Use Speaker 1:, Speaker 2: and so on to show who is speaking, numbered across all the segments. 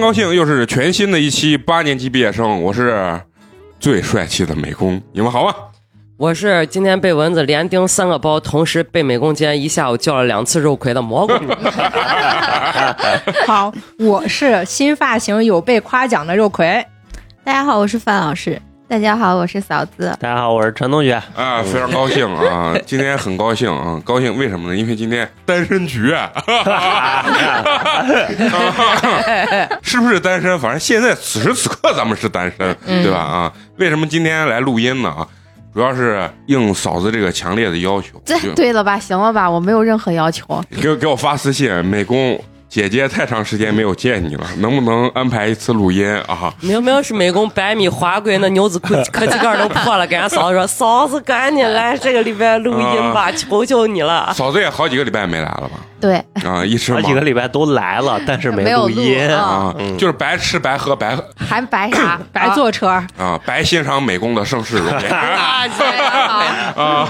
Speaker 1: 高兴，又是全新的一期八年级毕业生，我是最帅气的美工，你们好吗？
Speaker 2: 我是今天被蚊子连叮三个包，同时被美工间一下午叫了两次肉葵的蘑菇。
Speaker 3: 好，我是新发型有被夸奖的肉葵。？
Speaker 4: 大家好，我是范老师。大家好，我是嫂子。
Speaker 5: 大家好，我是陈同学。
Speaker 4: 嗯
Speaker 1: 啊，非常高兴啊！ 今天很高兴啊，高兴为什么呢？因为今天单身局， 啊是不是单身？反正现在此时此刻咱们是单身，
Speaker 4: 嗯
Speaker 1: 对吧？啊，为什么今天来录音呢？啊，主要是应嫂子这个强烈的要求，
Speaker 4: 这
Speaker 1: 就
Speaker 4: 对了吧？行了吧？我没有任何要求。
Speaker 1: 给我给我发私信，美工姐姐太长时间没有见你了，能不能安排一次录音啊？
Speaker 2: 明明是美工百米滑跪，那牛子裤科技盖都破了，给俺嫂子说：“嫂子，赶紧来这个礼拜录音
Speaker 5: 啊
Speaker 2: 吧，求求你了。
Speaker 1: 嫂子也好几个礼拜没来了吧？
Speaker 4: 对，
Speaker 1: 啊，一直
Speaker 5: 好
Speaker 1: 忙
Speaker 5: 几个礼拜嗯都来了，但是
Speaker 4: 没有
Speaker 5: 录音。
Speaker 4: 录啊
Speaker 1: 啊，就是白吃白喝白
Speaker 4: 还白 啥
Speaker 3: 白坐车，
Speaker 1: 啊，白欣赏美工的盛世容 颜
Speaker 4: 啊。
Speaker 1: 啊。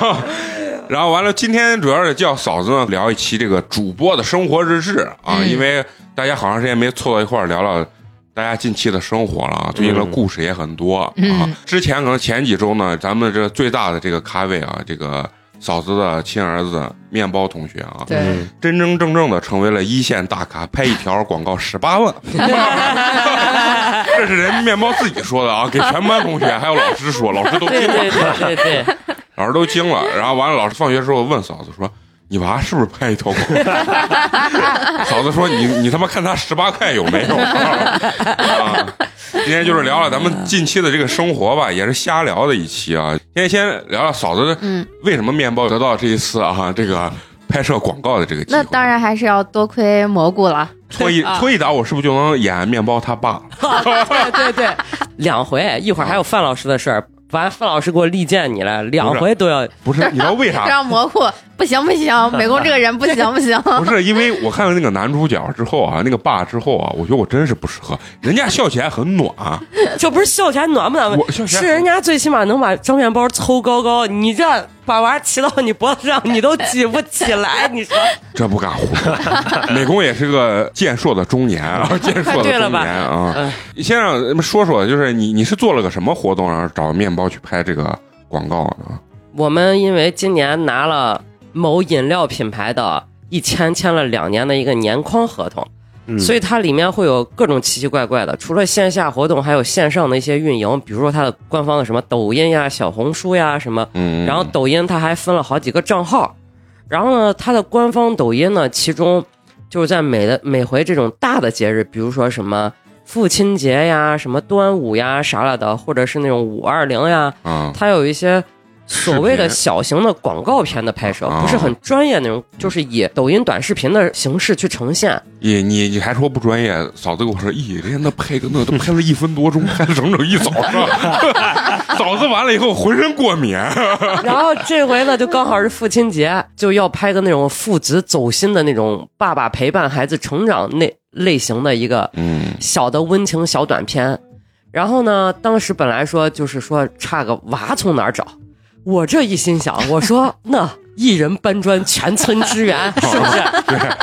Speaker 1: 然后完了，今天主要是叫嫂子呢聊一期这个主播的生活日志啊，
Speaker 5: 嗯
Speaker 1: 因为大家好长时间没凑到一块儿聊聊大家近期的生活了啊，最近的
Speaker 5: 嗯
Speaker 1: 故事也很多、啊。之前可能前几周呢，咱们这最大的这个咖位啊，这个嫂子的亲儿子面包同学啊，
Speaker 3: 对，
Speaker 1: 真真正正的成为了一线大咖，拍一条广告十八 万，这是人面包自己说的啊，给全班同学还有老师说，老师都
Speaker 2: 对
Speaker 1: 惊了，
Speaker 2: 对对对对，
Speaker 1: 老师都惊了。然后完了，老师放学之后问嫂子说：“你娃是不是拍一条广告？” 嫂子说：“你你他妈看他十八块有没有？”啊，今天就是聊聊咱们近期的这个生活吧，也是瞎聊的一期啊。今天先聊聊嫂子，
Speaker 4: 嗯，
Speaker 1: 为什么面包得到这一次啊这个拍摄广告的这个机会？
Speaker 4: 那当然还是要多亏蘑菇了。
Speaker 1: 搓 一
Speaker 2: 啊
Speaker 1: 搓一打，我是不是就能演面包他爸？
Speaker 3: 对对，
Speaker 2: 两回，一会儿还有范老师的事儿。完，范老师给我力荐你了，两回都要。
Speaker 1: 不是，你知道为 啥？
Speaker 4: 让蘑菇不行不行，美工这个人不行不行。
Speaker 1: 不是因为我看了那个男主角之后啊，那个爸之后啊，我觉得我真是不适合。人家笑起来很暖，啊
Speaker 2: 这不是笑起来暖不暖吗
Speaker 1: 我？笑起来
Speaker 2: 是人家最起码能把张面包抽高高，你这把娃骑到你脖子上，你都举不起来，你说？
Speaker 1: 这不敢胡 说。美工也是个健硕的中年啊，健硕的中
Speaker 2: 对了
Speaker 1: 年
Speaker 2: 吧嗯
Speaker 1: 啊。先让咱们说说，就是你你是做了个什么活动，然后找面包去拍这个广告呢？
Speaker 2: 我们因为今年拿了某饮料品牌的一签签了两年的一个年框合同，
Speaker 5: 嗯
Speaker 2: 所以它里面会有各种奇奇怪怪的，除了线下活动，还有线上的一些运营，比如说它的官方的什么抖音呀、小红书呀什么，
Speaker 1: 嗯，
Speaker 2: 然后抖音它还分了好几个账号，然后呢，它的官方抖音呢，其中就是在每的每回这种大的节日，比如说什么父亲节呀、什么端午呀啥了的，或者是那种五二零呀，
Speaker 1: 啊，
Speaker 2: 它有一些所谓的
Speaker 1: 视频
Speaker 2: 小型的广告片的拍摄
Speaker 1: 啊，
Speaker 2: 不是很专业那种，就是以抖音短视频的形式去呈现。
Speaker 1: 你你你还说不专业？嫂子跟我说，咦，人家那拍个那都拍了一分多钟，拍了整整一早上。 嫂子完了以后浑身过敏，
Speaker 2: 然后这回呢，就刚好是父亲节，就要拍个那种父子走心的那种爸爸陪伴孩子成长那类型的一个
Speaker 1: 嗯
Speaker 2: 小的温情小短片。然后呢，当时本来说就是说差个娃从哪儿找，我这一心想，我说 那一人搬砖全村支 援，是不是？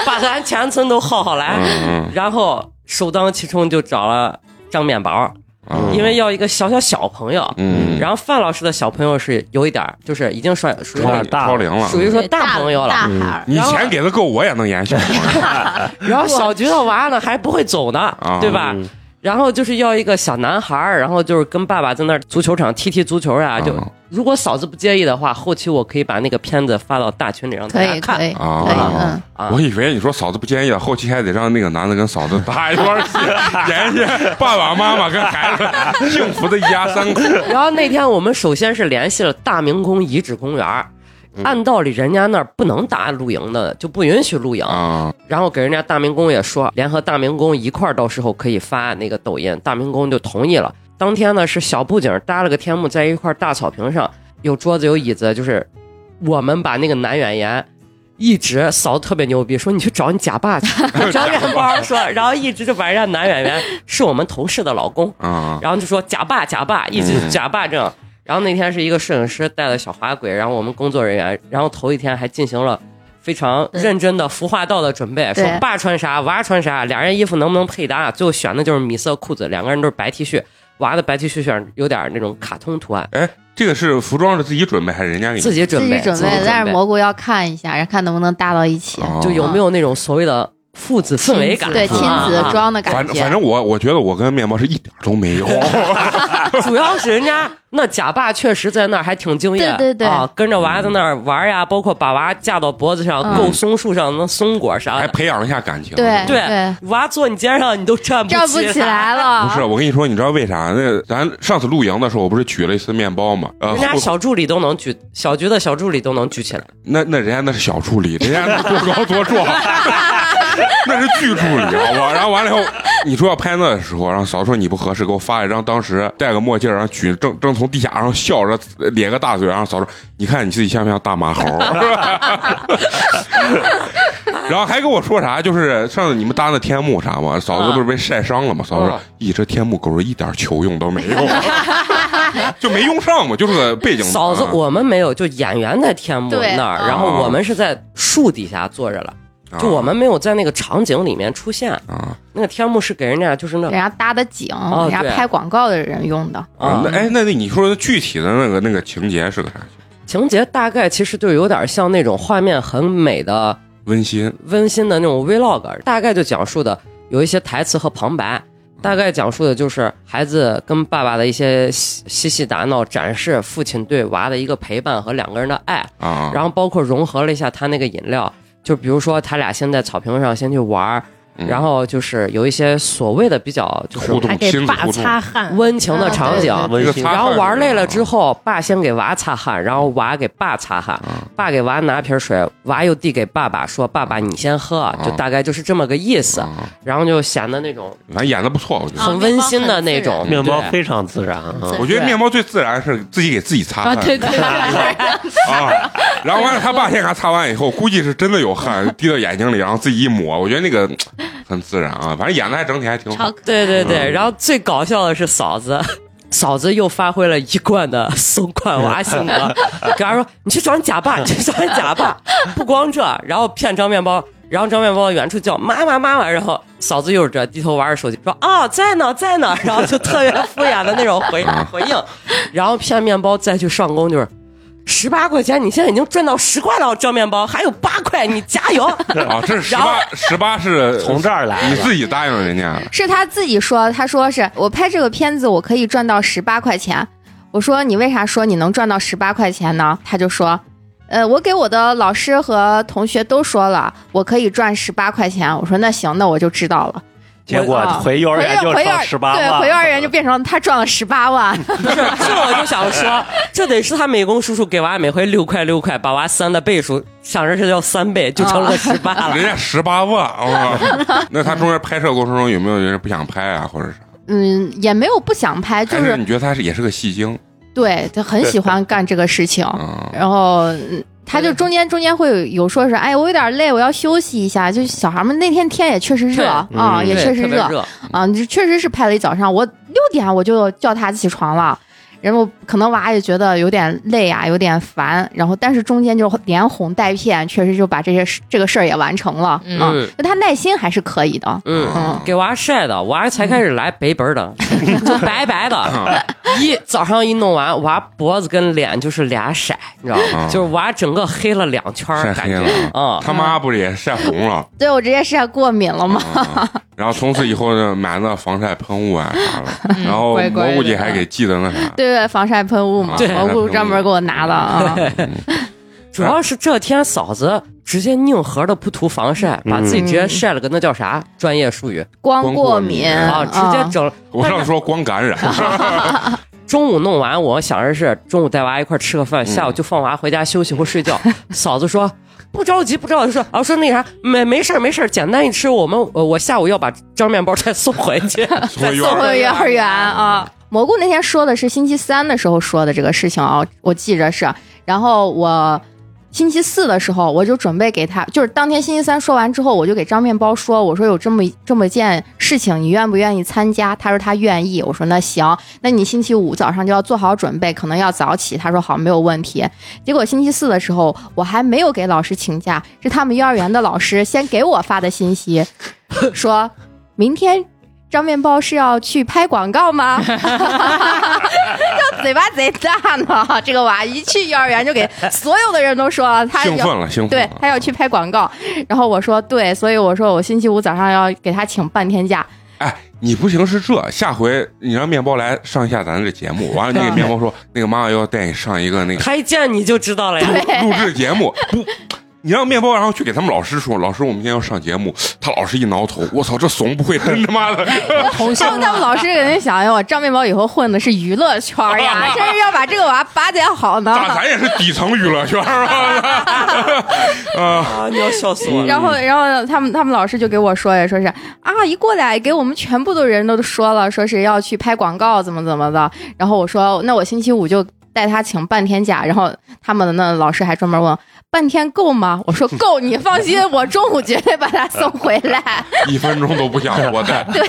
Speaker 2: 把咱全村都耗耗来。
Speaker 1: 嗯
Speaker 2: 然后首当其冲就找了张面包，
Speaker 1: 嗯，
Speaker 2: 因为要一个小小小朋友。
Speaker 1: 嗯，
Speaker 2: 然后范老师的小朋友是有一点儿，就是已经算属于
Speaker 5: 有点大了
Speaker 1: 超龄了，
Speaker 2: 属于说大朋友了。
Speaker 4: 大孩儿。
Speaker 1: 你钱给的够，我也能演小朋友
Speaker 2: 然后小菊的娃呢还不会走呢
Speaker 1: 啊，
Speaker 2: 对吧？然后就是要一个小男孩儿，然后就是跟爸爸在那儿足球场踢踢足球呀、就
Speaker 1: 啊
Speaker 2: 如果嫂子不介意的话，后期我可以把那个片子发到大群里让大
Speaker 4: 可
Speaker 2: 家
Speaker 4: 以
Speaker 2: 看
Speaker 4: 可。以可以，
Speaker 1: 啊
Speaker 4: 嗯，。
Speaker 2: 嗯啊
Speaker 1: 我以为你说嫂子不介意了，后期还得让那个男的跟嫂子搭一块儿 去，演一演爸爸妈妈跟孩子幸福的一家三 口。
Speaker 2: 然后那天我们首先是联系了大明宫遗址公园儿，
Speaker 1: 嗯
Speaker 2: 按道理人家那儿不能搭露营的，就不允许露营。
Speaker 1: 啊，
Speaker 2: 然后给人家大明宫也说，联合大明宫一块儿，到时候可以发那个抖音，大明宫就同意了。当天呢是小布景搭了个天幕，在一块大草坪上，有桌子有椅子，就是我们把那个男演员。一直嫂子特别牛逼，说你去找你假爸去，找面包说，然后一直就把人家男演员是我们同事的老公，
Speaker 1: 啊，
Speaker 2: 然后就说假爸假爸，一直
Speaker 1: 嗯
Speaker 2: 假爸这样。然后那天是一个摄影师带了小滑轨，然后我们工作人员，然后头一天还进行了非常
Speaker 4: 对
Speaker 2: 认真的服化道的准备，
Speaker 4: 嗯对
Speaker 2: 说爸穿啥，娃穿啥，俩人衣服能不能配搭？最后选的就是米色裤子，两个人都是白 T 恤，娃的白 T 恤上有点那种卡通图案，
Speaker 1: 哎这个是服装是自己准备还是人家给你？
Speaker 2: 自己
Speaker 4: 自
Speaker 2: 准备，
Speaker 4: 己准
Speaker 2: 自己准备，
Speaker 4: 但是蘑菇要看一下，然后看能不能搭到一起，
Speaker 1: 哦
Speaker 2: 就有没有那种所谓的父子氛围感？
Speaker 4: 对亲子
Speaker 2: 啊
Speaker 4: 装的
Speaker 1: 反
Speaker 4: 感觉。
Speaker 1: 反正我我觉得我跟面包是一点儿都 没有，
Speaker 2: 主要是人家那假爸确实在那儿还挺敬业，
Speaker 4: 对对对
Speaker 2: 啊，跟着娃在那儿玩呀，包括把娃架到脖子上
Speaker 4: 嗯哎
Speaker 2: 够松树上能松果啥
Speaker 1: 还
Speaker 2: 的，
Speaker 1: 培养了一下感情。
Speaker 4: 对
Speaker 2: 对娃坐你肩上你都站不
Speaker 4: 站不起来了，
Speaker 1: 不
Speaker 2: 啊
Speaker 1: 是，我跟你说，你知道为啥？那咱上次露营的时候，我不是举了一次面包嘛？呃，
Speaker 2: 人家
Speaker 1: 后
Speaker 2: 小助理都能举，小菊的小助理都能举起来，
Speaker 1: 那那人家那是小助理，人家那多高多壮，那是巨助理，好吧？然后完了以后，你说要拍那的时候，然后嫂子说你不合适，给我发一张当时戴个墨镜，然后举正正从地下，然后笑着呃咧个大嘴，然后嫂子说你看你自己像不像大马猴？ 然后还跟我说啥，就是上次你们搭那天幕啥嘛，嫂子不是被晒伤了嘛？嫂子说
Speaker 2: 啊：“
Speaker 1: 咦，这天幕狗是一点球用都没有，就没用上嘛，就是个背景。”啊
Speaker 2: 嫂子，我们没有，就演员在天幕
Speaker 4: 对
Speaker 2: 那儿，
Speaker 4: 啊
Speaker 2: 然后我们是在树底下坐着了，
Speaker 1: 啊
Speaker 2: 就我们没有在那个场景里面出现，
Speaker 1: 啊，
Speaker 2: 那个天幕是给人家就是那
Speaker 4: 人家搭的景，
Speaker 2: 哦
Speaker 4: 人家
Speaker 2: 对
Speaker 4: 拍广告的人用的。
Speaker 1: 啊
Speaker 2: 啊，
Speaker 1: 那哎，那那你说的具体的那个那个情节是个啥？
Speaker 2: 情节大概其实就有点像那种画面很美的。
Speaker 1: 温馨
Speaker 2: 温馨的那种 vlog，大概就讲述的有一些台词和旁白，大概讲述的就是孩子跟爸爸的一些嬉嬉戏打闹，展示父亲对娃的一个陪伴和两个人的爱，
Speaker 1: 啊，
Speaker 2: 然后包括融合了一下他那个饮料，就比如说他俩先在草坪上先去玩儿，
Speaker 1: 嗯
Speaker 2: 然后就是有一些所谓的比较就是
Speaker 1: 互动
Speaker 3: 还给
Speaker 1: 亲子
Speaker 3: 爸
Speaker 1: 互动
Speaker 3: 擦汗，
Speaker 2: 温情的场景。
Speaker 4: 啊
Speaker 5: 温
Speaker 1: 这个
Speaker 5: 馨
Speaker 1: 擦
Speaker 2: 然后
Speaker 1: 汗
Speaker 2: 玩累了
Speaker 1: 是
Speaker 2: 之
Speaker 1: 吧
Speaker 2: 后，爸先给娃擦汗，然后娃给爸擦汗，
Speaker 1: 啊
Speaker 2: 爸给娃拿瓶水，娃又递给爸爸，说：“爸爸，你先喝。”就大概就是这么个意思，
Speaker 1: 啊，
Speaker 2: 然后就显得那种
Speaker 1: 反正演的不错，我觉得。
Speaker 2: 很温馨的那种。
Speaker 5: 面包
Speaker 2: 对
Speaker 5: 非常自然啊，
Speaker 4: 啊对啊
Speaker 1: 我觉得面包最自然是自己给自己擦
Speaker 3: 啊
Speaker 1: 汗
Speaker 4: 对对，
Speaker 1: 啊，然后完了他爸先给他擦完以后，估计是真的有汗滴到眼睛里，然后自己一抹，我觉得那个很自然啊，反正演的还整体还挺好。
Speaker 2: 对对对，
Speaker 1: 嗯
Speaker 2: 然后最搞笑的是嫂子， 嫂子又发挥了一贯的怂惯娃性格，给他说：“你去找你假爸，你去找你假爸。”不光这，然后骗张面包，然后张面包远处叫妈妈妈妈，然后嫂子又是这低头玩着手机，说：“啊，在呢，在呢。” 然后就特别敷衍的那种回回应，然后骗面包再去上工就是。十八块钱，你现在已经赚到十块了，张面包，还有八块，你加油！
Speaker 1: 啊，这是十
Speaker 2: 然后
Speaker 1: 八，十八 是
Speaker 5: 从这儿来
Speaker 1: 你
Speaker 5: 的。
Speaker 1: 自己答应人家
Speaker 4: 是他自己说，他说是我拍这个片子，我可以赚到十八块钱。我说你为啥说你能赚到十八块钱呢？他就说，呃，我给我的老师和同学都说了，我可以赚十八块钱。我说那行，那我就知道了。
Speaker 5: 结果
Speaker 4: 啊
Speaker 5: 回幼儿园就
Speaker 4: 回幼
Speaker 5: 成十八
Speaker 4: 对，
Speaker 5: 万，
Speaker 4: 回幼儿园就变成他赚了十八万。
Speaker 2: 不是，这我就想说，这得是他美工叔叔给娃每回六块六块，把娃三的倍数，想着这叫三倍，就成了十八了。
Speaker 1: 人家十八万啊， 那他中间拍摄过程中有没有人不想拍啊，或者啥？
Speaker 4: 嗯，也没有不想拍，就
Speaker 1: 还
Speaker 4: 是
Speaker 1: 是你觉得他是也是个戏精
Speaker 4: 对他很喜欢干这个事情，
Speaker 1: 啊？
Speaker 4: 然后嗯他就中间中间会有说是，哎，我有点累，我要休息一下。就小孩们那天天也确实热
Speaker 2: 对
Speaker 4: 啊、
Speaker 5: 嗯
Speaker 4: 也
Speaker 2: 对
Speaker 4: 确实
Speaker 2: 特别
Speaker 4: 热
Speaker 2: 热，
Speaker 4: 啊，这确实是拍了一早上。我六点我就叫他起床了，然后可能娃也觉得有点累啊，有点烦，然后但是中间就连哄带骗，确实就把这些事这个事儿也完成了。
Speaker 3: 嗯
Speaker 4: 啊那他耐心还是可以的。
Speaker 2: 嗯。
Speaker 1: 啊
Speaker 2: 给娃晒的，娃才开始来北本儿的，就白白的。一早上一弄完，娃脖子跟脸就是俩色，你知道吗？
Speaker 1: 啊
Speaker 2: 就是娃整个黑了两圈儿，
Speaker 1: 晒
Speaker 2: 感
Speaker 1: 黑
Speaker 2: 觉
Speaker 1: 了嗯
Speaker 2: 啊。
Speaker 1: 他妈不是也晒红了？
Speaker 4: 对我直接是过敏了嘛，
Speaker 1: 啊然后从此以后呢，买那防晒喷雾啊啥的，
Speaker 4: 嗯
Speaker 1: 然后
Speaker 3: 乖乖的
Speaker 1: 蘑菇姐还给寄的那 啥，
Speaker 4: 对对，防晒喷雾嘛
Speaker 1: 对，
Speaker 4: 蘑菇专门给我拿的啊。
Speaker 1: 嗯
Speaker 2: 主要是这天嫂子直接硬核的不涂防晒，把自己直接晒了个那叫啥专业术语
Speaker 4: 光
Speaker 1: 过
Speaker 4: 过
Speaker 1: 敏
Speaker 4: 敏
Speaker 2: 啊，直接整
Speaker 1: 我上次说光感 染，
Speaker 2: 中午弄完，我想着是中午带娃一块儿吃个饭，下午
Speaker 4: 嗯
Speaker 2: 就放娃回家休息或睡 觉。嫂子说不着急，不着急，说啊说那啥没没事儿没事儿，简单一吃。我们呃我下午要把张面包再送回 去，再
Speaker 1: 幼儿
Speaker 2: 送
Speaker 4: 回
Speaker 2: 回
Speaker 4: 幼儿园。啊。蘑菇那天说的是星期三的时候说的这个事情啊，我记着是。然后我星期四的时候，我就准备给他，就是当天星期三说完之后，我就给张面包说，我说有这么一这么件事情，你愿不愿意参加？他说他愿意。我说那行，那你星期五早上就要做好准备，可能要早起。他说好，没有问题。结果星期四的时候，我还没有给老师请假，是他们幼儿园的老师先给我发的信息，说明天张面包是要去拍广告吗？这嘴巴贼大呢，这个娃一去幼儿园就给所有的人都说他
Speaker 1: 兴
Speaker 4: 要。
Speaker 1: 奋了，兴奋
Speaker 4: 对
Speaker 1: 了。
Speaker 4: 他要去拍广告，然后我说对，所以我说我星期五早上要给他请半天假，
Speaker 1: 哎，你不行是这，下回你让面包来上一下咱这节目，完了你给面包说，那个妈妈要带你上一 个那个
Speaker 2: 他一见你就知道了呀。
Speaker 1: 录制节目，不，你让面包然后去给他们老师说，老师我们今天要上节目，他老师一挠头，我操，这怂不会真他妈 的，
Speaker 3: 同性
Speaker 4: 他们他们老师肯定想，哎呦，我张面包以后混的是娱乐圈呀，真是要把这个娃巴点好呢。
Speaker 1: 咋咱也是底层娱乐圈啊？ 啊，
Speaker 2: 啊，你要笑死我了！嗯
Speaker 4: 然后，然后他们他们老师就给我说呀，说是啊，一过来给我们全部的人都说了，说是要去拍广告，怎么怎么的。然后我说，那我星期五就带他请半天假。然后他们的那老师还专门问，半天够吗？我说够，你放 心，我中午绝对把他送回来。
Speaker 1: 一分钟都不想我在。对，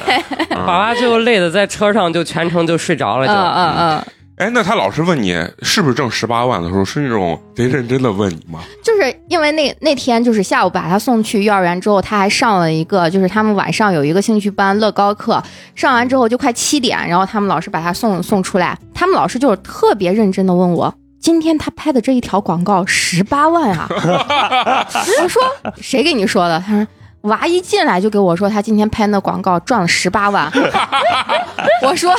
Speaker 2: 把娃最后累的在车上就全程就睡着了，
Speaker 4: 嗯
Speaker 2: 就、
Speaker 4: 嗯嗯。
Speaker 1: 哎，那他老师问你是不是挣十八万的时候，是那种贼认真的问你吗？
Speaker 4: 就是因为那那天就是下午把他送去幼儿园之后，他还上了一个，就是他们晚上有一个兴趣班乐高课，上完之后就快七点，然后他们老师把他送送出来，他们老师就是特别认真的问我。今天他拍的这一条广告十八万啊！我说谁给你说的？他说娃一进来就给我说他今天拍那广告赚了十八万。我说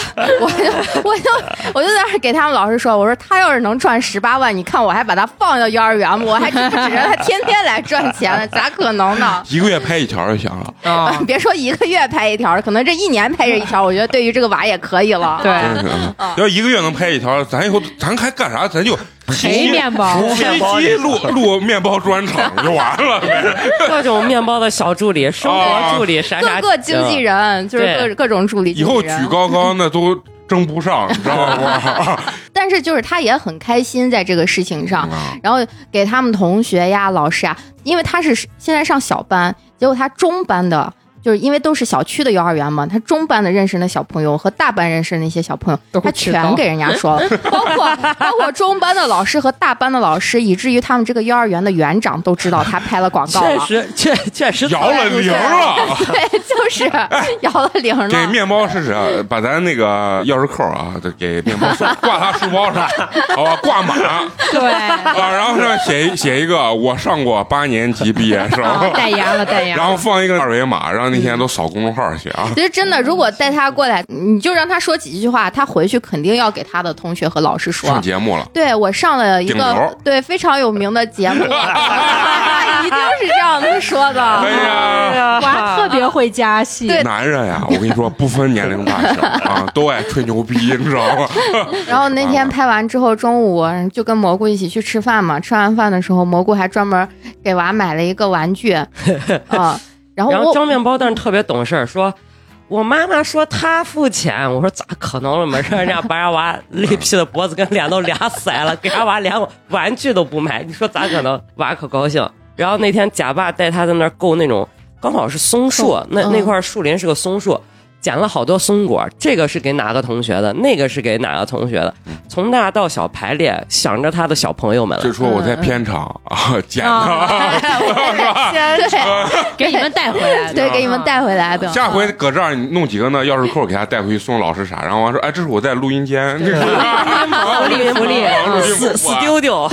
Speaker 4: 我就我就我就在那儿给他们老师说，我说他要是能赚十八万，你看我还把他放到幼儿园吗？我还指指着他天天来赚钱了，咋可能呢？，
Speaker 1: 一个月拍一条就行了。
Speaker 2: 啊
Speaker 4: 别说一个月拍一条，可能这一年拍这一条，我觉得对于这个娃也可以了。
Speaker 3: 对
Speaker 1: 真是啊，要一个月能拍一条，咱以后咱还干啥？咱就
Speaker 3: 陪面包，
Speaker 5: 服务面包
Speaker 1: 飞机 录录面包专场就完了呗。
Speaker 2: 各种面包的小助理、生活助理，啥啥
Speaker 4: 各个经纪人就是
Speaker 2: 对
Speaker 4: 各各种助理
Speaker 1: 以
Speaker 4: 经
Speaker 1: 后
Speaker 4: 纪
Speaker 1: 举
Speaker 4: 人，
Speaker 1: 高高那都争不上，你知道 吗？
Speaker 4: 但是就是他也很开心在这个事情上，
Speaker 1: 啊
Speaker 4: 然后给他们同学呀、老师啊，因为他是现在上小班，结果他中班的，就是因为都是小区的幼儿园嘛，他中班的认识那小朋友和大班认识那些小朋友，他
Speaker 3: 知道
Speaker 4: 全给人家说 了，包括包括中班的老师和大班的老师，以至于他们这个幼儿园的园长都知道他拍了广告
Speaker 5: 确
Speaker 4: 了。
Speaker 5: 实确确实
Speaker 2: 啊
Speaker 1: 摇了铃了。
Speaker 4: 对，就是摇了铃了。
Speaker 1: 给面包试试啊，把咱那个钥匙扣啊，得给面包送挂他书包上，好吧，挂满啊，
Speaker 3: 对，
Speaker 1: 然后上写一写一个我上过八年级毕业生，
Speaker 3: 代言了代言
Speaker 1: 然
Speaker 3: 了，
Speaker 1: 后放一个二维码，让那些人都扫公众号去啊。
Speaker 4: 其实真的，如果带他过来，你就让他说几句话，他回去肯定要给他的同学和老师说。
Speaker 1: 上节目了，
Speaker 4: 对我上了一
Speaker 1: 顶流
Speaker 4: 个对非常有名的节 目， 一定是这样子说
Speaker 1: 哎
Speaker 4: 的。
Speaker 1: 呀，
Speaker 3: 我
Speaker 4: 啊
Speaker 3: 还特别会加戏，
Speaker 4: 对
Speaker 1: 男人呀，我跟你说，不分年龄大小 啊，都爱吹牛逼，你知道吗？
Speaker 4: 然后那天拍完之后，中午就跟蘑菇一起去吃饭嘛。吃完饭的时候，蘑菇还专门给娃买了一个玩 具，啊，然
Speaker 3: 哦
Speaker 4: 后
Speaker 2: 然后
Speaker 4: 我
Speaker 2: 张面包但是特别懂事儿，说我妈妈说她付钱，我说咋可能了嘛，让人家把人 娃累劈的脖子跟脸都俩色了，给人娃连玩具都不买，你说咋可能？娃可高兴。然后那天贾爸带他在那儿购那种，刚好是松树，那
Speaker 4: 嗯
Speaker 2: 那块树林是个松树。捡了好多松果，这个是给哪个同学的，那个是给哪个同学的，从大到小排列，想着他的小朋友们了
Speaker 1: 嗯就。说我在片场啊，捡的
Speaker 3: 啊，
Speaker 4: 对
Speaker 3: 给你们带回来的，
Speaker 4: 对给你们带回来的。
Speaker 1: 下回搁这儿你弄几个那钥匙扣，给他带回去送老师啥，然后完说，哎，这是我在录音 间，这是
Speaker 3: 啊福利福利，
Speaker 1: 啊
Speaker 2: 死死丢丢，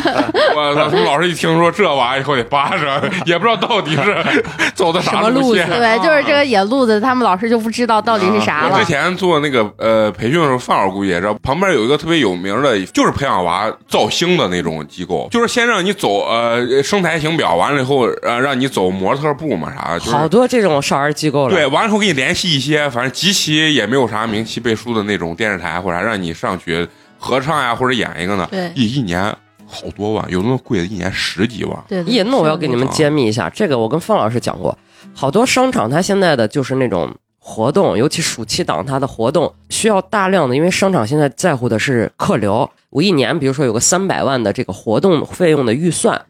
Speaker 1: 我操！老师一听说这娃以后得扒着，也不知道到底是 走的啥
Speaker 2: 啊
Speaker 1: 线。
Speaker 4: 对，就是这个野路子，他们老师就不知道到底是啥
Speaker 1: 啊我
Speaker 4: 了
Speaker 1: 之。前做那个呃培训的时候，范老师估计也知道，旁边有一个特别有名的，就是培养娃造星的那种机构，就是先让你走呃生态型表，完了以后呃让你走模特步嘛啥的，就是
Speaker 2: 好多这种少儿机构了。
Speaker 1: 对，完了以后给你联系一些，反正极其也没有啥名气背书的那种电视台，或者让你上去合唱呀，或者演一个呢，
Speaker 4: 对
Speaker 1: 一一年好多万，有那么贵的，一年十几万。
Speaker 4: 对，
Speaker 2: 咦，那我要给你们揭秘一下，这个我跟方老师讲过，好多商场它现在的就是那种活动，尤其暑期档它的活动需要大量的，因为商场现在在乎的是客流。我一年比如说有个三百万的这个活动费用的预算，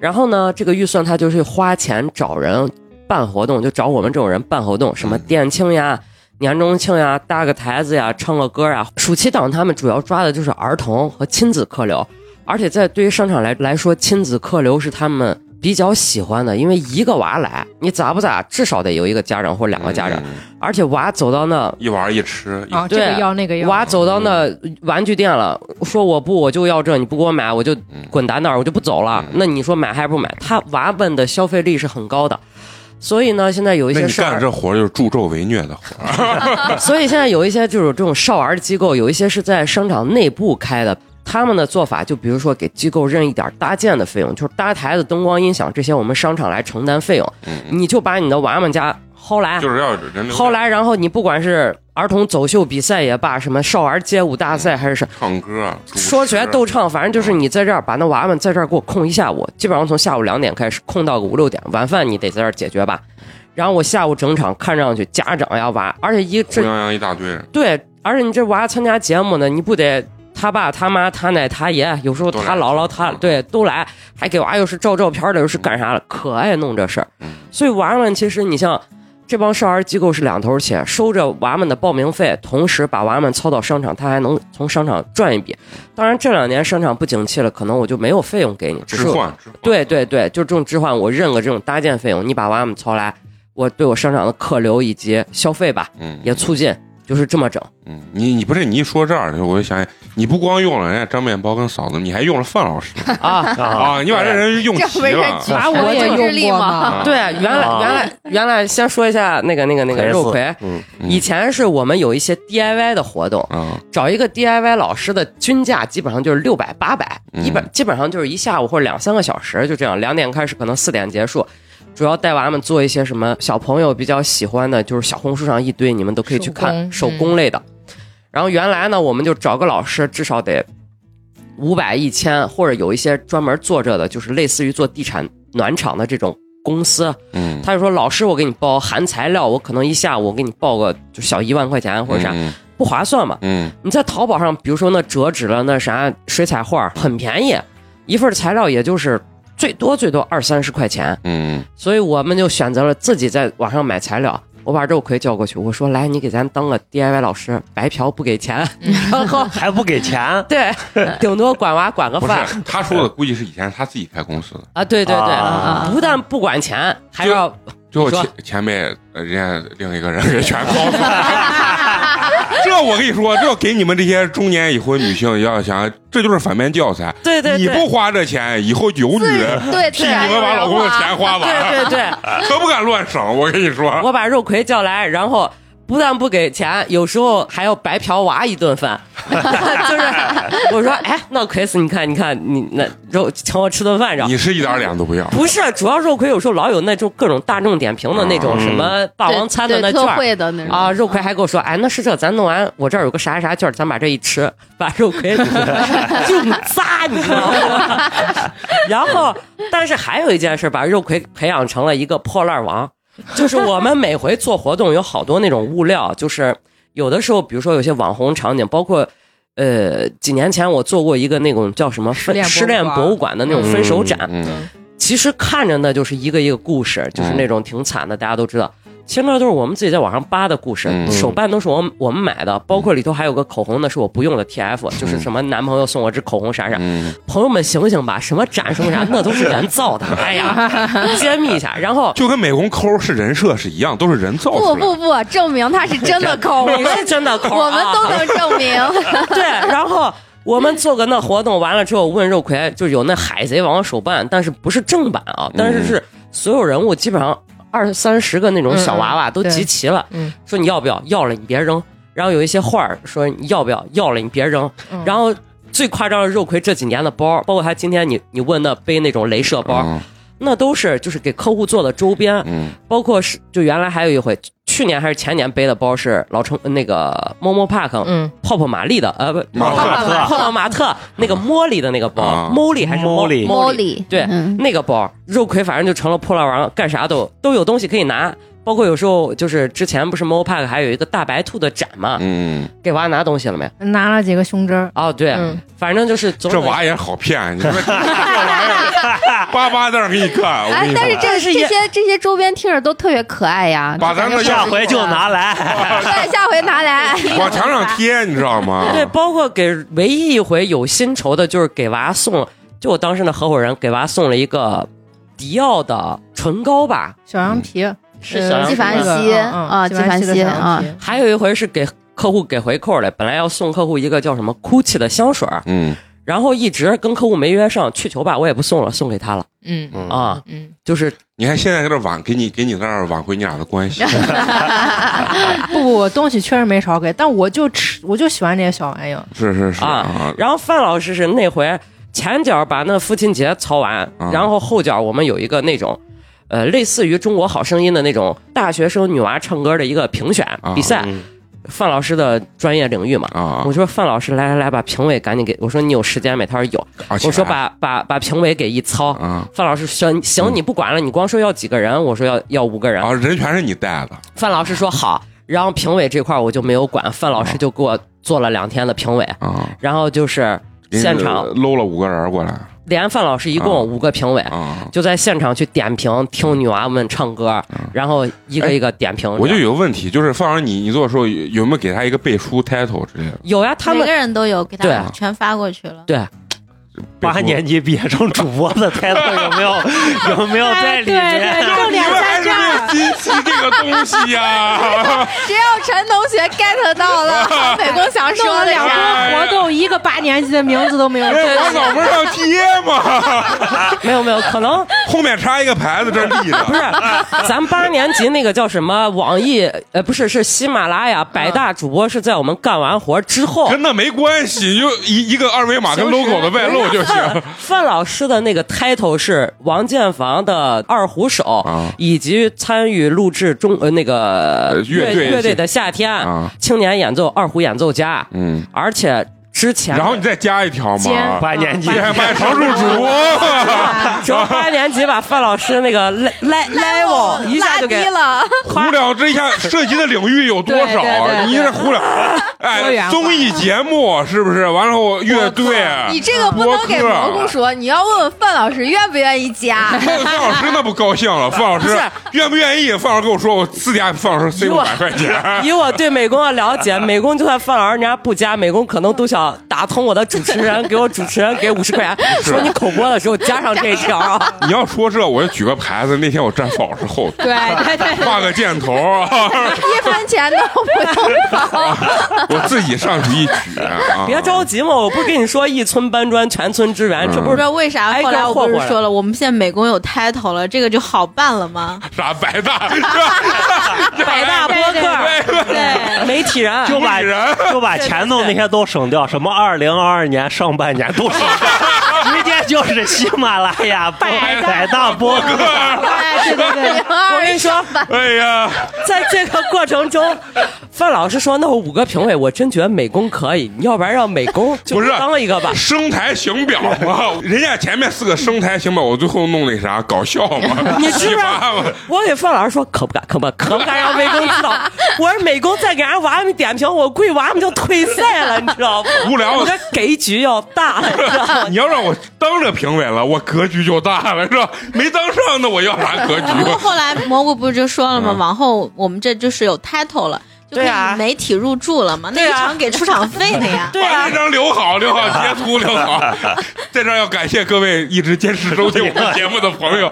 Speaker 2: 然后呢，这个预算他就是花钱找人办活动，就找我们这种人办活动，什么
Speaker 1: 嗯
Speaker 2: 店庆呀、年终庆呀、搭个台子呀、唱个歌呀。啊暑期档他们主要抓的就是儿童和亲子客流，而且在对于商场来来说，亲子客流是他们比较喜欢的，因为一个娃来，你咋不咋，至少得有一个家长或者两个家长，
Speaker 1: 嗯
Speaker 2: 而且娃走到那
Speaker 1: 一玩一吃，一
Speaker 3: 啊，这个
Speaker 2: 对
Speaker 3: 要那个要，
Speaker 2: 娃走到那玩具店了，说我不我就要这，你不给我买我就
Speaker 1: 嗯
Speaker 2: 滚蛋那儿，我就不走了。
Speaker 1: 嗯
Speaker 2: 那你说买还是不买？他娃们的消费力是很高的，所以呢，现在有一
Speaker 1: 那
Speaker 2: 些
Speaker 1: 你
Speaker 2: 事
Speaker 1: 干
Speaker 2: 儿，
Speaker 1: 这活儿就是助纣为虐的活儿，
Speaker 2: 所以现在有一些就是这种少儿机构，有一些是在商场内部开的。他们的做法就比如说给机构认一点搭建的费用，就是搭台子、灯光、音响这些，我们商场来承担费用。你就把你的娃们家薅来，
Speaker 1: 嗯就是要人流
Speaker 2: 薅来，然嗯后你不管是儿童走秀比赛也罢，什么少儿街舞大赛还是什
Speaker 1: 唱歌，啊主持
Speaker 2: 说起来逗唱，反正就是你在这儿把那娃们在这儿给我空一下午，基本上从下午两点开始空到个五六点，晚饭你得在这儿解决吧。然后我下午整场看上去家长呀娃，而且一
Speaker 1: 乌
Speaker 2: 这
Speaker 1: 泱泱一大堆人，
Speaker 2: 对，而且你这娃参加节目呢，你不得他爸他妈他奶他爷，有时候
Speaker 1: 都来
Speaker 2: 他姥姥他
Speaker 1: 嗯
Speaker 2: 对都来，还给娃又是照照片的，又是干啥的，可爱弄这事儿。
Speaker 1: 嗯
Speaker 2: 所以娃们其实你像这帮少儿机构是两头儿钱，收着娃们的报名费，同时把娃们操到商场，他还能从商场赚一笔。当然这两年商场不景气了，可能我就没有费用给你，只
Speaker 1: 置
Speaker 2: 是我
Speaker 1: 换，置换
Speaker 2: 对对对，就这种置换，我认个这种搭建费用，你把娃们操来，我对我商场的客流以及消费吧
Speaker 1: 嗯，
Speaker 2: 也促进，就是这么整。
Speaker 1: 嗯，你你不是你一说这儿，我就想起你不光用了人家张面包跟嫂子，你还用了范老师
Speaker 2: 啊。
Speaker 5: 啊，
Speaker 1: 啊，你把这人用齐
Speaker 4: 这不
Speaker 1: 了
Speaker 4: 是举
Speaker 3: 娃
Speaker 4: 全
Speaker 3: 我也
Speaker 4: 国之
Speaker 3: 用
Speaker 4: 力
Speaker 3: 过
Speaker 4: 吗？
Speaker 1: 啊
Speaker 2: 对，原来
Speaker 5: 啊
Speaker 2: 原来原来，先说一下那个那个那个
Speaker 5: 赔死
Speaker 2: 肉葵，
Speaker 5: 嗯，
Speaker 1: 嗯
Speaker 2: 以前是我们有一些 DIY 的活动，
Speaker 1: 啊，
Speaker 2: 找一个 DIY 老师的均价基本上就是六百八百，
Speaker 1: 嗯
Speaker 2: 一本基本上就是一下午或者两三个小时，就这样，两点开始，可能四点结束。主要带娃们做一些什么小朋友比较喜欢的，就是小红书上一堆，你们都可以去看
Speaker 3: 手
Speaker 2: 手
Speaker 3: 工嗯
Speaker 2: 工类的。然后原来呢，我们就找个老师，至少得五百一千，或者有一些专门做这的，就是类似于做地产暖场的这种公司，啊
Speaker 1: 嗯，
Speaker 2: 他就说：“老师，我给你报含材料，我可能一下午我给你报个就小一万块钱或者啥，
Speaker 1: 嗯
Speaker 2: 不划算嘛。
Speaker 1: 嗯，
Speaker 2: 你在淘宝上，比如说那折纸了，那啥水彩画，很便宜，一份材料也就是最多最多二三十块钱。
Speaker 1: 嗯
Speaker 2: 所以我们就选择了自己在网上买材料。我把肉葵叫过去，我说：来，你给咱当个 DIY 老师，白嫖不给钱，
Speaker 5: 嗯
Speaker 2: 然 后，
Speaker 5: 还不给 钱
Speaker 2: 对，
Speaker 5: 嗯
Speaker 2: 顶多管娃管个
Speaker 1: 嗯，不
Speaker 2: 饭
Speaker 1: 是，他说的估计是以前他自己开公司的，
Speaker 2: 啊，对对
Speaker 5: 啊
Speaker 2: 对，不但不管钱，还
Speaker 1: 就
Speaker 2: 要
Speaker 1: 最后
Speaker 2: 你说
Speaker 1: 前前辈呃人家另一个人给全包了。 这我跟你说，这给你们这些中年已婚女性要想，这就是反面教材。
Speaker 2: 对对对，
Speaker 1: 你不花这钱，以后有女人
Speaker 4: 自 对，
Speaker 1: 替
Speaker 4: 自
Speaker 1: 你
Speaker 4: 然
Speaker 1: 们把老
Speaker 4: 有人
Speaker 1: 公的
Speaker 4: 花
Speaker 1: 钱花完，
Speaker 2: 对对对。”
Speaker 1: 可不敢乱省。我跟你说，
Speaker 2: 我把肉葵叫来，然后不但不给钱，有时候还要白嫖娃一顿饭。 就是我说，哎，那奎斯，你看，你看，你那肉请我吃顿饭让。
Speaker 1: 你是一点脸都不要。
Speaker 2: 不是，主要肉葵有时候老有那种各种大众点评的那种
Speaker 5: 嗯
Speaker 2: 什么霸王餐的
Speaker 4: 对
Speaker 2: 那
Speaker 4: 对
Speaker 2: 券
Speaker 4: 特
Speaker 2: 儿
Speaker 4: 惠的那种
Speaker 2: 啊，肉葵还跟我说，哎，那是这，咱弄完我这儿有个啥啥啥券儿，咱把这一吃，把肉葵 硬扎，你知道吗？ 然后，但是还有一件事，把肉葵培养成了一个破烂王，就是我们每回做活动有好多那种物料，就是有的时候，比如说有些网红场景，包括。呃，几年前我做过一个那种叫什么
Speaker 3: 失恋
Speaker 2: 分
Speaker 3: 博物
Speaker 2: 失恋
Speaker 3: 馆
Speaker 2: 博物馆的那种分手展，
Speaker 1: 嗯，
Speaker 2: 其实看着呢，就是一个一个故事，就是那种挺惨的，大家都知道。其实那都是我们自己在网上扒的故事，
Speaker 1: 嗯
Speaker 2: 手办都是我们我们买的，包括里头还有个口红呢，是我不用的 TF，就是什么男朋友送我支口红啥啥。
Speaker 1: 嗯
Speaker 2: 朋友们醒醒吧，什么展什么啥，那都是人 造的。哎呀，揭秘一下，然 后
Speaker 1: 就跟美工抠是人设是一样，都是人造
Speaker 4: 不
Speaker 1: 出来
Speaker 4: 不
Speaker 1: 的。
Speaker 4: 不，证明他是 真的抠，我
Speaker 2: 你
Speaker 4: 们
Speaker 2: 是真的抠啊，
Speaker 4: 我们都能证 明。
Speaker 2: 对，然后我们做个那活动完了之后，问肉葵就有那海贼王手办，但是不是正版啊，但是
Speaker 3: 嗯
Speaker 2: 是所有人物基本上二三十个那种小娃娃都集齐了，
Speaker 3: 嗯嗯
Speaker 2: 说你要不要？要了你别扔。然后有一些画儿说你要不要？要了你别扔。
Speaker 3: 嗯
Speaker 2: 然后最夸张的是肉葵这几年的包，包括他今天你你问那背那种镭射包，
Speaker 1: 嗯
Speaker 2: 那都是就是给客户做的周边，
Speaker 1: 嗯
Speaker 2: 包括是就原来还有一回，去年还是前年背的包是老城呃那个 Momo Park
Speaker 3: 嗯，
Speaker 2: 泡泡玛丽的，呃不，
Speaker 1: 马特
Speaker 2: 泡泡玛 特那个茉莉的那个包
Speaker 1: 啊，
Speaker 2: 茉莉还是茉
Speaker 5: Molly
Speaker 2: 莉，
Speaker 4: 莉
Speaker 2: 对
Speaker 4: 嗯
Speaker 2: 那个包，肉葵反正就成了破烂王，干啥都都有东西可以拿。包括有时候就是之前不是 MoPack 还有一个大白兔的展嘛，
Speaker 1: 嗯，
Speaker 2: 给娃拿东西了没？
Speaker 3: 拿了几个胸针儿，
Speaker 2: 哦，对，
Speaker 3: 嗯
Speaker 2: 反正就是总
Speaker 1: 这
Speaker 2: 有
Speaker 1: 娃也好骗，你说这玩意儿巴巴在那儿给你看，我
Speaker 4: 哎
Speaker 1: 跟你，
Speaker 4: 但是
Speaker 1: 说，
Speaker 4: 这这些这些周边听着都特别可爱呀。
Speaker 1: 把咱们的
Speaker 5: 下回就拿来。
Speaker 4: 对，下回拿来。
Speaker 1: 往墙上贴，你知道吗？
Speaker 2: 对，包括给唯一一回有薪酬的，就是给娃送，就我当时那合伙人给娃送了一个迪奥的唇膏吧，
Speaker 3: 小羊皮，
Speaker 4: 嗯
Speaker 2: 是
Speaker 3: 呃
Speaker 2: 小羊
Speaker 4: 纪
Speaker 2: 皮
Speaker 4: 凡
Speaker 2: 吗
Speaker 3: 那个
Speaker 4: 希
Speaker 3: 嗯嗯
Speaker 4: 啊
Speaker 3: 纪
Speaker 4: 纪
Speaker 3: 梵
Speaker 4: 梵
Speaker 3: 希的
Speaker 4: 希
Speaker 3: 小羊
Speaker 4: 啊
Speaker 3: 皮
Speaker 2: 还有一回是给客户给回扣的，本来要送客户一个叫什么 GUCCI 的香水儿，
Speaker 1: 嗯，
Speaker 2: 然后一直跟客户没约上，去球吧我也不送了，送给他了
Speaker 6: 嗯
Speaker 5: 嗯
Speaker 2: 啊，
Speaker 6: 嗯，
Speaker 2: 就是
Speaker 1: 你看现在在这挽给你给你在那儿挽回你俩的关系，
Speaker 3: 不不，我东西确实没少给，但我就吃，我就喜欢这些小玩意儿。
Speaker 1: 是是是
Speaker 2: 啊，然后范老师是那回前脚把那父亲节操完，
Speaker 1: 啊
Speaker 2: 然后后脚我们有一个那种，呃，类似于中国好声音的那种大学生女娃唱歌的一个评选
Speaker 1: 啊
Speaker 2: 比赛，
Speaker 5: 嗯
Speaker 2: 范老师的专业领域嘛。
Speaker 1: 啊
Speaker 2: 我说范老师，来来来，把评委赶紧给我说你有时间没？他说有。
Speaker 1: 啊！
Speaker 2: 我说把把把评委给一操。
Speaker 1: 啊
Speaker 2: 范老师行行，
Speaker 1: 嗯
Speaker 2: 你不管了，你光说要几个人，我说要要五个人。
Speaker 1: 啊，人全是你带的，
Speaker 2: 范老师说好，然后评委这块儿我就没有管，范老师就给我做了两天的评委。
Speaker 1: 啊，
Speaker 2: 然后就是
Speaker 1: 人
Speaker 2: 现场
Speaker 1: 搂了五个人过来
Speaker 2: 连范老师一
Speaker 1: 啊
Speaker 2: 共五个评委，
Speaker 1: 啊。
Speaker 2: 就在现场去点评，听女娃们唱歌，然后一个一个点评。
Speaker 1: 哎我就
Speaker 2: 这样
Speaker 1: 有个问题，就是放上你，你做的时候有有没有给他一个背书 title 之类的？
Speaker 2: 有呀，他
Speaker 6: 每
Speaker 2: 们
Speaker 6: 个人都有给
Speaker 2: 对啊
Speaker 6: 他全发过去了。
Speaker 2: 对
Speaker 1: 背书
Speaker 5: 八年级毕业生主播的态度有 没有有没有在里面？
Speaker 3: 哎就
Speaker 1: 你
Speaker 3: 两
Speaker 1: 们还
Speaker 3: 三
Speaker 1: 是
Speaker 3: 张 儿。
Speaker 1: 没有新奇这个东西呀、
Speaker 4: 只有陈同学 get 到了美工想
Speaker 3: 弄
Speaker 4: 说
Speaker 3: 了
Speaker 4: 的
Speaker 3: 两
Speaker 4: 呀。
Speaker 3: 个活动，一个八年级的名字都没有。
Speaker 1: 这往脑门上贴嘛，
Speaker 2: 没有没有，可能
Speaker 1: 后面插一个牌子，这儿立
Speaker 2: 不
Speaker 1: 着。
Speaker 2: 是 咱八年级那个叫什么网易呃不是是喜马拉雅百大主播是在我们干完活之后，
Speaker 1: 跟那没关系，你就一一个二维码跟
Speaker 2: 平时
Speaker 1: logo 的外露就行。
Speaker 2: 范老师的那个 title 是王建房的二胡手，
Speaker 1: 啊
Speaker 2: 以及参与录制中呃那个
Speaker 1: 呃乐队
Speaker 2: 乐乐队的夏天、
Speaker 1: 啊
Speaker 2: 青年演奏二胡演奏家，
Speaker 1: 嗯，
Speaker 2: 而且之前
Speaker 1: 然后你再加一条
Speaker 3: 尖
Speaker 1: 嘛，
Speaker 5: 八年级
Speaker 1: 你还卖常驻主播，
Speaker 2: 只有八年级把范老师那个 le- le- level 一下就给
Speaker 4: 拉低了，
Speaker 1: 胡聊这一下涉及的领域有多少啊？
Speaker 3: 对对对对
Speaker 1: 你这胡聊，
Speaker 3: 多元
Speaker 1: 哎，
Speaker 3: 化
Speaker 1: 综艺节目是不是？完了后乐队，
Speaker 4: 你这个不能给
Speaker 1: 播客
Speaker 4: 蘑菇说，你要问问范老师愿不愿意加。
Speaker 1: 那范老师那不高兴了，范老
Speaker 2: 不
Speaker 1: 师
Speaker 2: 是
Speaker 1: 愿不愿意？范老师跟我说，我私底下范老师塞
Speaker 2: 啊
Speaker 1: 五百块钱。
Speaker 2: 以我对美工的了解，美工就算范老师人家不加，美工可能都想打通我的主持人，给我主持人 给五十块钱，说你口播的时候加上这一条啊。
Speaker 1: 你要说这，我就举个牌子。那天我站范老师后头，
Speaker 3: 对对对，
Speaker 1: 画个箭头， 啊
Speaker 4: 一分钱都不用掏。
Speaker 1: 我自己上去一举啊！
Speaker 2: 别着急嘛，我不是跟你说一村搬砖全村支
Speaker 1: 嗯
Speaker 2: 援，这不
Speaker 6: 不知
Speaker 2: 是
Speaker 6: 道 为啥
Speaker 2: 挨个
Speaker 6: 后来我不
Speaker 2: 霍霍
Speaker 6: 是
Speaker 2: 呀
Speaker 6: 说了，我们现在美工有 title 了，这个就好办了 吗？
Speaker 1: 啊啥白大，是吧
Speaker 2: 百大播客
Speaker 6: 对，
Speaker 2: 媒体 人，
Speaker 5: 就把
Speaker 1: 女人
Speaker 5: 就把前头那些都省掉，什么二零二二年上半年都省 掉，直接就是喜马拉雅播
Speaker 3: 百大
Speaker 5: 百大播客。
Speaker 3: 对对对，
Speaker 2: 我跟你说，
Speaker 1: 哎呀，
Speaker 2: 在这个过程中，范老师说那五个评委，我真觉得美工可以，要不然让美工就
Speaker 1: 不是
Speaker 2: 当一个吧。
Speaker 1: 生台形表嘛，人家前面四个生台形表，我最后弄那啥搞笑嘛，
Speaker 2: 你知
Speaker 1: 奇
Speaker 2: 不知
Speaker 1: 葩
Speaker 2: 道
Speaker 1: 嘛。？
Speaker 2: 我给范老师说，可不敢，可不敢，可不敢让美工 知道。我说美工再给俺娃们点评，我估计娃们就退赛了，你知道吗？
Speaker 1: 无聊啊
Speaker 2: 我这格局要大，你 知道吗？
Speaker 1: 你要让我当着评委了，我格局就大了，是吧？没当上的我要啥格
Speaker 6: 然后
Speaker 1: 局？
Speaker 6: 后来蘑菇不就说了吗？往后我们这就是有 title 了，就可
Speaker 2: 对啊
Speaker 6: 以媒体入驻了嘛，那
Speaker 2: 对
Speaker 6: 一
Speaker 2: 啊
Speaker 6: 场给出场费的呀。
Speaker 2: 对
Speaker 1: 把
Speaker 2: 啊
Speaker 1: 那，张留好，留好截图，留 好。在这儿要感谢各位一直坚持收听我们节目的朋友。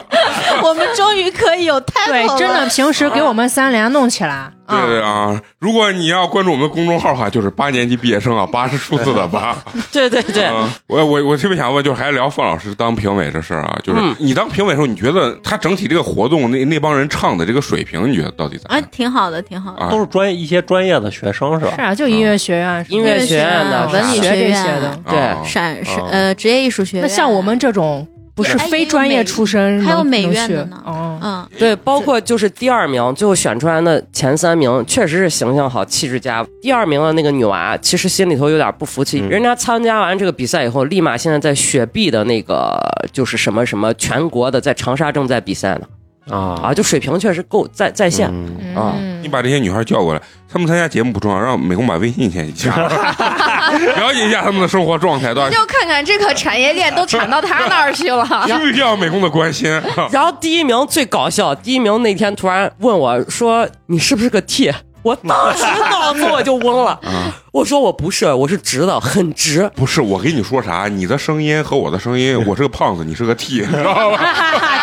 Speaker 6: 我们终于可以有 title 了，
Speaker 3: 对，真的平时给我们三连弄起来
Speaker 1: 对
Speaker 2: 嗯
Speaker 3: 啊。
Speaker 1: 对啊，如果你要关注我们的公众号的话，就是八年级毕业生啊，八是数字的八。
Speaker 2: 对对对。
Speaker 1: 嗯，我我我特别想问，就是还聊范老师当评委这事儿啊，就是
Speaker 2: 嗯
Speaker 1: 你当评委的时候，你觉得他整体这个活动那那帮人唱的这个水平，你觉得到底咋
Speaker 6: 啊，
Speaker 1: 样？
Speaker 6: 挺好的，挺好的。
Speaker 1: 啊
Speaker 5: 都是专业一些专业的学生是吧
Speaker 3: 是？啊，就音乐学院什么的、
Speaker 2: 音乐学院的
Speaker 3: 啊
Speaker 6: 文理
Speaker 3: 学
Speaker 6: 学
Speaker 3: 这
Speaker 6: 院
Speaker 3: 些的。
Speaker 2: 对
Speaker 1: 啊
Speaker 6: 陕是
Speaker 1: 啊
Speaker 6: 呃职业艺术学院，
Speaker 3: 那像我们这种不是
Speaker 6: 哎
Speaker 3: 非专业出身，
Speaker 6: 还有
Speaker 3: 能
Speaker 6: 美
Speaker 3: 能
Speaker 6: 院
Speaker 3: 去
Speaker 6: 的呢
Speaker 3: 哦，
Speaker 6: 嗯，
Speaker 2: 对，包括就是第二名，最后选出来的前三名，确实是形象好、气质佳。第二名的那个女娃，其实心里头有点不服气。
Speaker 1: 嗯
Speaker 2: 人家参加完这个比赛以后，立马现在在雪碧的那个就是什么什么全国的，在长沙正在比赛呢。
Speaker 5: 啊
Speaker 2: 啊，就水平确实够在在线。
Speaker 5: 嗯
Speaker 2: 啊
Speaker 3: 嗯
Speaker 1: 你把这些女孩叫过来，她们参加节目不重要，让美工把微信添一 下，了解一下她们的生活状态，到底
Speaker 4: 就看看这个产业链都产到他那儿去了。
Speaker 1: 需要美工的啊关心。
Speaker 2: 然后第一名最搞笑，第一名那天突然问我说：“你是不是个 T？” 我当时脑子我就嗡了，
Speaker 1: 啊
Speaker 2: 我说我不是，我是直的，很直。
Speaker 1: 不是，我跟你说啥？你的声音和我的声音，我是个胖子，你是个 T，你知道吧？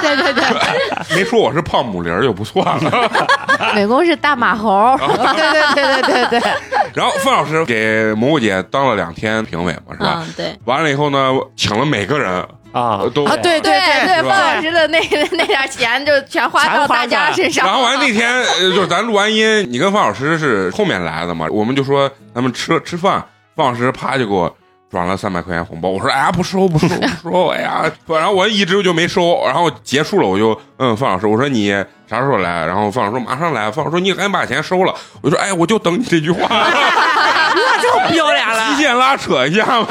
Speaker 4: 对对对，
Speaker 1: 没说我是胖母驴儿就不错了。
Speaker 4: 美工是大马猴，对对对对对对，
Speaker 1: 然后范老师给蘑菇姐当了两天评委嘛，是吧？
Speaker 6: 嗯，对，
Speaker 1: 完了以后呢，请了每个人
Speaker 5: 啊
Speaker 1: 呃都
Speaker 2: 啊对
Speaker 4: 对对，
Speaker 1: 是吧
Speaker 4: 范老师的那那点钱就全花
Speaker 2: 全
Speaker 4: 到
Speaker 2: 花
Speaker 4: 大家
Speaker 2: 上
Speaker 4: 身上。
Speaker 1: 然后完那天，呃就是咱录完音，你跟范老师是后面来的嘛？我们就说咱们吃吃饭，范老师啪就给我转了三百块钱红包。我说哎呀不收不收不收，哎呀，然后我一直就没收。然后结束了我就问范老师，我说你啥时候来？然后范老师说马上来。范老师说你赶紧把钱收了。我就说哎我就等你这句话，
Speaker 2: 那就不要脸
Speaker 1: 提
Speaker 2: 了。
Speaker 1: 线拉扯一下嘛。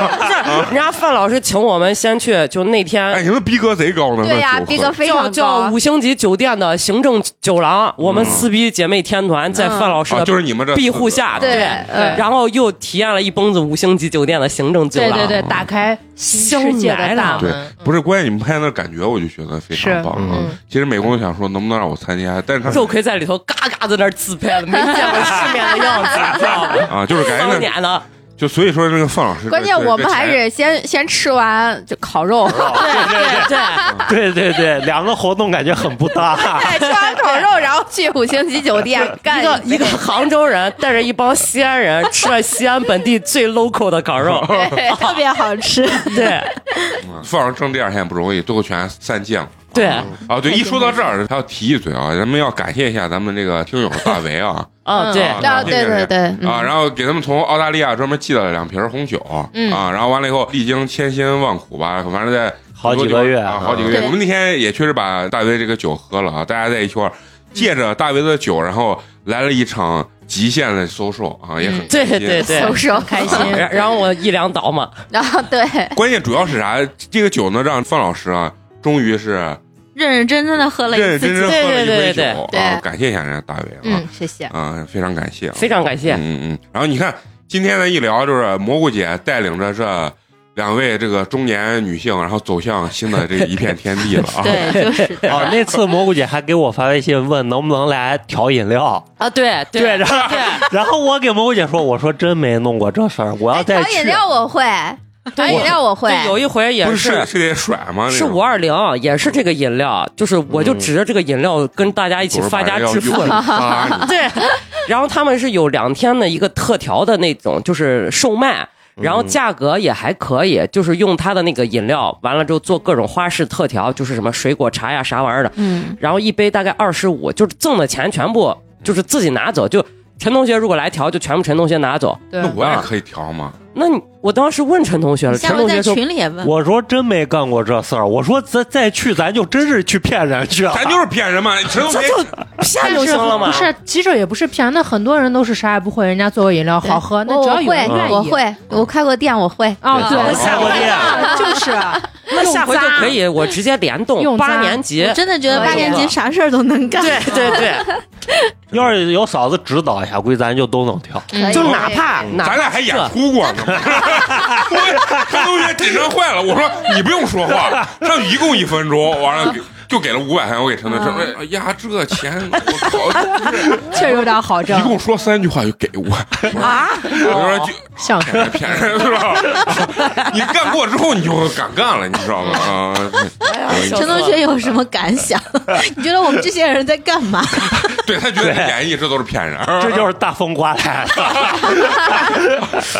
Speaker 2: 人家范老师请我们先去，就那
Speaker 1: 哎，
Speaker 2: 天
Speaker 1: 你们逼格贼高呢，
Speaker 4: 对呀
Speaker 1: 那，酒喝
Speaker 4: 逼格非
Speaker 2: 叫
Speaker 4: 常
Speaker 2: 叫
Speaker 4: 高啊
Speaker 2: 五。星级酒店的行政酒廊，我们撕逼姐妹天团在范老师
Speaker 1: 嗯啊，
Speaker 2: 的
Speaker 1: 就是你们这啊
Speaker 2: 庇护下，
Speaker 4: 对嗯
Speaker 2: 对，然后又体验了一蹦子五星级酒店的行政酒
Speaker 3: 对
Speaker 2: 廊，
Speaker 3: 对对，打开新世界的大
Speaker 1: 对
Speaker 3: 门，，
Speaker 1: 不是关键，你们拍那感觉，我就觉得非常
Speaker 3: 是
Speaker 1: 棒啊
Speaker 3: 嗯！
Speaker 1: 其实美工想说能不能让我参加，但是他
Speaker 2: 肉葵在里头嘎嘎在那儿自拍的，没见过世面的样子，你知道吗？
Speaker 1: 啊，就是感觉
Speaker 2: 当
Speaker 1: 那
Speaker 2: 年的
Speaker 1: 就所以说那个范老师，
Speaker 4: 关键
Speaker 1: 这
Speaker 4: 我们还
Speaker 1: 这
Speaker 4: 是先先吃完就烤肉，
Speaker 5: 哦
Speaker 2: 对呃对，
Speaker 4: 哎
Speaker 5: 对对对，两个活动感觉很不搭。
Speaker 4: 对，吃完烤肉然后去五星级酒店干
Speaker 2: 一个
Speaker 4: 杯
Speaker 2: 一个杭州人带着一帮西安人吃了西安本地最 local 的烤肉，
Speaker 6: 特别好吃。
Speaker 2: 对
Speaker 1: 钱范老师挣第二天也不容易，最后全散尽了。
Speaker 2: 对
Speaker 1: 啊，
Speaker 4: 嗯
Speaker 1: 对，一说到这儿，还要提一嘴啊，咱们要感谢一下咱们这个听友大为啊，
Speaker 2: 嗯对
Speaker 1: 啊
Speaker 4: 啊 对对对
Speaker 1: 啊，然后给他们从澳大利亚专门寄了两瓶红酒
Speaker 4: 嗯
Speaker 1: 啊，然后完了以后历经千辛万苦吧，反正在
Speaker 5: 好几个月
Speaker 1: 啊，好几个
Speaker 5: 嗯
Speaker 1: 月，
Speaker 4: 对
Speaker 1: 我们那天也确实把大为这个酒喝了啊，大家在一块儿
Speaker 4: 嗯
Speaker 1: 借着大为的酒，然后来了一场极限的搜售啊，也
Speaker 4: 嗯
Speaker 1: 很
Speaker 2: 对
Speaker 1: 开心
Speaker 2: 对对
Speaker 4: 收，拾开心。
Speaker 2: 然然后我一两倒嘛，
Speaker 4: 然后对，
Speaker 1: 关键主要是啥？这个酒呢，让范老师啊，终于是
Speaker 6: 认认真真的喝了
Speaker 1: 认
Speaker 6: 一
Speaker 1: 认真
Speaker 6: 次
Speaker 1: 真
Speaker 6: 酒，
Speaker 1: 喝了一杯
Speaker 2: 对对对
Speaker 1: 酒
Speaker 2: 对
Speaker 4: 对
Speaker 1: 啊！感谢一下人家大伟啊
Speaker 4: 嗯，，谢谢。
Speaker 1: 啊，非常感谢啊，
Speaker 2: 非常感谢。
Speaker 1: 嗯嗯。然后你看，今天呢一聊，就是蘑菇姐带领着这两位这个中年女性，然后走向新的这一片天地了 啊！
Speaker 6: 对，就是的
Speaker 5: 哦，那次蘑菇姐还给我发微信问能不能来调饮料，
Speaker 2: 啊，对
Speaker 5: 对，
Speaker 2: 对
Speaker 5: 然后 然后我给蘑菇姐说，我说真没弄过这事儿，我要再
Speaker 4: 调饮
Speaker 5: 去。啊
Speaker 4: 料我会，调饮料我会，
Speaker 2: 对，有一回也
Speaker 1: 不
Speaker 2: 是
Speaker 1: 是是得甩吗？那
Speaker 2: 是
Speaker 1: 种
Speaker 2: 五二零，啊也是这个饮料，就是我就指着这个饮料跟大家一起
Speaker 1: 狗日
Speaker 2: 发
Speaker 1: 把
Speaker 2: 家
Speaker 1: 人要
Speaker 2: 致富
Speaker 1: 用
Speaker 2: 了。
Speaker 1: 啊你
Speaker 2: 对，然后他们是有两天的一个特调的那种，就是售卖，然后价格也还可以，就是用它的那个饮料，完了之后做各种花式特调，就是什么水果茶呀啥玩意儿的，
Speaker 4: 嗯，
Speaker 2: 然后一杯大概二十五，就是挣的钱全部就是自己拿走，就陈同学如果来调，就全部陈同学拿走。
Speaker 3: 对
Speaker 1: 那，我也可以调吗？
Speaker 2: 那你我当时问陈同学了，
Speaker 6: 下
Speaker 2: 陈
Speaker 6: 回
Speaker 2: 同
Speaker 6: 在
Speaker 2: 学说
Speaker 6: 群里也问。
Speaker 5: 我说真没干过这事儿，我说咱再去，咱就真是去骗人去了。
Speaker 1: 咱就是骗人嘛！陈同
Speaker 2: 这
Speaker 1: 学
Speaker 2: 就骗就行了嘛
Speaker 3: 不。是，其实也不是骗，那很多人都是啥也不会，人家做个饮料好喝，那
Speaker 4: 我
Speaker 3: 只要
Speaker 4: 哦我
Speaker 3: 有人
Speaker 4: 会，
Speaker 3: 愿意，
Speaker 4: 我会，我开过店，我会。
Speaker 3: 啊，对，
Speaker 5: 下过店
Speaker 3: 就是
Speaker 2: 那下回就可以，我直接联动
Speaker 3: 用
Speaker 2: 八
Speaker 3: 渣
Speaker 2: 年级
Speaker 6: 我。真的觉得
Speaker 4: 可以
Speaker 6: 八年级啥事儿都能干。
Speaker 2: 对对对，
Speaker 5: 要是有嫂子指导一下，估计咱就都能调。
Speaker 4: 可以
Speaker 2: 就哪怕哪
Speaker 1: 咱
Speaker 2: 怕
Speaker 1: 俩还演
Speaker 2: 这
Speaker 1: 出过 呢，我陈同学紧张坏了。我说你不用说话，上去一共一分钟，完了给就给了五百块钱，我给陈同
Speaker 2: 嗯
Speaker 1: 学，陈同学哎呀，这钱我靠，
Speaker 3: 确实有点好
Speaker 1: 一
Speaker 3: 挣，
Speaker 1: 共说三句话就给我啊，我
Speaker 2: 哦
Speaker 1: 说就
Speaker 3: 像
Speaker 1: 骗人骗人是吧？ 你干过之后你就敢干了，你知道吗？啊，
Speaker 2: 笑死
Speaker 6: 陈
Speaker 2: 了
Speaker 6: 同学有什么感想？ 你觉得我们这些人在干 嘛？
Speaker 1: 对他觉得演绎这都是骗人，
Speaker 5: 这就是大风 刮来了，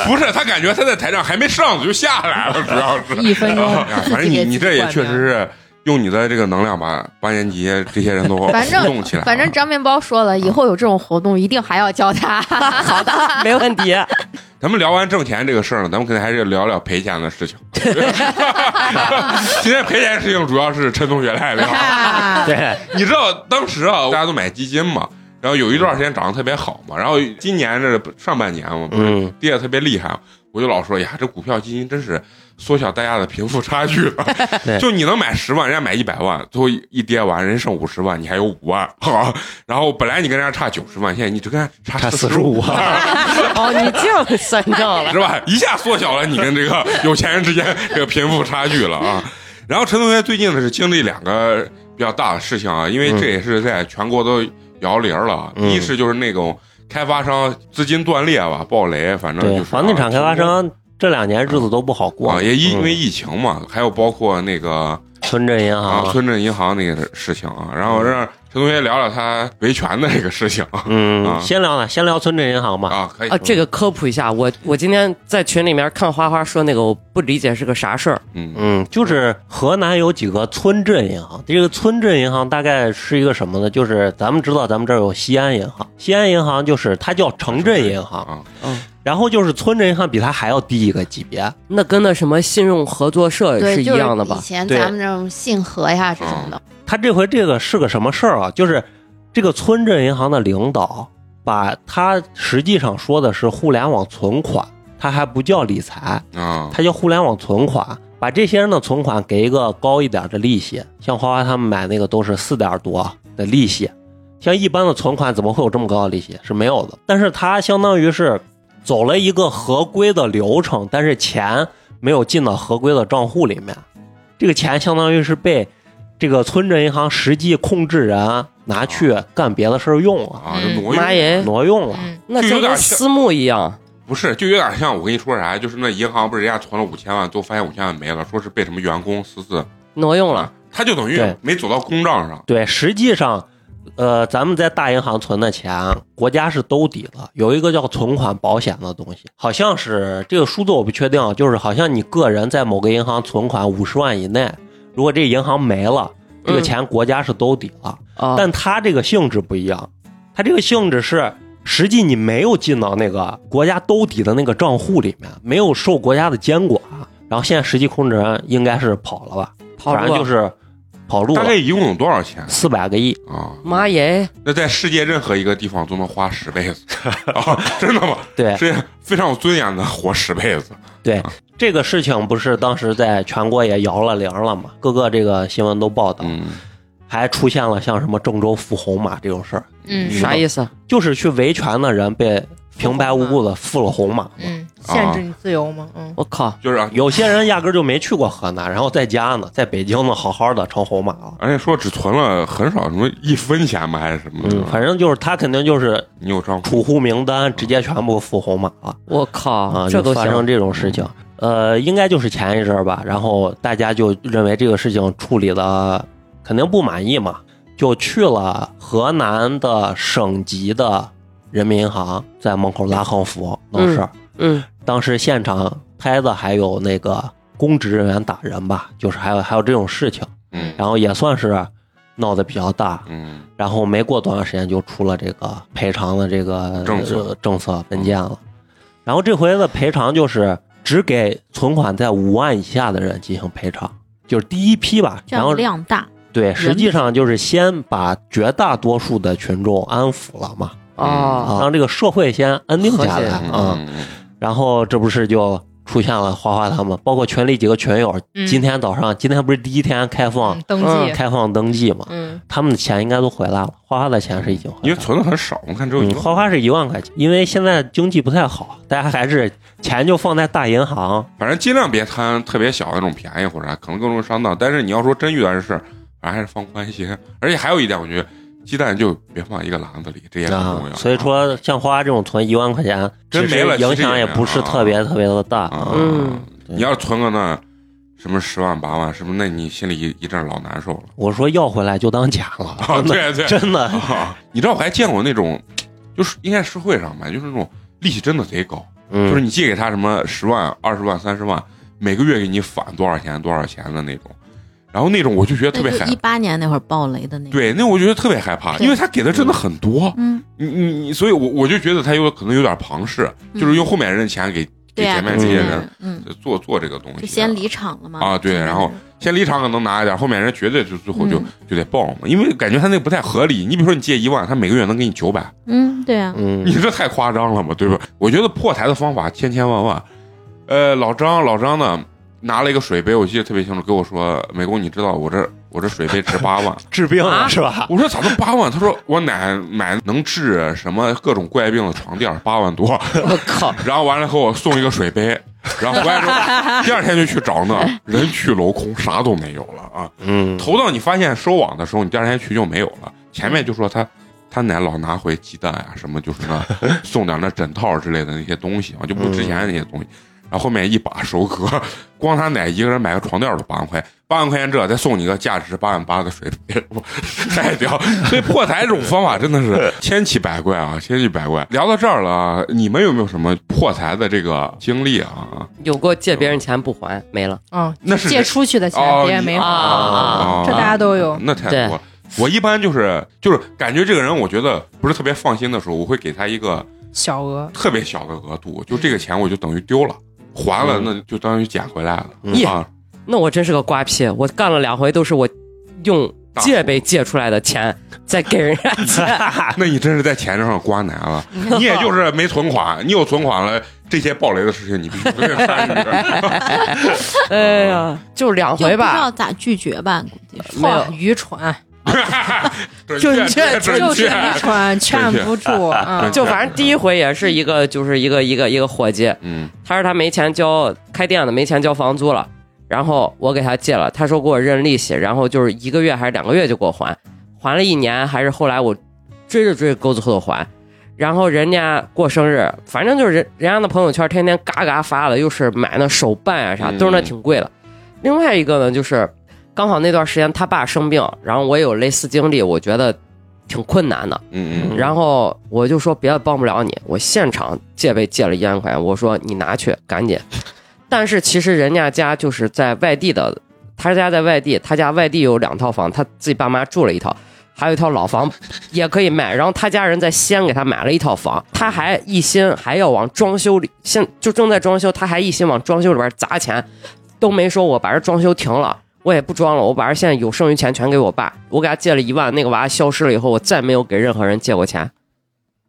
Speaker 1: 不是他感觉他在台上还没上去就下来了，主要是
Speaker 3: 一分钟
Speaker 1: 啊反正你你这也确实是用你的这个能量把八年级这些人都
Speaker 4: 反
Speaker 1: 互
Speaker 4: 正
Speaker 1: 动起来了。啊
Speaker 4: 反正张面包说了，以后有这种活动一定还要叫他。好的，
Speaker 2: 没问题。
Speaker 1: 咱们聊完挣钱这个事儿呢，咱们肯定还是聊聊赔钱的事 情。 今天赔钱的事情主要是陈同学来 聊。
Speaker 5: 对，
Speaker 1: 你知道当时啊，大家都买基金嘛，然后有一段时间涨得特别好嘛，然后今年这上半年嘛，不是
Speaker 5: 嗯
Speaker 1: 跌得特别厉害嘛。我就老说哎呀，这股票基金真是缩小大家的贫富差距了。
Speaker 5: 对
Speaker 1: 就你能买十万，人家买一百万，最后一跌完，人家剩五十万，你还有五万，哈。然后本来你跟人家差九十万，现在你只跟人家差
Speaker 5: 差
Speaker 1: 四
Speaker 5: 45
Speaker 1: 万，
Speaker 2: 哦，你这样算账 了，
Speaker 1: 是吧？一下缩小了你跟这个有钱人之间 这个贫富差距了啊。然后陈同学最近呢是经历两个比较大的事情啊，因为这也是在全国都摇铃儿了啊。
Speaker 5: 嗯
Speaker 1: 一是就是那种开发商资金断裂吧，暴雷，反正就是
Speaker 5: 对，
Speaker 1: 啊
Speaker 5: 房地产开发商这两年日子都不好过
Speaker 1: 啊，，也因因为
Speaker 5: 嗯
Speaker 1: 疫情嘛，还有包括那个
Speaker 5: 村镇银
Speaker 1: 啊
Speaker 5: 行，
Speaker 1: 村镇银行那个事情啊，然
Speaker 5: 嗯
Speaker 1: 后让陈同学聊聊他维权的这个事情啊啊
Speaker 5: 嗯，先聊呢，先聊村镇银行吧。
Speaker 1: 啊，可以
Speaker 2: 啊，这个科普一下，我我今天在群里面看花花说那个，我不理解是个啥事儿。
Speaker 1: 嗯
Speaker 5: 嗯，就是河南有几个村镇银行，这个村镇银行大概是一个什么呢？就是咱们知道咱们这儿有西安银行，西安银行就是它叫城镇银行，
Speaker 1: 啊，
Speaker 5: 然后就是村镇银行比它还要低一个级别。
Speaker 2: 那跟那什么信用合作社
Speaker 4: 对，
Speaker 2: 一
Speaker 4: 就是
Speaker 2: 样的吧
Speaker 4: 以？前
Speaker 5: 对
Speaker 4: 咱们这种信和呀这种的，
Speaker 5: 它这回这个是个什么事儿啊？就是这个村镇银行的领导把它实际上说的是互联网存款，它还不叫理财，
Speaker 1: 啊，
Speaker 5: 它叫互联网存款，把这些人的存款给一个高一点的利息，像花花他们买那个都是四点多的利息，像一般的存款怎么会有这么高的利息？是没有的。但是它相当于是走了一个合规的流程，但是钱没有进到合规的账户里面，这个钱相当于是被这个村镇银行实际控制人啊拿去干别的事儿用了，
Speaker 1: 啊，就挪
Speaker 2: 妈
Speaker 1: 用。
Speaker 2: 耶，
Speaker 5: 挪用了。
Speaker 6: 嗯，
Speaker 2: 那
Speaker 1: 就有
Speaker 2: 就
Speaker 1: 点
Speaker 2: 跟
Speaker 1: 像
Speaker 2: 私募一样，
Speaker 1: 不是，就有点像我跟你说啥，就是那银行不是人家存了五千万，最后发现五千万没了，说是被什么员工私自
Speaker 2: 挪用了。，
Speaker 1: 他就等于
Speaker 5: 对
Speaker 1: 没走到公账上
Speaker 5: 对，实际上，呃，咱们在大银行存的钱，国家是兜底了。有一个叫存款保险的东西，好像是这个数字我不确定啊，就是好像你个人在某个银行存款五十万以内，如果这银行没了，这个
Speaker 2: 嗯
Speaker 5: 钱国家是兜底了。
Speaker 2: 啊，
Speaker 5: 但它这个性质不一样，它这个性质是。实际你没有进到那个国家兜底的那个账户里面，没有受国家的监管，然后现在实际控制人应该是跑了吧？
Speaker 2: 跑
Speaker 5: 反
Speaker 2: 路
Speaker 5: 正就
Speaker 2: 了，
Speaker 5: 是跑路
Speaker 1: 大
Speaker 5: 了
Speaker 1: 概，一共有多少钱
Speaker 5: 四百个亿。
Speaker 1: 啊？
Speaker 2: 妈耶，
Speaker 1: 那在世界任何一个地方都能花十辈 子啊，真的吗？
Speaker 5: 对
Speaker 1: 是非常有尊严的活十辈子
Speaker 5: 对，这个事情不是当时在全国也摇了铃了嘛，各个这个新闻都报道，
Speaker 1: 嗯，
Speaker 5: 还出现了像什么郑州富红马这种事儿，
Speaker 6: 嗯
Speaker 1: 嗯
Speaker 2: 啥意思？
Speaker 5: 就是去维权的人被平白无故的付了红马。
Speaker 6: 嗯，
Speaker 3: 限制你自由吗？嗯，
Speaker 2: 我靠，
Speaker 1: 就是啊
Speaker 5: 有些人压根儿就没去过河南，然后在家呢，在北京呢，好好的成红马了。
Speaker 1: 而且说只存了很少，什么一分钱吗？还是什么的？嗯
Speaker 5: 嗯，反正就是他肯定就是
Speaker 1: 你有账户
Speaker 5: 储户名单，直接全部付红马了
Speaker 2: 我靠
Speaker 5: 啊，，
Speaker 2: 这
Speaker 5: 就
Speaker 2: 都
Speaker 5: 发生
Speaker 2: 行？嗯
Speaker 5: 这种事情。呃，应该就是前一阵儿吧，然后大家就认为这个事情处理的肯定不满意嘛，就去了河南的省级的人民银行，在门口拉横幅闹事儿。
Speaker 2: 嗯，
Speaker 5: 当时现场拍的还有那个公职人员打人吧，就是还有还有这种事情，
Speaker 1: 嗯
Speaker 5: 然后也算是闹得比较大。
Speaker 1: 嗯
Speaker 5: 然后没过多长时间就出了这个赔偿的这个
Speaker 1: 政策嗯
Speaker 5: 呃政策文件了。然后这回的赔偿就是只给存款在五万以下的人进行赔偿，就是第一批吧。
Speaker 6: 这
Speaker 5: 然
Speaker 6: 样
Speaker 5: 后
Speaker 6: 量大，
Speaker 5: 对，实际上就是先把绝大多数的群众安抚了嘛，
Speaker 2: 哦，
Speaker 5: 让这个社会先安定下
Speaker 2: 和谐
Speaker 5: 来
Speaker 1: 嗯
Speaker 5: 啊。
Speaker 1: 啊嗯嗯
Speaker 5: 然后这不是就出现了花花他们，包括群里几个群友，
Speaker 3: 嗯
Speaker 5: 今天早上今天不是第一天开放
Speaker 3: 嗯登记
Speaker 2: 嗯，
Speaker 5: 开放登记嘛，
Speaker 3: 嗯，
Speaker 5: 他们的钱应该都回来了，花花的钱是已经回来了，
Speaker 1: 因为存的很少，我看只有一
Speaker 5: 嗯，
Speaker 1: 万
Speaker 5: 花花是一万块钱，因为现在经济不太好，大家还是钱就放在大银行。
Speaker 1: 反正尽量别贪特别小的那种便宜或者啥，可能更容易上当。但是你要说真遇到这事儿，反正还是放宽心。 而且还有一点，我觉得鸡蛋就别放一个篮子里，这也很
Speaker 5: 啊
Speaker 1: 重要。，
Speaker 5: 所以说像花花这种存一万块钱，
Speaker 1: 真
Speaker 5: 其实
Speaker 1: 没了
Speaker 5: 影
Speaker 1: 其实也
Speaker 5: 响也不是特别特别的大
Speaker 1: 啊，
Speaker 5: 啊。
Speaker 2: 嗯
Speaker 5: 对
Speaker 1: 你要是存个那什么十万八万什么，那你心里一一阵老难受了。
Speaker 5: 我说要回来就当假了，
Speaker 1: 啊， 对对，
Speaker 5: 真的，
Speaker 1: 啊， 你知道我还见过那种，就是应该是社会上吧，就是那种利息真的贼高，就是
Speaker 5: 嗯，
Speaker 1: 你借给他什么十万、二十万、三十万，每个月给你返多少钱、多少钱的那种，然后那种我就觉得特
Speaker 6: 那
Speaker 1: 别
Speaker 6: 就
Speaker 1: 害
Speaker 6: 一八年那会儿暴雷的那个，
Speaker 1: 对，那我觉得特别害怕，
Speaker 6: 对
Speaker 1: 因为他给的真的很多，
Speaker 6: 嗯，
Speaker 1: 你你你，所以我我就觉得他有可能有点庞氏，
Speaker 6: 嗯
Speaker 1: 就是用后面人的钱给给
Speaker 6: 对啊，
Speaker 1: 前面
Speaker 5: 这些
Speaker 1: 人呃
Speaker 6: 嗯，
Speaker 1: 做做这个东西，
Speaker 6: 就先离场了嘛。
Speaker 1: 啊对然后先离场可能拿一点，后面人绝对就最后就、
Speaker 6: 嗯
Speaker 1: 就得报嘛，因为感觉他那不太合理。你比如说你借一万，他每个月能给你九百，
Speaker 6: 嗯，对啊，
Speaker 5: 嗯
Speaker 1: 你，这太夸张了嘛，对吧？我觉得破财的方法千千万万，呃，老张，老张呢拿了一个水杯，我记得特别清楚，跟我说：“美工，你知道我这我这水杯值八万。
Speaker 5: 治病
Speaker 2: 啊
Speaker 5: 了是”吧？
Speaker 1: 我说：“咋能八万？”他说：“我奶买能治什么各种怪病的床垫，八万多。
Speaker 5: 嗯
Speaker 2: 我靠，”
Speaker 1: 然后完了给我送一个水杯，然后回来之后，第二天就去找那人去楼空，啥都没有了啊！
Speaker 5: 嗯，
Speaker 1: 投到你发现收网的时候，你第二天去就没有了。前面就说他他奶老拿回鸡蛋啊，什么就是那送点那枕套之类的那些东西啊，就不值钱那些东西。然后后面一把收割，光他奶一个人买个床垫都八万块，八万块钱这再送你一个价值八万八的水杯，我太屌！所以破财这种方法真的是千奇百怪啊，千奇百怪。聊到这儿了啊，你们有没有什么破财的这个经历啊？
Speaker 2: 有过借别人钱不还没了，
Speaker 3: 嗯，
Speaker 1: 那是
Speaker 3: 借出去的
Speaker 1: 哦
Speaker 3: 钱，别人没
Speaker 1: 啊
Speaker 3: 还，
Speaker 1: 啊嗯
Speaker 2: 啊，
Speaker 3: 这大家都有。
Speaker 1: 那太
Speaker 2: 对
Speaker 1: 多了。我一般就是就是感觉这个人，我觉得不是特别放心的时候，我会给他一个
Speaker 3: 小额，
Speaker 1: 特别小的额度，就这个钱我就等于丢了，还了
Speaker 5: 嗯
Speaker 1: 那就当于捡回来了、
Speaker 5: 嗯
Speaker 1: 啊。
Speaker 2: 那我真是个瓜皮，我干了两回都是我用借呗借出来的钱再给人家 钱，
Speaker 1: 啊那你真是在钱上刮奶 了，嗯你也就是没存款，你有存款了，这些暴雷的事情你必须不会参与。
Speaker 2: 哎呀，就两
Speaker 6: 就不
Speaker 2: 回
Speaker 6: 知道
Speaker 2: 吧，
Speaker 6: 咋拒绝吧，估计是
Speaker 2: 没有
Speaker 3: 哇愚蠢，
Speaker 1: 准
Speaker 2: 准
Speaker 1: 确
Speaker 2: 确
Speaker 1: 准
Speaker 3: 就是
Speaker 1: 确，
Speaker 3: 愚蠢，劝不住啊
Speaker 1: 准确！
Speaker 2: 就反正第一回也是一个就是一个一个一个伙计，
Speaker 1: 嗯
Speaker 2: 他说他没钱交开店的，没钱交房租了，然后我给他借了，他说给我认利息，然后就是一个月还是两个月就给我还，还了一年，还是后来我追着追着钩子后头还，然后人家过生日，反正就是人人家的朋友圈天天嘎嘎发的，又是买那手办啊啥，
Speaker 1: 嗯
Speaker 2: 都是那挺贵的。另外一个呢，就是刚好那段时间他爸生病，然后我也有类似经历，我觉得挺困难的，
Speaker 1: 嗯嗯，
Speaker 2: 然后我就说别的帮不了你，我现场借呗借了一万块钱，我说你拿去赶紧。但是其实人家家就是在外地的，他家在外地，他家外地有两套房，他自己爸妈住了一套，还有一套老房也可以卖。然后他家人在西安给他买了一套房，他还一心还要往装修里，现就正在装修，他还一心往装修里边砸钱，都没说我把这装修停了。我也不装了，我把这现在有剩余钱全给我爸，我给他借了一万，那个娃消失了以后，我再没有给任何人借过钱，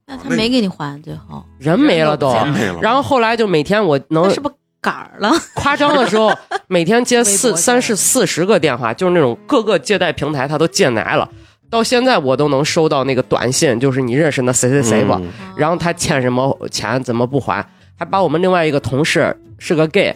Speaker 6: 那他没给你还，最后
Speaker 2: 人没了都。
Speaker 1: 完美了。
Speaker 2: 然后后来就每天我能
Speaker 6: 那是不是杆儿 了？
Speaker 2: 夸张的时候， 每天接
Speaker 3: 微
Speaker 2: 四
Speaker 3: 博
Speaker 2: 三是四十个电话，就是那种各个借贷平台他都借来了。到现在我都能收到那个短信，就是你认识那谁谁谁吧，
Speaker 5: 嗯
Speaker 6: 哦
Speaker 2: 然后他欠什么钱怎么不还，还把我们另外一个同事是个 gay，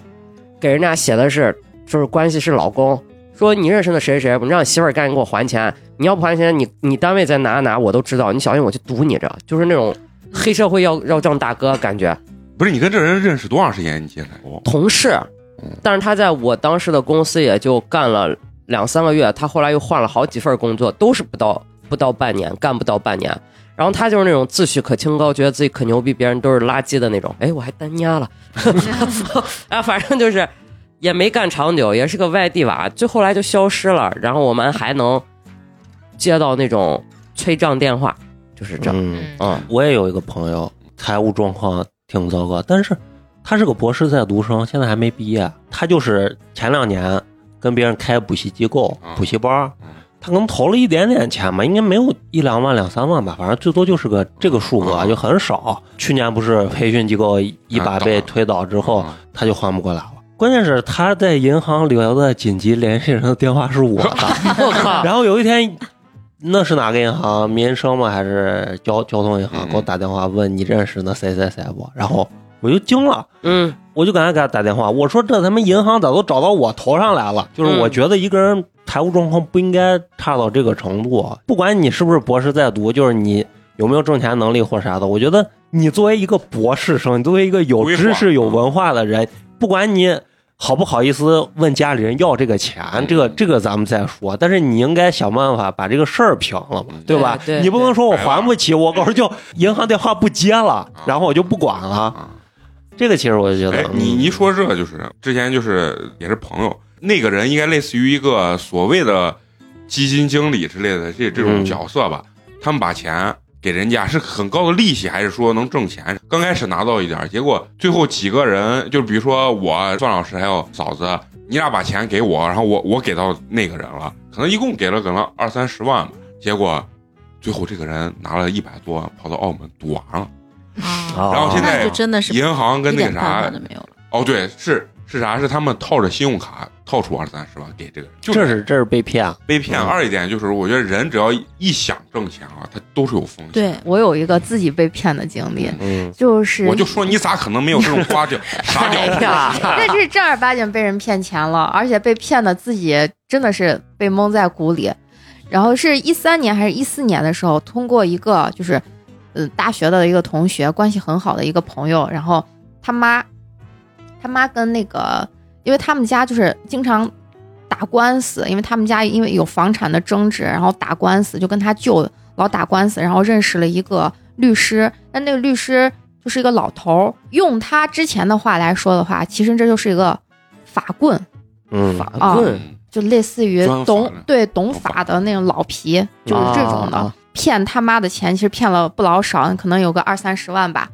Speaker 2: 给人家写的是就是关系是老公，说你认识那谁谁谁，你让你媳妇儿赶紧给我还钱，你要不还钱，你你单位在哪哪我都知道，你小心我去堵你这，就是那种黑社会要要账大哥感觉。
Speaker 1: 不是你跟这人认识多长时间？你现在
Speaker 2: 同事，但是他在我当时的公司也就干了两三个月，他后来又换了好几份工作，都是不到不到半年，干不到半年。然后他就是那种自诩可清高，觉得自己可牛逼，别人都是垃圾的那种。哎，我还单压了， 啊，反正就是也没干长久，也是个外地娃，最后来就消失了。然后我们还能接到那种催账电话，就是这样。
Speaker 5: 嗯，
Speaker 3: 嗯
Speaker 1: 啊，
Speaker 5: 我也有一个朋友，财务状况挺糟糕，但是他是个博士在读生，现在还没毕业。他就是前两年跟别人开补习机构
Speaker 1: 嗯、
Speaker 5: 补习班儿
Speaker 1: 嗯，
Speaker 5: 他可能投了一点点钱吧，应该没有一两万、两三万吧，反正最多就是个这个数额，啊
Speaker 1: 嗯
Speaker 5: 就很少。去年不是培训机构一把被
Speaker 1: 嗯
Speaker 5: 推倒之后，
Speaker 1: 嗯
Speaker 5: 他就还不过来了。关键是他在银行留的紧急联系人的电话是 我的，
Speaker 2: 我 靠！
Speaker 5: 然后有一天，那是哪个银行？民生吗？还是交交通银行？
Speaker 1: 嗯
Speaker 5: 给我打电话问你认识那谁谁谁啊不？然后我就惊了，
Speaker 2: 嗯，
Speaker 5: 我就赶快给他打电话，我说这他妈银行咋都找到我头上来了？就是我
Speaker 2: 嗯
Speaker 5: 觉得一个人财务状况不应该差到这个程度，不管你是不是博士在读，就是你。有没有挣钱能力或啥的？我觉得你作为一个博士生，你作为一个有
Speaker 1: 规划嗯
Speaker 5: 知识、有文化的人，不管你好不好意思问家里人要这个钱，
Speaker 1: 嗯
Speaker 5: 这个这个咱们再说。但是你应该想办法把这个事儿平了嘛
Speaker 1: 嗯，
Speaker 5: 吧？
Speaker 2: 对对
Speaker 5: 你不能
Speaker 2: 对
Speaker 5: 说我
Speaker 1: 白了
Speaker 5: 还不起，我告诉就银行电话不接了，然后我就不管了。
Speaker 1: 啊
Speaker 5: 这个其实我就觉
Speaker 1: 哎
Speaker 5: 得，，
Speaker 1: 你
Speaker 5: 嗯
Speaker 1: 一说这就是之前就是也是朋友，那个人应该类似于一个所谓的基金经理之类的这这种
Speaker 5: 嗯
Speaker 1: 角色吧，他们把钱。给人家是很高的利息，还是说能挣钱？刚开始拿到一点儿，结果最后几个人，就比如说我、范老师还有嫂子，你俩把钱给我，然后我我给到那个人了，可能一共给了可能二三十万吧。结果最后这个人拿了一百多万，跑到澳门赌完了，
Speaker 6: 啊
Speaker 5: 啊
Speaker 1: 哦然后现在
Speaker 6: 那就真的是
Speaker 1: 银行跟
Speaker 6: 一
Speaker 1: 那个
Speaker 6: 点办
Speaker 1: 啥
Speaker 6: 法都没有了。
Speaker 1: 哦，对，是是啥？是他们套着信用卡套出二三十万给这个人，就
Speaker 5: 这是这是被骗啊，
Speaker 1: 被骗。
Speaker 5: 嗯
Speaker 1: 二一点就是，我觉得人只要一想挣钱啊，他都是有风险。
Speaker 6: 对，
Speaker 4: 我有一个自己被骗的经历，
Speaker 5: 嗯，
Speaker 4: 就是
Speaker 1: 我就说你咋可能没有这种瓜 屌傻屌
Speaker 2: 哎
Speaker 1: 丝？
Speaker 2: 呀，
Speaker 4: 那是正儿八经被人骗钱了，而且被骗的自己真的是被蒙在鼓里。然后是一三年还是一四年的时候，通过一个就是，呃，大学的一个同学，关系很好的一个朋友，然后他妈，他妈跟那个，因为他们家就是经常打官司，因为他们家因为有房产的争执，然后打官司，就跟他舅老打官司，然后认识了一个律师，但那个律师就是一个老头儿，用他之前的话来说的话，其实这就是一个法棍，
Speaker 5: 嗯
Speaker 2: 法
Speaker 4: 啊
Speaker 2: 棍，
Speaker 4: 就类似于
Speaker 1: 专法
Speaker 4: 懂
Speaker 1: 的
Speaker 4: 对懂法的那种老皮，就是这种的，
Speaker 5: 啊
Speaker 4: 骗他妈的钱，其实骗了不老少，可能有个二三十万吧。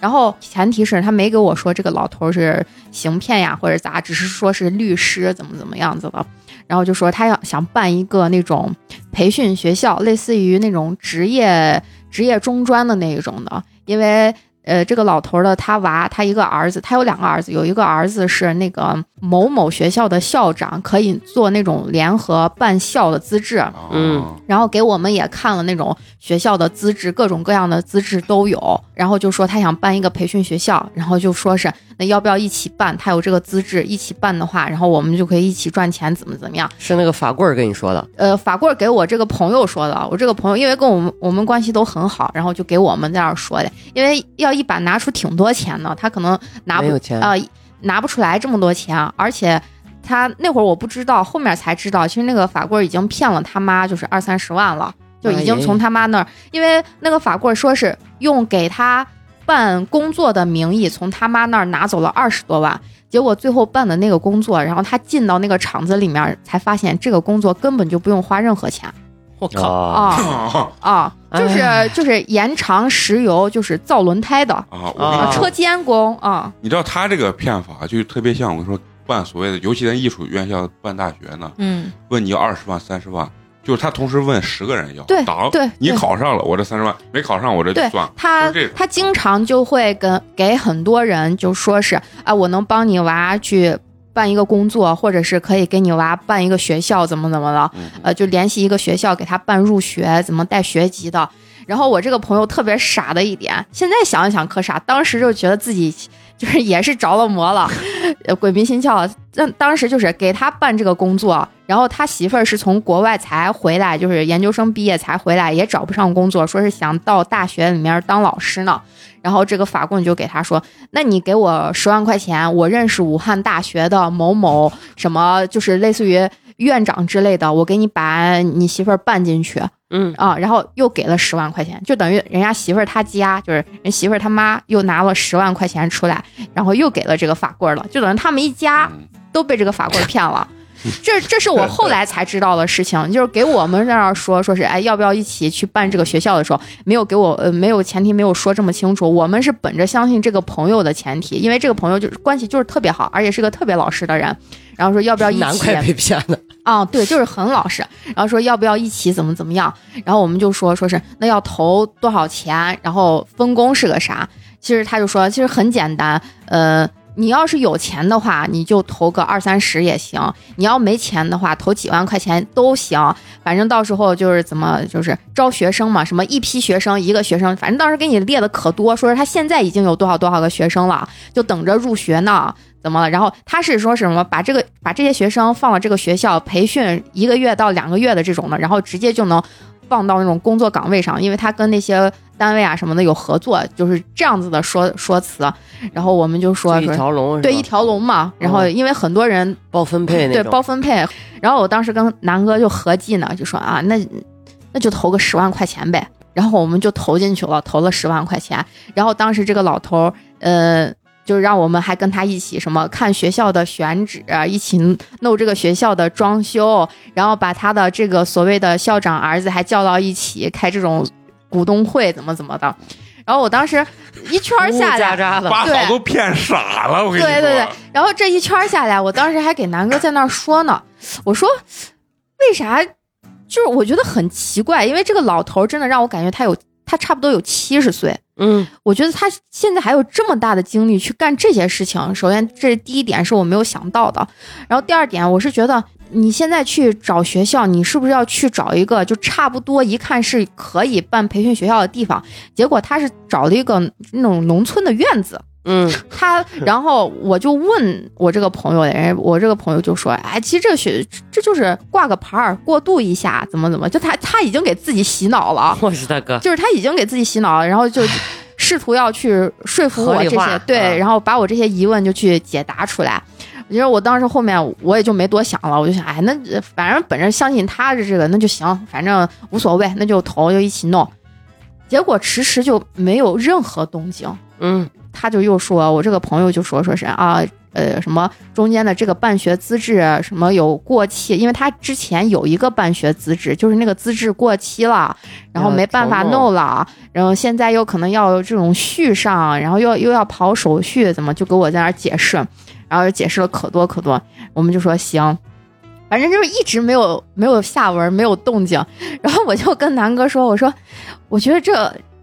Speaker 4: 然后前提是他没给我说这个老头儿是行骗呀或者咋，只是说是律师怎么怎么样子的。然后就说他要想办一个那种培训学校，类似于那种职业职业中专的那一种的，因为呃，这个老头儿的他娃，他一个儿子，他有两个儿子，有一个儿子是那个某某学校的校长，可以做那种联合办校的资质，
Speaker 1: 啊
Speaker 2: 嗯，
Speaker 4: 然后给我们也看了那种学校的资质，各种各样的资质都有。然后就说他想办一个培训学校，然后就说是那要不要一起办？他有这个资质，一起办的话，然后我们就可以一起赚钱，怎么怎么样？
Speaker 2: 是那个法棍儿跟你说的，
Speaker 4: 呃，法棍儿给我这个朋友说的，我这个朋友因为跟我们我们关系都很好，然后就给我们在那儿说的，因为要一把拿出挺多钱呢，他可能拿
Speaker 2: 没
Speaker 4: 不
Speaker 2: 有钱，
Speaker 4: 呃拿不出来这么多钱，啊而且他那会儿我不知道，后面才知道，其实那个法棍儿已经骗了他妈就是二三十万了，就已经从他妈那儿，因为那个法棍儿说是用给他办工作的名义从他妈那儿拿走了二十多万。结果最后办的那个工作，然后他进到那个厂子里面，才发现这个工作根本就不用花任何钱
Speaker 2: 我靠，
Speaker 5: 啊，
Speaker 4: 啊
Speaker 1: 啊
Speaker 4: 啊，就是
Speaker 2: 哎
Speaker 4: 就是延长石油，就是造轮胎的
Speaker 1: 啊！我跟
Speaker 2: 啊
Speaker 1: 你
Speaker 4: 啊，
Speaker 1: 说，
Speaker 4: 车间工啊，
Speaker 1: 你知道他这个骗法就特别像我跟你说办所谓的，尤其咱艺术院校办大学呢，
Speaker 6: 嗯，
Speaker 1: 问你要二十万、三十万，就是他同时问十个人要，
Speaker 4: 对
Speaker 1: 党，
Speaker 4: 对
Speaker 1: 你
Speaker 4: 对
Speaker 1: 考上了，我这三十万；没考上，我这就
Speaker 4: 对
Speaker 1: 算了。
Speaker 4: 他
Speaker 1: 就这种
Speaker 4: 他经常就会跟给很多人就说是啊，我能帮你娃去办一个工作，或者是可以给你娃办一个学校，怎么怎么了，
Speaker 1: 嗯
Speaker 4: 呃，就联系一个学校给他办入学，怎么带学籍的。然后我这个朋友特别傻的一点，现在想一想可傻，当时就觉得自己就是也是着了魔了， 呃鬼迷心窍。但当时就是给他办这个工作，然后他媳妇儿是从国外才回来，就是研究生毕业才回来，也找不上工作，说是想到大学里面当老师呢。然后这个法棍就给他说：“那你给我十万块钱，我认识武汉大学的某某什么，就是类似于院长之类的，我给你把你媳妇儿办进去。”
Speaker 2: 嗯，
Speaker 4: 啊，然后又给了十万块钱，就等于人家媳妇儿他家，就是人媳妇儿他妈又拿了十万块钱出来，然后又给了这个法棍儿了，就等于他们一家
Speaker 1: 嗯
Speaker 4: 都被这个法棍儿骗了。这这是我后来才知道的事情，就是给我们那儿说说是哎要不要一起去办这个学校的时候，没有给我呃没有前提没有说这么清楚，我们是本着相信这个朋友的前提，因为这个朋友就是关系就是特别好，而且是个特别老实的人，然后说要不要一起
Speaker 2: 难怪被骗的，
Speaker 4: 啊，对，就是很老实。然后说要不要一起怎么怎么样，然后我们就说说是那要投多少钱，然后分工是个啥。其实他就说，其实很简单，呃，你要是有钱的话，你就投个二三十也行；你要没钱的话，投几万块钱都行。反正到时候就是怎么就是招学生嘛，什么一批学生一个学生，反正当时给你列的可多，说是他现在已经有多少多少个学生了，就等着入学呢。怎么了？然后他是说什么把这个把这些学生放到这个学校培训一个月到两个月的这种的，然后直接就能放到那种工作岗位上，因为他跟那些单位啊什么的有合作，就是这样子的说说辞。然后我们就说
Speaker 2: 就一
Speaker 4: 说
Speaker 2: 条龙，
Speaker 4: 对一条龙嘛，然后因为很多人
Speaker 2: 包分配嗯那
Speaker 4: 对
Speaker 2: 种，
Speaker 4: 包分配。然后我当时跟南哥就合计呢，就说啊，那那就投个十万块钱呗。然后我们就投进去了，投了十万块钱。然后当时这个老头儿，呃，就让我们还跟他一起什么看学校的选址，啊一起弄这个学校的装修，然后把他的这个所谓的校长儿子还叫到一起开这种股东会，怎么怎么的。然后我当时一圈儿下来
Speaker 2: 哦家，家的，
Speaker 1: 把
Speaker 4: 对
Speaker 1: 嫂都骗傻了，我跟你说。
Speaker 4: 对对对，然后这一圈儿下来，我当时还给南哥在那儿说呢，我说为啥？就是我觉得很奇怪，因为这个老头儿真的让我感觉他有他差不多有七十岁，
Speaker 2: 嗯
Speaker 4: 我觉得他现在还有这么大的精力去干这些事情，首先这第一点是我没有想到的，然后第二点我是觉得你现在去找学校，你是不是要去找一个就差不多一看是可以办培训学校的地方？结果他是找了一个那种农村的院子，
Speaker 2: 嗯
Speaker 4: 他，然后我就问我这个朋友，人家我这个朋友就说，哎，其实这个学这就是挂个牌儿，过渡一下，怎么怎么，就他他已经给自己洗脑了，
Speaker 2: 我是大哥，
Speaker 4: 就是他已经给自己洗脑了，然后就试图要去说 服
Speaker 2: 合
Speaker 4: 我
Speaker 2: 理
Speaker 4: 这
Speaker 2: 化
Speaker 4: 些，对，
Speaker 2: 嗯
Speaker 4: 然后把我这些疑问就去解答出来。我觉得我当时后面我也就没多想了，我就想，哎，那反正本着相信他是这个，那就行，反正嗯无所谓，那就投就一起弄。结果迟迟就没有任何动静。
Speaker 2: 嗯
Speaker 4: 他就又说，我这个朋友就说说是啊，呃，什么中间的这个办学资质什么有过期，因为他之前有一个办学资质，就是那个资质过期了，然后没办法弄了，然后现在又可能要这种续上，然后又又要跑手续，怎么就给我在那儿解释，然后解释了可多可多，我们就说行。反正就是一直没有没有下文，没有动静。然后我就跟南哥说：“我说，我觉得这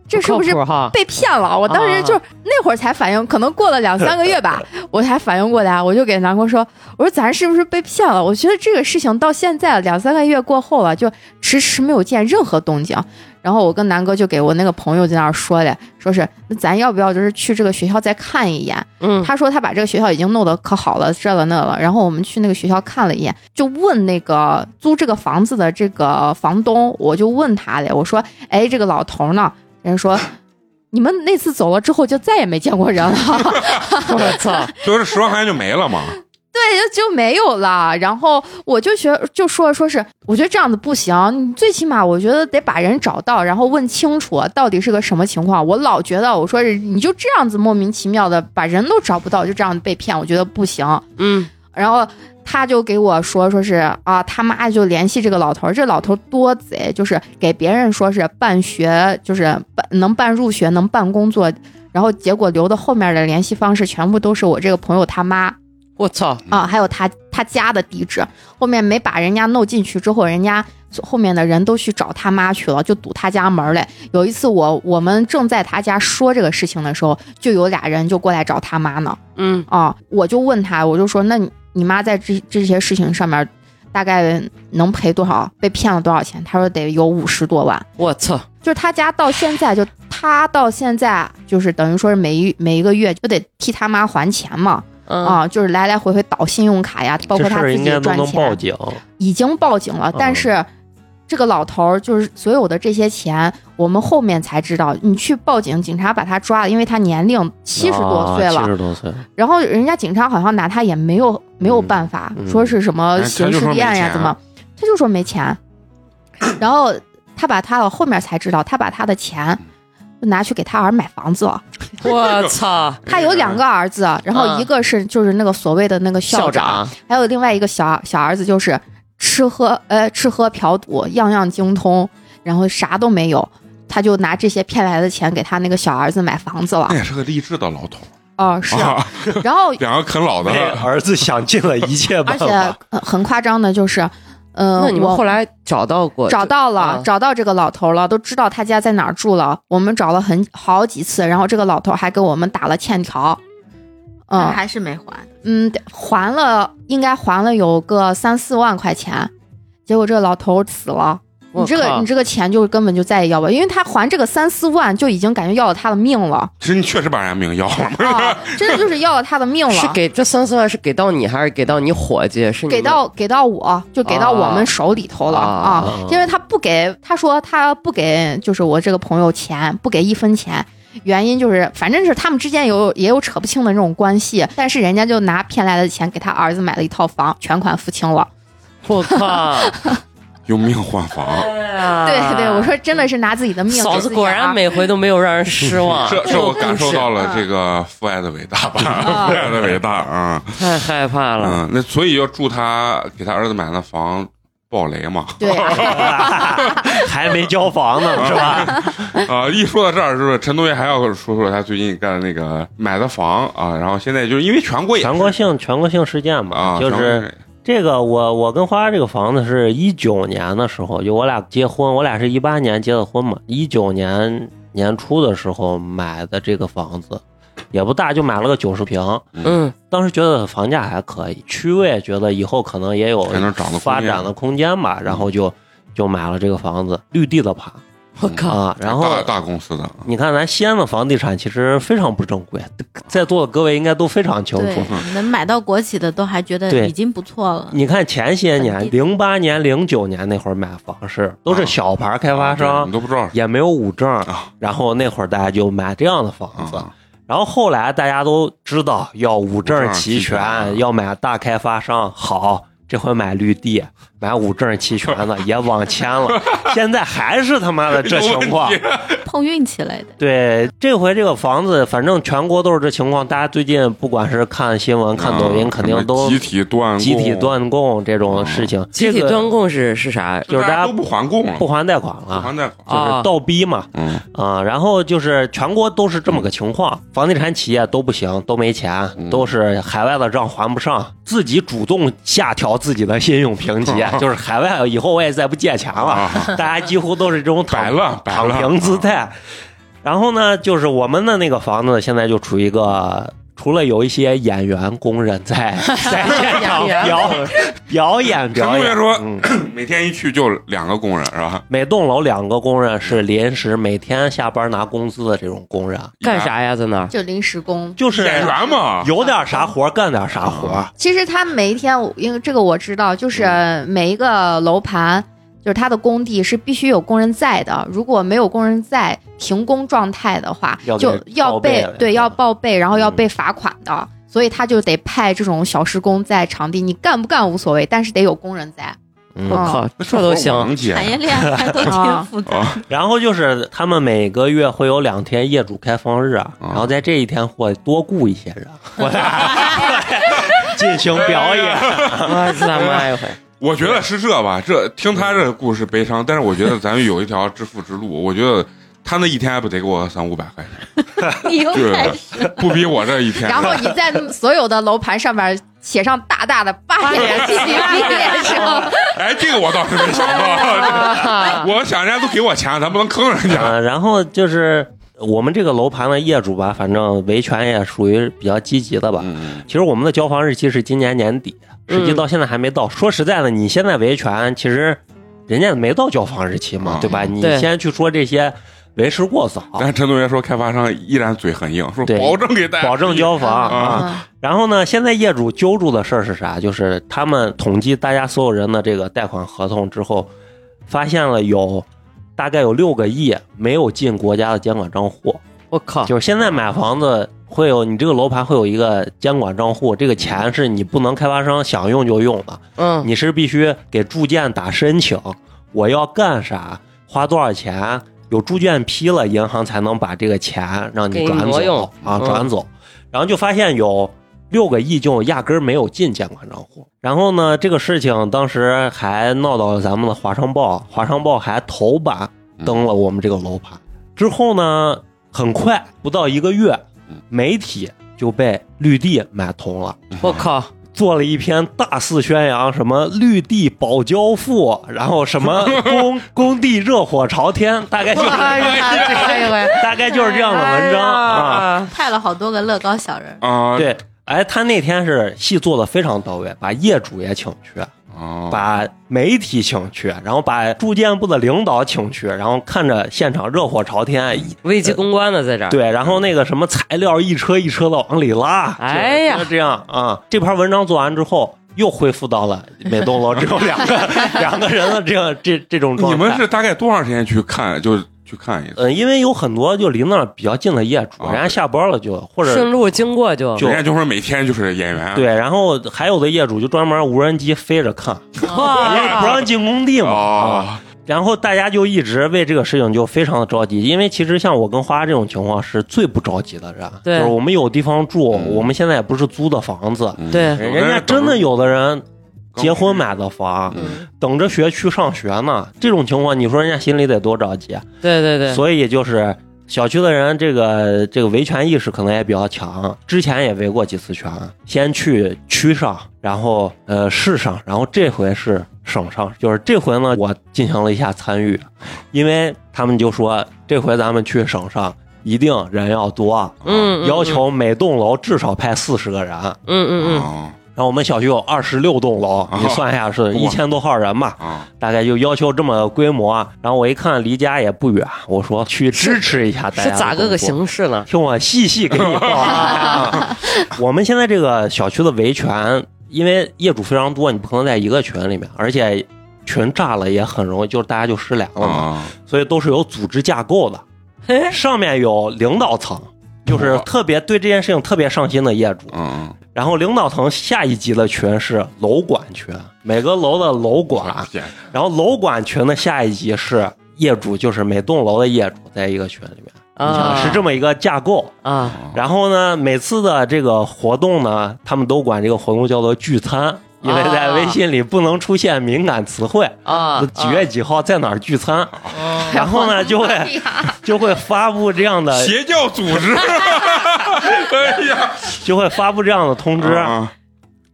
Speaker 4: 这是不是
Speaker 2: 靠谱哈？
Speaker 4: 被骗了。我当时就是那会儿才反应，可能过了两三个月吧，我才反应过来，我就给南哥说，我说咱是不是被骗了？我觉得这个事情到现在两三个月过后了，就迟迟没有见任何动静。然后我跟南哥就给我那个朋友在那儿说嘞，说是那咱要不要就是去这个学校再看一眼？
Speaker 2: 嗯，
Speaker 4: 他说他把这个学校已经弄得可好了，这了那了。然后我们去那个学校看了一眼，就问那个租这个房子的这个房东，我就问他嘞，我说：“哎，这个老头呢？”人家说：“你们那次走了之后就再也没见过人了，
Speaker 2: 我 操，
Speaker 1: 就是十万块钱就没了嘛。
Speaker 4: 对，就就没有了。”然后我就觉就说说是，我觉得这样子不行，你最起码我觉得得把人找到，然后问清楚到底是个什么情况。我老觉得我说是你就这样子莫名其妙的把人都找不到，就这样被骗，我觉得不行。
Speaker 2: 嗯
Speaker 4: 然后他就给我说，说是啊，他妈就联系这个老头儿，这老头儿多贼，就是给别人说是办学，就是办能办入学，能办工作，然后结果留的后面的联系方式全部都是我这个朋友他妈
Speaker 2: 我操，
Speaker 4: 啊，还有他他家的地址，后面没把人家弄进去之后，人家后面的人都去找他妈去了，就堵他家门儿嘞。有一次我我们正在他家说这个事情的时候，就有俩人就过来找他妈呢。
Speaker 2: 嗯
Speaker 4: 啊，我就问他，我就说，那你你妈在这这些事情上面大概能赔多少？被骗了多少钱？他说得有五十多万。
Speaker 2: 我 操，
Speaker 4: 就是他家到现在就他到现在就是等于说是每一每一个月就得替他妈还钱嘛、
Speaker 2: 嗯
Speaker 4: 啊，就是来来回回倒信用卡呀，包
Speaker 5: 这
Speaker 4: 括
Speaker 5: 事
Speaker 4: 他
Speaker 5: 儿
Speaker 4: 自
Speaker 5: 应
Speaker 4: 己
Speaker 5: 该都
Speaker 4: 赚
Speaker 5: 能报
Speaker 4: 钱，
Speaker 5: 警。
Speaker 4: 已经报警了，但
Speaker 5: 嗯
Speaker 4: 是。这个老头儿就是所有的这些钱，我们后面才知道。你去报警，警察把他抓了，因为他年龄七十多岁了
Speaker 5: 啊七，十多岁，
Speaker 4: 然后人家警察好像拿他也没有没有办法，
Speaker 5: 嗯
Speaker 4: 说是什么
Speaker 1: 哎
Speaker 4: 刑
Speaker 1: 他就
Speaker 4: 事
Speaker 1: 说
Speaker 4: 立案
Speaker 1: 没
Speaker 4: 呀，
Speaker 1: 钱
Speaker 4: 怎么，他就说没钱，然后他把他的后面才知道，他把他的钱拿去给他儿买房子了。
Speaker 2: 我操，
Speaker 4: 他有两个儿子，然后
Speaker 2: 嗯
Speaker 4: 一个是就是那个所谓的那个
Speaker 2: 校
Speaker 4: 校长，还有另外一个小小儿子就是吃喝呃吃喝嫖赌样样精通，然后啥都没有，他就拿这些骗来的钱给他那个小儿子买房子了
Speaker 1: 那。也是个励志的老头，
Speaker 4: 哦、是，
Speaker 1: 啊，
Speaker 4: 然后
Speaker 1: 两个啃老的，
Speaker 5: 儿子想尽了一切
Speaker 4: 而
Speaker 5: 办
Speaker 4: 且
Speaker 5: 法，
Speaker 4: 呃很夸张的就是，呃，
Speaker 2: 那你们
Speaker 4: 我
Speaker 2: 后来找到过？
Speaker 4: 找到了，
Speaker 2: 啊
Speaker 4: 找到这个老头了，都知道他家在哪儿住了。我们找了很好几次，然后这个老头还给我们打了欠条，嗯
Speaker 6: 还是没还。
Speaker 4: 嗯，还了应该还了有个三四万块钱，结果这个老头死了。
Speaker 2: 我
Speaker 4: 你这个
Speaker 2: 靠
Speaker 4: 你这个钱就根本就再也要不了，因为他还这个三四万就已经感觉要了他的命 了
Speaker 1: 其实你确实把人家命要了嘛。
Speaker 4: 啊！真的就是要了他的命了。
Speaker 2: 是给这三四万是给到你还是给到你伙计？是你们
Speaker 4: 给到给到我，就给到我们手里头了
Speaker 2: 啊
Speaker 4: 啊
Speaker 5: 啊
Speaker 4: 因为他不给，他说他不给，就是我这个朋友钱，不给一分钱。原因就是，反正是他们之间有也有扯不清的那种关系，但是人家就拿骗来的钱给他儿子买了一套房，全款付清了。
Speaker 2: 我靠！
Speaker 1: 用命换
Speaker 5: 啊
Speaker 1: 房，
Speaker 2: 对
Speaker 4: 对
Speaker 2: 啊
Speaker 4: 对，我说真的是拿自己啊的命。
Speaker 2: 嫂子果然。每回都没有让人失望，
Speaker 1: 这
Speaker 2: 这
Speaker 1: 这
Speaker 2: 种
Speaker 1: 我感受到
Speaker 6: 故
Speaker 1: 了
Speaker 6: 事
Speaker 1: 这个父爱的伟大吧，
Speaker 4: 啊
Speaker 1: 父爱的伟大 啊，
Speaker 2: 故事太害怕了。
Speaker 1: 嗯，那所以要祝他给他儿子买的房爆雷嘛，
Speaker 4: 对，
Speaker 5: 还没交房 呢，是吧？
Speaker 1: 啊，一说到这儿，是不是陈同学还要说说他最近干的那个买的房啊？然后现在就是因为全国也
Speaker 5: 全国性全国性事件嘛，
Speaker 1: 啊，
Speaker 5: 就
Speaker 1: 全国
Speaker 5: 是
Speaker 1: 也
Speaker 5: 这个我我跟花花这个房子是一九年的时候，就我俩结婚，我俩是一八年结的婚嘛，一九年年初的时候买的这个房子，也不大，就买了个九十平。
Speaker 2: 嗯，
Speaker 5: 当时觉得房价还可以，区位觉得以后可能也有
Speaker 1: 还能涨的空间嗯
Speaker 5: 发展的空间吧，然后就就买了这个房子，绿地的盘
Speaker 2: 我靠，
Speaker 5: 啊，然后
Speaker 1: 大大公司的啊
Speaker 5: 你看，咱西安的房地产其实非常不正规，在座的各位应该都非常清楚
Speaker 6: 对。，
Speaker 1: 嗯
Speaker 6: 能买到国企的都还觉
Speaker 5: 对
Speaker 6: 得已经不错了。
Speaker 5: 你看前些年，
Speaker 6: 本
Speaker 5: 零八年、零九年那会儿买房是都是小牌开发
Speaker 1: 啊对
Speaker 5: 商
Speaker 1: 你，都不知道
Speaker 5: 也没有五证
Speaker 1: 啊，
Speaker 5: 然后那会儿大家就买这样的房子。
Speaker 1: 啊，
Speaker 5: 然后后来大家都知道要五证
Speaker 1: 五证
Speaker 5: 齐
Speaker 1: 齐
Speaker 5: 全，
Speaker 1: 全啊
Speaker 5: 要买大开发商，好，这回买绿地，买五证齐全的也网签了，现在还是他妈的这情况
Speaker 1: 有。问题
Speaker 6: 碰运气来的。
Speaker 5: 对，这回这个房子，反正全国都是这情况。大家最近不管是看新闻、看抖音，
Speaker 1: 啊
Speaker 5: 肯定
Speaker 1: 什么
Speaker 5: 都
Speaker 1: 集体断供
Speaker 5: 集体，断供这
Speaker 1: 啊
Speaker 5: 种事情。
Speaker 2: 集体
Speaker 5: 这个
Speaker 2: 断供是是啥？
Speaker 5: 就是大家
Speaker 1: 都不还供了，
Speaker 5: 不还啊贷款
Speaker 1: 不还
Speaker 5: 了，
Speaker 1: 贷款，
Speaker 2: 啊
Speaker 5: 就是倒逼嘛
Speaker 1: 嗯，
Speaker 5: 啊。然后就是全国都是这么个情况，房地产企业都不行，都没钱，
Speaker 1: 嗯
Speaker 5: 都是海外的账还不上，自己主动下调自己的 信用 评级，就是海外以后我也再不借钱了。
Speaker 1: 啊，
Speaker 5: 大家几乎都是这种躺
Speaker 1: 摆烂摆啊
Speaker 5: 躺
Speaker 1: 烂
Speaker 5: 平姿态。然后呢，就是我们的那个房子现在就处于一个，除了有一些演员工人在在现场表表演
Speaker 1: 陈
Speaker 5: 表
Speaker 1: 同学
Speaker 5: 演，
Speaker 1: 说
Speaker 5: 嗯，
Speaker 1: 每天一去就两个工人是吧？
Speaker 5: 每栋楼两个工人是临时每天下班拿工资的这种工人，
Speaker 2: 干啥呀？在那儿？
Speaker 4: 就临时工。
Speaker 5: 就是啊
Speaker 1: 演员啊嘛，
Speaker 5: 有点啥活儿干点啥活儿，
Speaker 4: 其实他每一天，我因为这个我知道，
Speaker 5: 嗯
Speaker 4: 就是每一个楼盘，就是它的工地是必须有工人在的。如果没有工人在停工状态的话
Speaker 5: 要，被
Speaker 4: 就要
Speaker 5: 报备
Speaker 4: 被
Speaker 5: 了
Speaker 4: 对要报备，然后要
Speaker 5: 嗯
Speaker 4: 被罚款的。所以他就得派这种小时工在场地，你干不干无所谓，但是得有工人在。
Speaker 5: 嗯
Speaker 2: 我
Speaker 4: 嗯
Speaker 2: 靠，这都 行。
Speaker 1: 王姐
Speaker 6: 产业链还都挺复杂。
Speaker 1: 啊，
Speaker 5: 然后就是他们每个月会有两天业主开放日，啊
Speaker 1: 嗯
Speaker 5: 然后在这一天会多雇一 些人，我进行表演。
Speaker 2: 我操妈呀！
Speaker 1: 我觉得是这吧，这听他这故事悲伤，但是我觉得咱们有一条致富之路，我觉得。他那一天还不得给我三五百块钱，
Speaker 6: 你又
Speaker 1: 对啊
Speaker 6: 开始
Speaker 1: 不对？不比我这一天。
Speaker 4: 然后你在所有的楼盘上面写上大大的“八点七零列车
Speaker 1: 哎，这个我倒是没想到，我想人家都给我钱，咱不能坑 人家。
Speaker 5: 啊，然后就是我们这个楼盘的业主吧，反正维权也属于比较积极的吧。
Speaker 1: 嗯，
Speaker 5: 其实我们的交房日期是今年年底，实际到现在还没到。说实在的，你现在维权，其实人家没到交房日期嘛，
Speaker 1: 嗯哎
Speaker 5: 对吧？你
Speaker 2: 对
Speaker 5: 先去说这些为时过早，
Speaker 1: 但是陈同学说，开发商依然嘴很硬，说
Speaker 5: 对
Speaker 1: 保证给大家
Speaker 5: 保证交房啊。
Speaker 4: 嗯
Speaker 5: 然后呢，现在业主揪住的事儿是啥？就是他们统计大家所有人的这个贷款合同之后，发现了有大概有六个亿没有进国家的监管账户。
Speaker 2: 我靠！
Speaker 5: 就是现在买房子会有你这个楼盘会有一个监管账户，这个钱是你不能开发商想用就用的，
Speaker 2: 嗯，
Speaker 5: 你是必须给住建打申请，我要干啥，花多少钱，有住建批了，银行才能把这个钱让
Speaker 2: 给
Speaker 5: 你
Speaker 2: 你
Speaker 5: 转
Speaker 2: 挪
Speaker 5: 走
Speaker 2: 用
Speaker 5: 啊，
Speaker 2: 嗯
Speaker 5: 转走，然后就发现有。六个亿就压根儿没有进监管账户，然后呢，这个事情当时还闹到了咱们的《华商报》，《华商报》还头版登了我们这个楼盘。之后呢，很快不到一个月
Speaker 1: 嗯，
Speaker 5: 媒体就被绿地买通了，
Speaker 2: 我靠！
Speaker 5: 做了一篇大肆宣扬什么绿地保交付，然后什么工工地热火朝天，大概 就是
Speaker 2: 哎呀，
Speaker 3: 哎呦喂，
Speaker 5: 大概就是这样的文章啊。
Speaker 2: 啊！
Speaker 6: 派了好多个乐高小人，
Speaker 1: 啊，
Speaker 5: 对，哎，他那天是戏做的非常到位，把业主也请去，
Speaker 1: 哦，
Speaker 5: 把媒体请去，然后把住建部的领导请去，然后看着现场热火朝天，
Speaker 2: 危机公关呢，在这儿。
Speaker 5: 对，然后那个什么材料一车一车的往里拉，就
Speaker 2: 哎呀
Speaker 5: 就这样啊。这篇文章做完之后，又恢复到了每栋楼只有两个 两个人的这样这这种状
Speaker 1: 你
Speaker 5: 态。
Speaker 1: 们是大概多长时间去看？就去看一次？
Speaker 5: 嗯，因为有很多就离那儿比较近的业主，
Speaker 2: 哦
Speaker 1: 啊
Speaker 5: 人家下班了就或
Speaker 2: 顺
Speaker 5: 者
Speaker 2: 路经过就
Speaker 5: 就
Speaker 1: 人家就说每天就是演员，啊
Speaker 5: 对，然后还有的业主就专门无人机飞着看，因
Speaker 2: 啊
Speaker 5: 为
Speaker 2: 哦
Speaker 5: 不让进工地嘛。啊
Speaker 1: 哦，
Speaker 5: 然后大家就一直为这个事情就非常的着急，因为其实像我跟花这种情况是最不着急的人，
Speaker 2: 对
Speaker 5: 就是我们有地方住，
Speaker 1: 嗯
Speaker 5: 我们现在也不是租的房子，
Speaker 1: 嗯
Speaker 2: 对
Speaker 5: 人家真的有的人结婚，买的
Speaker 1: 我
Speaker 5: 房，
Speaker 1: 在那等
Speaker 5: 等着学区上学呢，这种情况你说人家心里得多着急？啊
Speaker 2: 对对对，
Speaker 5: 所以就是小区的人这个这个维权意识可能也比较强，之前也维过几次权，先去区上，然后呃市上，然后这回是省上，就是这回呢，我进行了一下参与，因为他们就说这回咱们去省上。一定人要多，
Speaker 2: 嗯嗯
Speaker 5: 要求每栋楼至少派四十个人。
Speaker 2: 嗯嗯
Speaker 1: 啊
Speaker 5: 然后我们小区有二十六栋楼，你算一下是一千多号人吧，
Speaker 1: 啊，
Speaker 5: 大概就要求这么规模。啊然后我一看离家也不远，我说去支持一下
Speaker 2: 嗯，
Speaker 5: 大
Speaker 2: 是
Speaker 5: 家。
Speaker 2: 咋个个？形式呢？
Speaker 5: 听我细细给你报 啊。我们现在这个小区的维权，因为业主非常多，你不可能在一个群里面，而且群炸了也很容易，就是大家就失联了嘛。
Speaker 1: 啊，
Speaker 5: 所以都是有组织架构的，上面有领导层，就是特别对这件事情特别上心的业主，
Speaker 1: 嗯，
Speaker 5: 然后领导层下一级的群是楼管群，每个楼的
Speaker 1: 嗯
Speaker 5: 楼
Speaker 1: 啊
Speaker 5: 管，然后楼管群的下一级是业主，就是每栋楼的业主在一个群里面，你想
Speaker 2: 啊，
Speaker 5: 是这么一个架构。
Speaker 2: 啊，
Speaker 5: 然后呢，每次的这个活动呢，他们都管这个活动叫做聚餐。因为在
Speaker 2: 啊
Speaker 5: 微信里不能出现敏感词汇
Speaker 2: 啊
Speaker 5: 几月几号在哪儿聚餐，
Speaker 2: 啊
Speaker 5: 然后呢 就会
Speaker 4: 哎呀，
Speaker 5: 就会发布这样的，
Speaker 1: 邪教组织， 哎呀，
Speaker 5: 就会发布这样的通知，
Speaker 1: 啊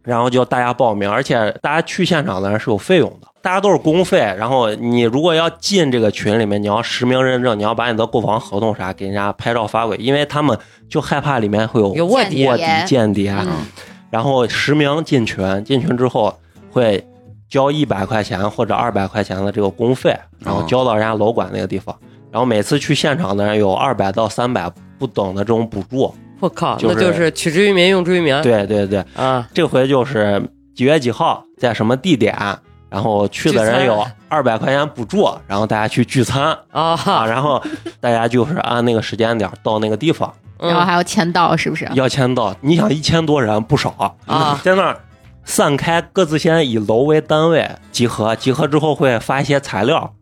Speaker 5: 然后就大家报名，而且大家去现场的人是有费用的，大家都是公费。然后你如果要进这个群里面，你要实名认证，你要把你的购房合同啥给人家拍照发给，因为他们就害怕里面会有
Speaker 2: 有
Speaker 5: 卧
Speaker 2: 卧
Speaker 4: 间谍
Speaker 2: 底，
Speaker 5: 底间谍，然后实名进群，进群之后会交一百块钱或者二百块钱的这个公费，然后交到人家楼管那个地方，然后每次去现场的人有二百到三百不等的这种补助。
Speaker 2: 我靠，
Speaker 5: 就
Speaker 2: 那
Speaker 5: 是
Speaker 2: 就是取之于民，用之于民。
Speaker 5: 对对对，
Speaker 2: 啊，
Speaker 5: 这回就是几月几号在什么地点，然后去的人有
Speaker 2: 聚
Speaker 5: 二百块钱补助，然后大家去聚餐啊，
Speaker 2: 啊，
Speaker 5: 然后大家就是按那个时间点到那个地方
Speaker 2: 嗯
Speaker 4: 然后还要签到，是不是？
Speaker 5: 要签到。你想一千多人不少
Speaker 2: 啊
Speaker 5: 在那儿散开，各自先以楼为单位集合，集合之后会发一些材料。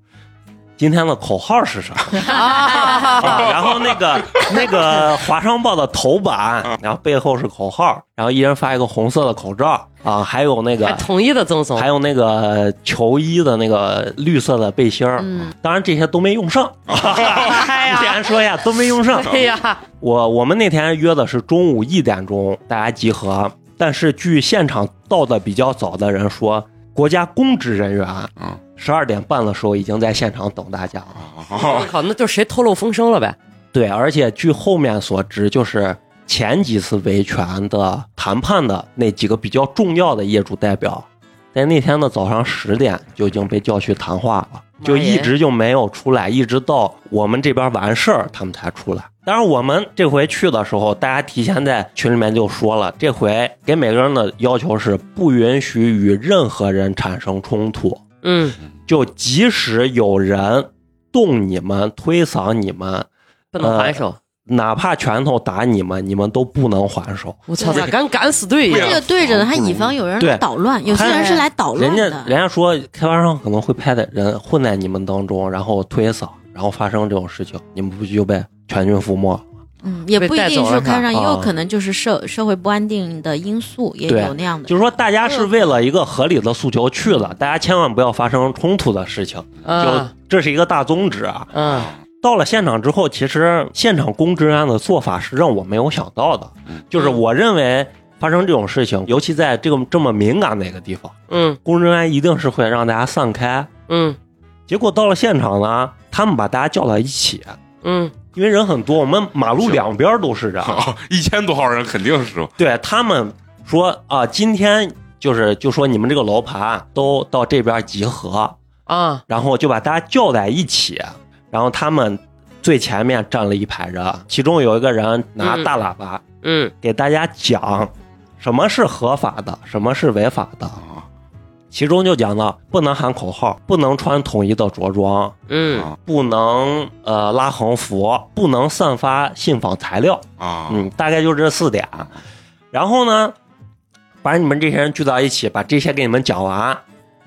Speaker 5: 今天的口号是啥？
Speaker 2: 啊，
Speaker 5: 啊，然后那个 啊那个《华商报》的头版，然后背后是口号，然后一人发一个红色的口罩啊，还有那个
Speaker 2: 还统一的赠送
Speaker 5: 还有那个球衣的那个绿色的背心儿，
Speaker 4: 嗯，
Speaker 5: 当然这些都没用 上。 既然说哎呀，都没用上。
Speaker 2: 哎呀，
Speaker 5: 我我们那天约的是中午一点钟大家集合，但是据现场到的比较早的人说，国家公职人员
Speaker 1: 嗯
Speaker 5: 十二点半的时候已经在现场等大家了。
Speaker 1: 啊
Speaker 2: 我靠，那就谁透露风声了呗？
Speaker 5: 对，而且据后面所知，就是前几次维权的谈判的那几个比较重要的业主代表，在那天的早上十点就已经被叫去谈话了，就一直就没有出来，一直到我们这边完事儿，他们才出来。当然，我们这回去的时候，大家提前在群里面就说了，这回给每个人的要求是不允许与任何人产生冲突。
Speaker 2: 嗯，
Speaker 5: 就即使有人动你们、推搡你们，
Speaker 2: 不能还
Speaker 5: 呃
Speaker 2: 手。
Speaker 5: 哪怕拳头打你们，你们都不能还手。
Speaker 2: 我操，咋敢敢死队
Speaker 1: 对啊
Speaker 2: 呀
Speaker 1: 呀？
Speaker 6: 这个对着的，他以防有人来
Speaker 5: 对
Speaker 6: 捣乱，有些人是来捣
Speaker 5: 人
Speaker 6: 乱
Speaker 5: 家
Speaker 6: 的。
Speaker 5: 人家说开发商可能会派的人混在你们当中，然后推搡，然后发生这种事情，你们不就被全军覆没？
Speaker 6: 嗯，也不一
Speaker 2: 被带走
Speaker 6: 定
Speaker 2: 了
Speaker 6: 是
Speaker 2: 是吧
Speaker 6: 开上，也有
Speaker 5: 啊
Speaker 6: 可能就是社社会不安定的因素，也
Speaker 5: 对
Speaker 6: 有那样的。
Speaker 5: 就是说，大家是为了一个合理的诉求去的，大家千万不要发生冲突的事情，就
Speaker 2: 啊，
Speaker 5: 这是一个大宗旨啊。
Speaker 2: 嗯，
Speaker 5: 到了现场之后，其实现场公职人员的做法是让我没有想到的
Speaker 1: 嗯，
Speaker 5: 就是我认为发生这种事情，尤其在这个这么敏感的一个地方，
Speaker 2: 嗯
Speaker 5: 公职人员一定是会让大家散开。
Speaker 2: 嗯
Speaker 5: 结果到了现场呢，他们把大家叫到一起，
Speaker 2: 嗯，
Speaker 5: 因为人很多，我们马路两边都是人，
Speaker 1: 一千多号人肯定是，
Speaker 5: 对他们说啊，今天就是就说你们这个楼盘都到这边集合，
Speaker 2: 啊，
Speaker 5: 然后就把大家叫在一起，然后他们最前面站了一排人，其中有一个人拿大喇叭、
Speaker 2: 嗯，
Speaker 5: 给大家讲什么是合法的，什么是违法的。其中就讲到不能喊口号，不能穿统一的着装，
Speaker 2: 嗯
Speaker 5: 不能呃拉横幅，不能散发信访材料。
Speaker 1: 啊，
Speaker 5: 嗯，大概就这四点。然后呢，把你们这些人聚到一起，把这些给你们讲完。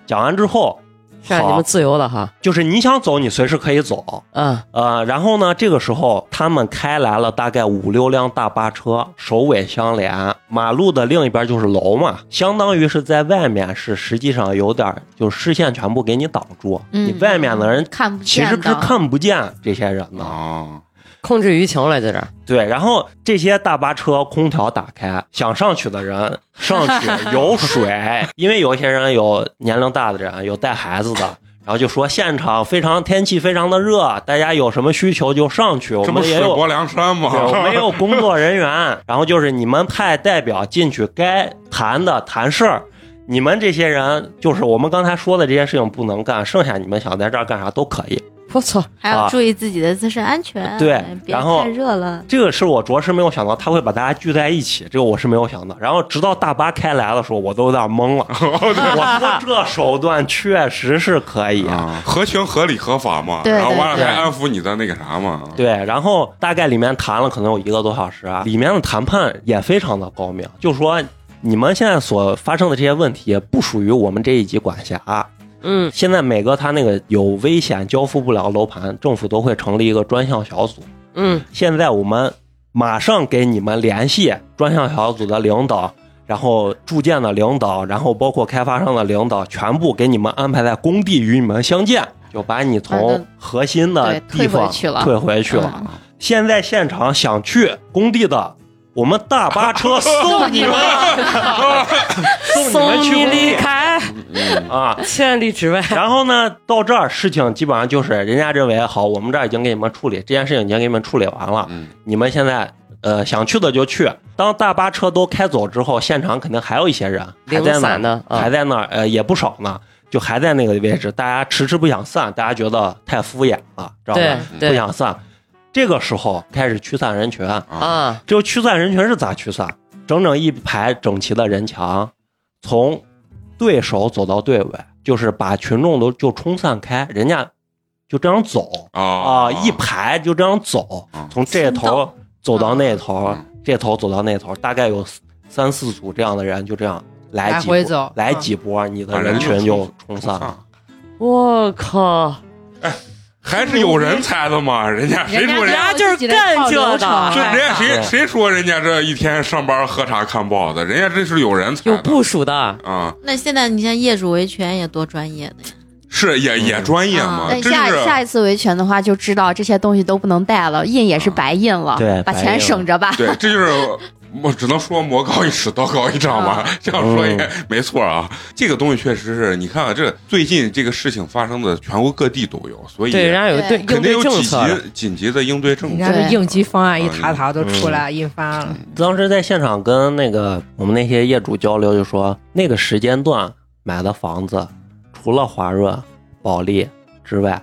Speaker 5: 讲完之后，
Speaker 2: 让啊你
Speaker 5: 好
Speaker 2: 们自由了哈。
Speaker 5: 就是你想走，你随时可以走。
Speaker 2: 嗯
Speaker 5: 呃，然后呢，这个时候他们开来了大概五六辆大巴车，首尾相连，马路的另一边就是楼嘛，相当于是在外面是实际上有点儿就是视线全部给你挡住，
Speaker 4: 嗯
Speaker 5: 你外面的人
Speaker 4: 看不
Speaker 5: 其
Speaker 4: 见
Speaker 5: 实
Speaker 4: 的
Speaker 5: 嗯是看不见这些人的。
Speaker 1: 啊，
Speaker 2: 控制舆情来在这儿，
Speaker 5: 对，然后这些大巴车空调打开，想上去的人上去 有水，因为有一些人有年龄大的人，有带孩子的，然后就说现场非常天气非常的热，大家有什么需求就上去，我
Speaker 1: 这不
Speaker 5: 们也
Speaker 1: 水
Speaker 5: 有
Speaker 1: 泊梁山吗？
Speaker 5: 对，我们也有工作人员，然后就是你们派代表进去该谈的谈事儿。你们这些人，就是我们刚才说的这些事情不能干，剩下你们想在这儿干啥都可以。
Speaker 2: 我操，
Speaker 6: 还要
Speaker 5: 啊
Speaker 6: 注意自己的自身安全，
Speaker 5: 对
Speaker 6: 别
Speaker 5: 然后
Speaker 6: 太热了。
Speaker 5: 这个是我着实没有想到，他会把大家聚在一起，这个我是没有想到。然后直到大巴开来的时候，我都有点懵了。我说这手段确实是可以啊。
Speaker 1: 啊，合情合理合法嘛，
Speaker 4: 对
Speaker 1: 然后完了
Speaker 5: 对
Speaker 1: 还安抚你的那个啥嘛，
Speaker 5: 对，然后大概里面谈了可能有一个多小时啊，里面的谈判也非常的高明，就说你们现在所发生的这些问题不属于我们这一级管辖，
Speaker 2: 嗯，
Speaker 5: 现在每个他那个有危险交付不了楼盘，政府都会成立一个专项小组，
Speaker 2: 嗯，
Speaker 5: 现在我们马上给你们联系专项小组的领导，然后住建的领导，然后包括开发商的领导，全部给你们安排在工地与你们相见，就把你从核心的
Speaker 4: 对退
Speaker 5: 地方
Speaker 4: 回去了
Speaker 5: 退回去了。现在现场想去工地的，我们大巴 车送你们，送你们去
Speaker 2: 你
Speaker 5: 工
Speaker 2: 离
Speaker 5: 地
Speaker 2: 开
Speaker 1: 嗯
Speaker 5: 啊！
Speaker 2: 千里之外，
Speaker 5: 然后呢，到这儿事情基本上就是人家认为好，我们这儿已经给你们处理这件事情，已经给你们处理完了，
Speaker 1: 嗯
Speaker 5: 你们现在呃想去的就去。当大巴车都开走之后，现场肯定还有一些人还
Speaker 2: 零
Speaker 5: 在那儿
Speaker 2: 散的啊
Speaker 5: 还在那儿，呃，也不少呢，就还在那个位置，大家迟迟不想散，大家觉得太敷衍了，知道
Speaker 2: 对
Speaker 5: 吧？不
Speaker 2: 对
Speaker 5: 想散。这个时候开始驱散人群，
Speaker 1: 啊，
Speaker 2: 啊，
Speaker 5: 这个驱散人群是咋驱散？整整一排整齐的人墙，从对手走到对尾，就是把群众都就冲散开，人家就这样走啊、
Speaker 1: 啊
Speaker 5: 一排就这样走
Speaker 1: 啊，
Speaker 5: 从这头走到那头
Speaker 1: 嗯，
Speaker 5: 这头走到那头，大概有四三四组这样的人就这样来
Speaker 3: 来
Speaker 5: 几
Speaker 3: 回
Speaker 5: 波
Speaker 3: 走
Speaker 5: 来
Speaker 3: 嗯
Speaker 5: 几波，你的
Speaker 1: 把
Speaker 5: 人
Speaker 1: 人
Speaker 5: 群
Speaker 1: 就
Speaker 5: 就冲散了。
Speaker 2: 我靠，
Speaker 1: 还是有人猜的嘛，人家谁说
Speaker 3: 人啊
Speaker 1: 人家？
Speaker 2: 家就是干这的
Speaker 1: 这人家谁
Speaker 5: 对
Speaker 1: 谁说人家这一天上班喝茶看报的？人家这是有人猜
Speaker 2: 有
Speaker 1: 的
Speaker 2: 部署的，
Speaker 1: 啊，
Speaker 6: 那现在你像业主维权也多专业的呀，
Speaker 1: 是也也
Speaker 5: 嗯
Speaker 1: 专业嘛，
Speaker 4: 等
Speaker 1: 真
Speaker 4: 啊呃下
Speaker 1: 是
Speaker 4: 下一次维权的话，就知道这些东西都不能带了，印也是白印了，
Speaker 5: 啊对
Speaker 4: 把
Speaker 5: 白
Speaker 4: 钱
Speaker 5: 印了
Speaker 4: 省着吧。
Speaker 1: 对，这就是我只能说魔高一尺，道高一丈吧， 这样说也
Speaker 5: 嗯
Speaker 1: 没错啊。这个东西确实是你看啊，这最近这个事情发生的全国各地都有，所以
Speaker 2: 对，人家有对
Speaker 4: 对
Speaker 2: 应
Speaker 1: 肯定有
Speaker 2: 对政
Speaker 1: 紧
Speaker 2: 策了，
Speaker 1: 急紧急的应对政
Speaker 3: 人
Speaker 1: 策
Speaker 3: 家的应急方案一
Speaker 1: 嗯
Speaker 3: 沓沓都出来印发了，
Speaker 5: 当时在现场跟那个我们那些业主交流，就说那个时间段买的房子，除了华润、保利之外，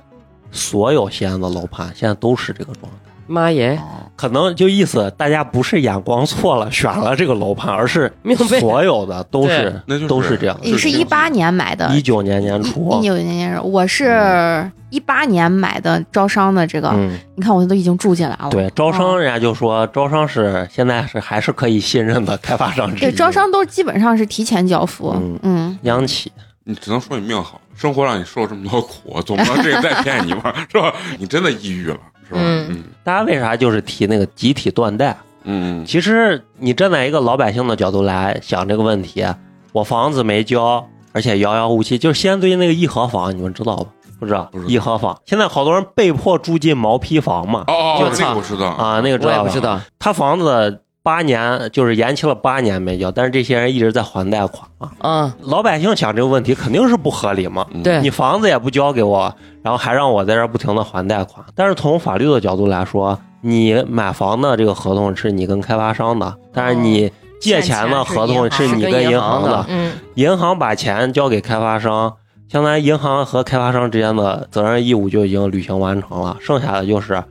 Speaker 5: 所有西安的楼盘现在都是这个状态。
Speaker 2: 妈耶，
Speaker 5: 可能就意思大家不是眼光错了选了这个楼盘，而是
Speaker 2: 明白
Speaker 5: 所有的都是
Speaker 1: 那就是
Speaker 5: 都是这样。
Speaker 1: 对
Speaker 4: 你
Speaker 1: 是
Speaker 4: 是一八年买的，
Speaker 5: 一九年年初
Speaker 4: 一，九年年人，我是一八年买的招商的这个，
Speaker 5: 嗯，
Speaker 4: 你看我都已经住进来了。啊
Speaker 5: 对，招商人家就说招商是现在是还是可以信任的开发商之一。
Speaker 4: 对，招商都基本上是提前交付。
Speaker 5: 嗯
Speaker 4: 嗯
Speaker 5: 央企，
Speaker 1: 你只能说你命好，生活让你受这么多苦，总不能这个再骗你吧， 是吧？你真的抑郁了，是吧？嗯
Speaker 2: 嗯
Speaker 5: 大家为啥就是提那个集体断贷？
Speaker 1: 嗯
Speaker 5: 其实你站在一个老百姓的角度来想这个问题，啊我房子没交，而且遥遥无期，就是西安最近那个一河房，你们知道吧？不知道
Speaker 1: 不知，道
Speaker 5: 一河房现在好多人被迫住进毛坯房嘛，
Speaker 1: 哦
Speaker 2: 就
Speaker 1: 哦，
Speaker 2: 是
Speaker 1: 这个我知道，
Speaker 5: 啊，那个知
Speaker 2: 我也
Speaker 5: 道
Speaker 2: 不
Speaker 5: 吧
Speaker 2: 知道，
Speaker 5: 他房子八年就是延期了八年没交，但是这些人一直在还贷款啊。
Speaker 2: 嗯，
Speaker 5: 老百姓想这个问题肯定是不合理嘛，
Speaker 1: 嗯
Speaker 5: 你
Speaker 2: 对，
Speaker 5: 房子也不交给我，然后还让我在这儿不停的还贷款。但是从法律的角度来说，你买房的这个合同是你跟开发商的，但是你借钱的合同哦是你跟银行的，
Speaker 2: 嗯，
Speaker 5: 银行把钱交给开发商，相当于银行和开发商之间的责任义务就已经履行完成了，剩下的就是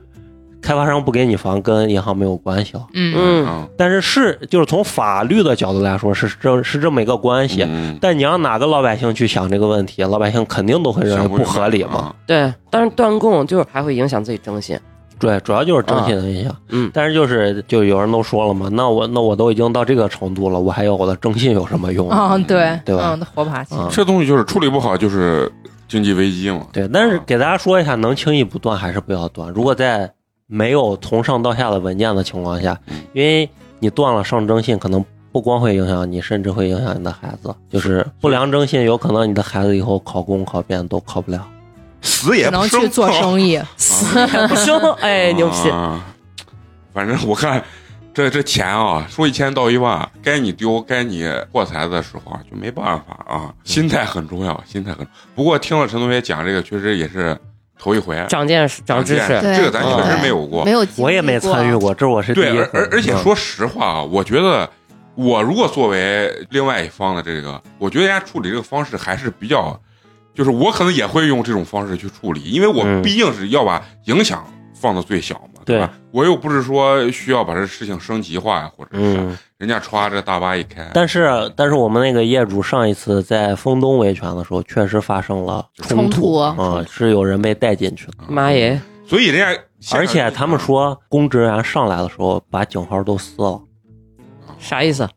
Speaker 5: 开发商不给你房跟银行没有关系了。
Speaker 3: 嗯，
Speaker 2: 嗯
Speaker 1: 嗯
Speaker 5: 但是是就是从法律的角度来说是这是这么一个关系。
Speaker 1: 嗯
Speaker 5: 但你让哪个老百姓去想这个问题，老百姓肯定都会认为
Speaker 1: 想
Speaker 5: 不合理嘛。
Speaker 1: 啊
Speaker 2: 对，但是断供就是还会影响自己征信，
Speaker 5: 对，主要就是征信的影
Speaker 1: 啊
Speaker 5: 响。
Speaker 2: 嗯
Speaker 5: 但是就是就有人都说了嘛，那我那我都已经到这个程度了，我还有我的征信有什么用啊？
Speaker 1: 哦
Speaker 3: 嗯，对，
Speaker 5: 对吧
Speaker 3: 嗯，活爬起，
Speaker 5: 啊
Speaker 1: 这东西就是处理不好，就是经济危机嘛。
Speaker 5: 对，但是给大家说一下，能轻易不断还是不要断。如果在没有从上到下的文件的情况下，
Speaker 1: 嗯
Speaker 5: 因为你断了上征信，可能不光会影响你，甚至会影响你的孩子。就是不良征信，有可能你的孩子以后考公、考编都
Speaker 1: 啊
Speaker 5: 考不了。
Speaker 1: 死也
Speaker 3: 只
Speaker 1: 不
Speaker 3: 能去做生意，
Speaker 2: 不生，哎，牛逼，
Speaker 1: 啊反正我看这这钱啊，说一千道一万，该你丢，该你破财的时候啊，就没办法啊。心态很重要，心态很重要。不过听了陈同学讲这个，确实也是头一回，啊
Speaker 2: 长见识，长知识
Speaker 1: 长见。
Speaker 4: 对
Speaker 1: 这个咱确实没有过
Speaker 4: 没。有，
Speaker 5: 我也没参与。过，这我是第一
Speaker 1: 对，
Speaker 5: 回
Speaker 1: 而而而且
Speaker 5: 嗯
Speaker 1: 说实话啊，我觉得我如果作为另外一方的这个，我觉得人家处理这个方式还是比较，就是我可能也会用这种方式去处理，因为我
Speaker 5: 嗯
Speaker 1: 毕竟是要把影响放到最小嘛，
Speaker 5: 对
Speaker 1: 吧？我又不是说需要把这事情升级化呀，或者是、
Speaker 5: 嗯，
Speaker 1: 人家歘这大巴一开，
Speaker 5: 但是但是我们那个业主上一次在丰东维权的时候，确实发生了
Speaker 4: 冲突
Speaker 5: 啊、是有人被带进去的，
Speaker 2: 妈耶，
Speaker 1: 所以人家现在
Speaker 5: 而且他们说公职人员上来的时候把警号都撕了，
Speaker 2: 啥意思？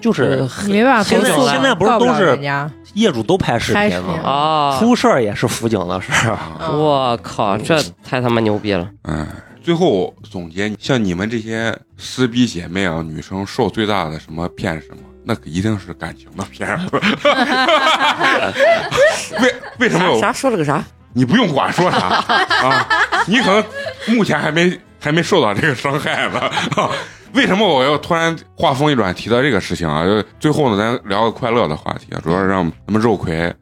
Speaker 5: 就是
Speaker 3: 你没办法
Speaker 5: 现
Speaker 3: 投
Speaker 5: 在
Speaker 3: 诉了，
Speaker 5: 现在不是
Speaker 3: 告
Speaker 5: 都
Speaker 3: 了
Speaker 5: 是
Speaker 3: 人家
Speaker 5: 业主都拍视
Speaker 3: 拍
Speaker 5: 频
Speaker 3: 视频
Speaker 5: 了，
Speaker 2: 哦，
Speaker 5: 出事儿也是辅警的事儿。
Speaker 1: 啊，
Speaker 3: 嗯
Speaker 2: 我靠，这太他妈牛逼了！
Speaker 1: 哎，最后总结，像你们这些撕逼姐妹啊，女生受最大的什么骗是什么？那可一定是感情的 骗。为为什么
Speaker 2: 啥
Speaker 1: 有
Speaker 2: 啥？说了个啥？
Speaker 1: 你不用管说 啥啊？你可能目前还没还没受到这个伤害呢。啊为什么我要突然话锋一转提到这个事情啊？就最后呢，咱聊个快乐的话题啊，主要是让咱们肉葵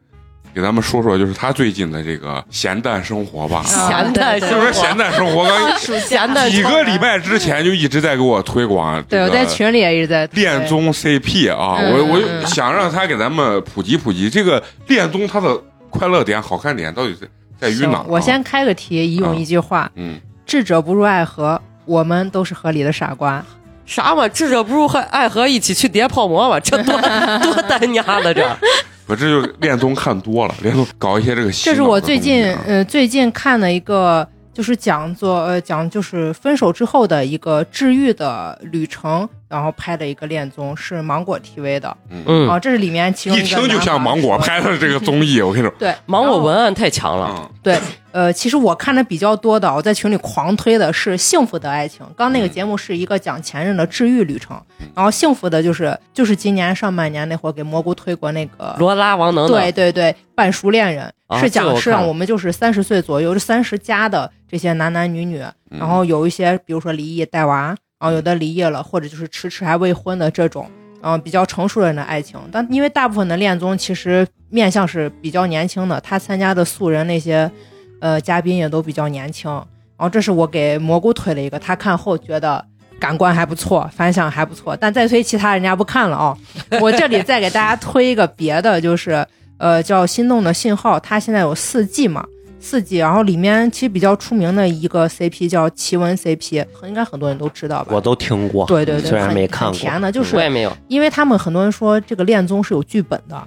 Speaker 1: 给咱们说说，就是他最近的这个咸淡生活吧。
Speaker 2: 咸淡
Speaker 1: 就说咸淡生活，刚
Speaker 3: 啊闲的
Speaker 1: 啊几个礼拜之前就一直在给我推广，
Speaker 3: 嗯对，我在。群里也一直在
Speaker 1: 呃恋综 CP 啊，
Speaker 3: 嗯
Speaker 1: 我我
Speaker 3: 嗯
Speaker 1: 就想让他给咱们普及普及这个恋综它的快乐点、好看点到底在在于
Speaker 3: 行
Speaker 1: 哪儿啊？
Speaker 3: 我先开个题，以用一句话：
Speaker 1: 嗯，
Speaker 3: 智者不入爱河，我们都是河里的傻瓜。
Speaker 2: 啥嘛？智者不入和爱河一起去叠泡馍吧？这多多单丫的这！
Speaker 1: 我这就恋综看多了， 恋综搞一些这个洗脑的东
Speaker 3: 这是
Speaker 1: 西啊。
Speaker 3: 我最近呃最近看的一个，就是讲做呃讲就是分手之后的一个治愈的旅程，然后拍的一个恋综，是芒果 TV 的。
Speaker 1: 嗯，
Speaker 2: 嗯
Speaker 3: 哦，，这是里面其中
Speaker 1: 啊一
Speaker 3: 个
Speaker 1: 听就
Speaker 3: 男
Speaker 1: 像
Speaker 3: 孩
Speaker 1: 芒果
Speaker 3: 说的
Speaker 1: 拍的这个综艺，我跟你说，
Speaker 3: 对
Speaker 2: 芒果
Speaker 3: 然后
Speaker 2: 文案太强了。
Speaker 1: 嗯，
Speaker 3: 对，呃，其实我看的比较多的，我在群里狂推的是《幸福的爱情》。刚那个节目是一个讲前任的治愈旅程，
Speaker 1: 嗯
Speaker 3: 然后幸福的就是就是今年上半年那会儿给蘑菇推过那个，
Speaker 2: 罗拉、王能
Speaker 3: 对
Speaker 2: 能，
Speaker 3: 对对，半熟恋人、
Speaker 2: 啊
Speaker 3: 是
Speaker 2: 这个
Speaker 3: 讲
Speaker 2: 我
Speaker 3: 是
Speaker 2: 看
Speaker 3: 让我们就是三十岁左右，就三十加的这些男男女女，
Speaker 1: 嗯
Speaker 2: 嗯
Speaker 3: 然后有一些比如说离异带娃，然后有的离异了，或者就是迟迟还未婚的这种。嗯，比较成熟人的爱情，但因为大部分的恋综其实面向是比较年轻的，他参加的素人那些，呃，嘉宾也都比较年轻。然后这是我给蘑菇推了一个，他看后觉得感官还不错，反响还不错，但再推其他人家不看 了啊、我这里再给大家推一个别的，就是呃叫《心动的信号》，它现在有四季嘛，四季，然后里面其实比较出名的一个 CP 叫奇闻 CP，应该很多人都知道吧？
Speaker 5: 我都听过，
Speaker 3: 对对对，
Speaker 5: 虽然
Speaker 3: 很
Speaker 5: 没看
Speaker 3: 很
Speaker 5: 过，嗯
Speaker 3: 甜的， 就
Speaker 2: 我
Speaker 3: 是
Speaker 2: 也没有。
Speaker 3: 因为他们很多人说这个恋综是有剧本的，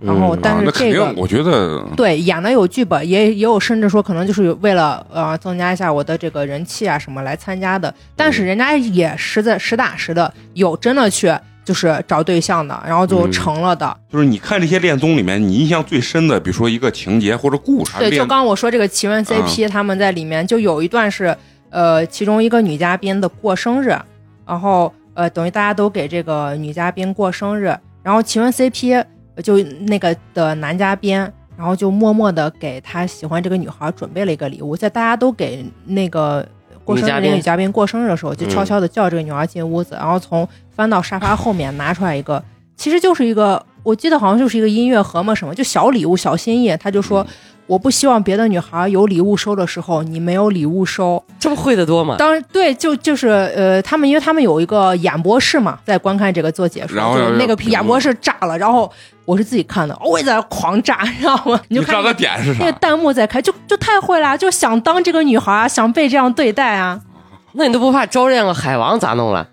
Speaker 3: 然后
Speaker 5: 嗯
Speaker 3: 但
Speaker 1: 啊
Speaker 3: 是
Speaker 1: 那肯
Speaker 3: 这个
Speaker 1: 定，我觉得
Speaker 3: 对，演的有剧本，也也有，甚至说可能就是为了呃增加一下我的这个人气啊什么来参加的。但是人家也实在实打实的有真的去就是找对象的，然后就
Speaker 5: 嗯
Speaker 3: 成了的。
Speaker 1: 就是你看这些恋综里面，你印象最深的，比如说一个情节或者故事，
Speaker 3: 对，就
Speaker 1: 恋
Speaker 3: 刚我说这个奇
Speaker 2: 嗯
Speaker 3: 闻 CP，、他们在里面就有一段是，呃，其中一个女嘉宾的过生日，然后呃，等于大家都给这个女嘉宾过生日，然后奇闻 CP 就那个的男嘉宾，然后就默默的给他喜欢这个女孩准备了一个礼物，在大家都给那个。过生日
Speaker 2: 女嘉
Speaker 3: 那
Speaker 2: 宾
Speaker 3: 个女嘉宾过生日的时候，
Speaker 1: 嗯
Speaker 3: 就悄悄的叫这个女孩进屋子，然后从翻到沙发后面拿出来一个，其实就是一个，我记得好像就是一个音乐盒嘛什么，就小礼物、小心意。他就说，
Speaker 1: 嗯
Speaker 3: 我不希望别的女孩有礼物收的时候，你没有礼物收。
Speaker 2: 这不会的多吗？
Speaker 3: 当然，对，就就是呃，他们因为他们有一个演播室嘛，在观看这个做解说，
Speaker 1: 然后
Speaker 3: 就
Speaker 1: 要
Speaker 3: 是那个
Speaker 1: 评论
Speaker 3: 演播室炸了，然后我是自己看的，哦我也在狂炸，你知道吗？你
Speaker 1: 你
Speaker 3: 就
Speaker 1: 知
Speaker 3: 看
Speaker 1: 道的点是啥
Speaker 3: 那个？弹幕在开，就就太会啦，就想当这个女孩啊，想被这样对待啊。
Speaker 2: 那你都不怕招这样个海王咋弄了？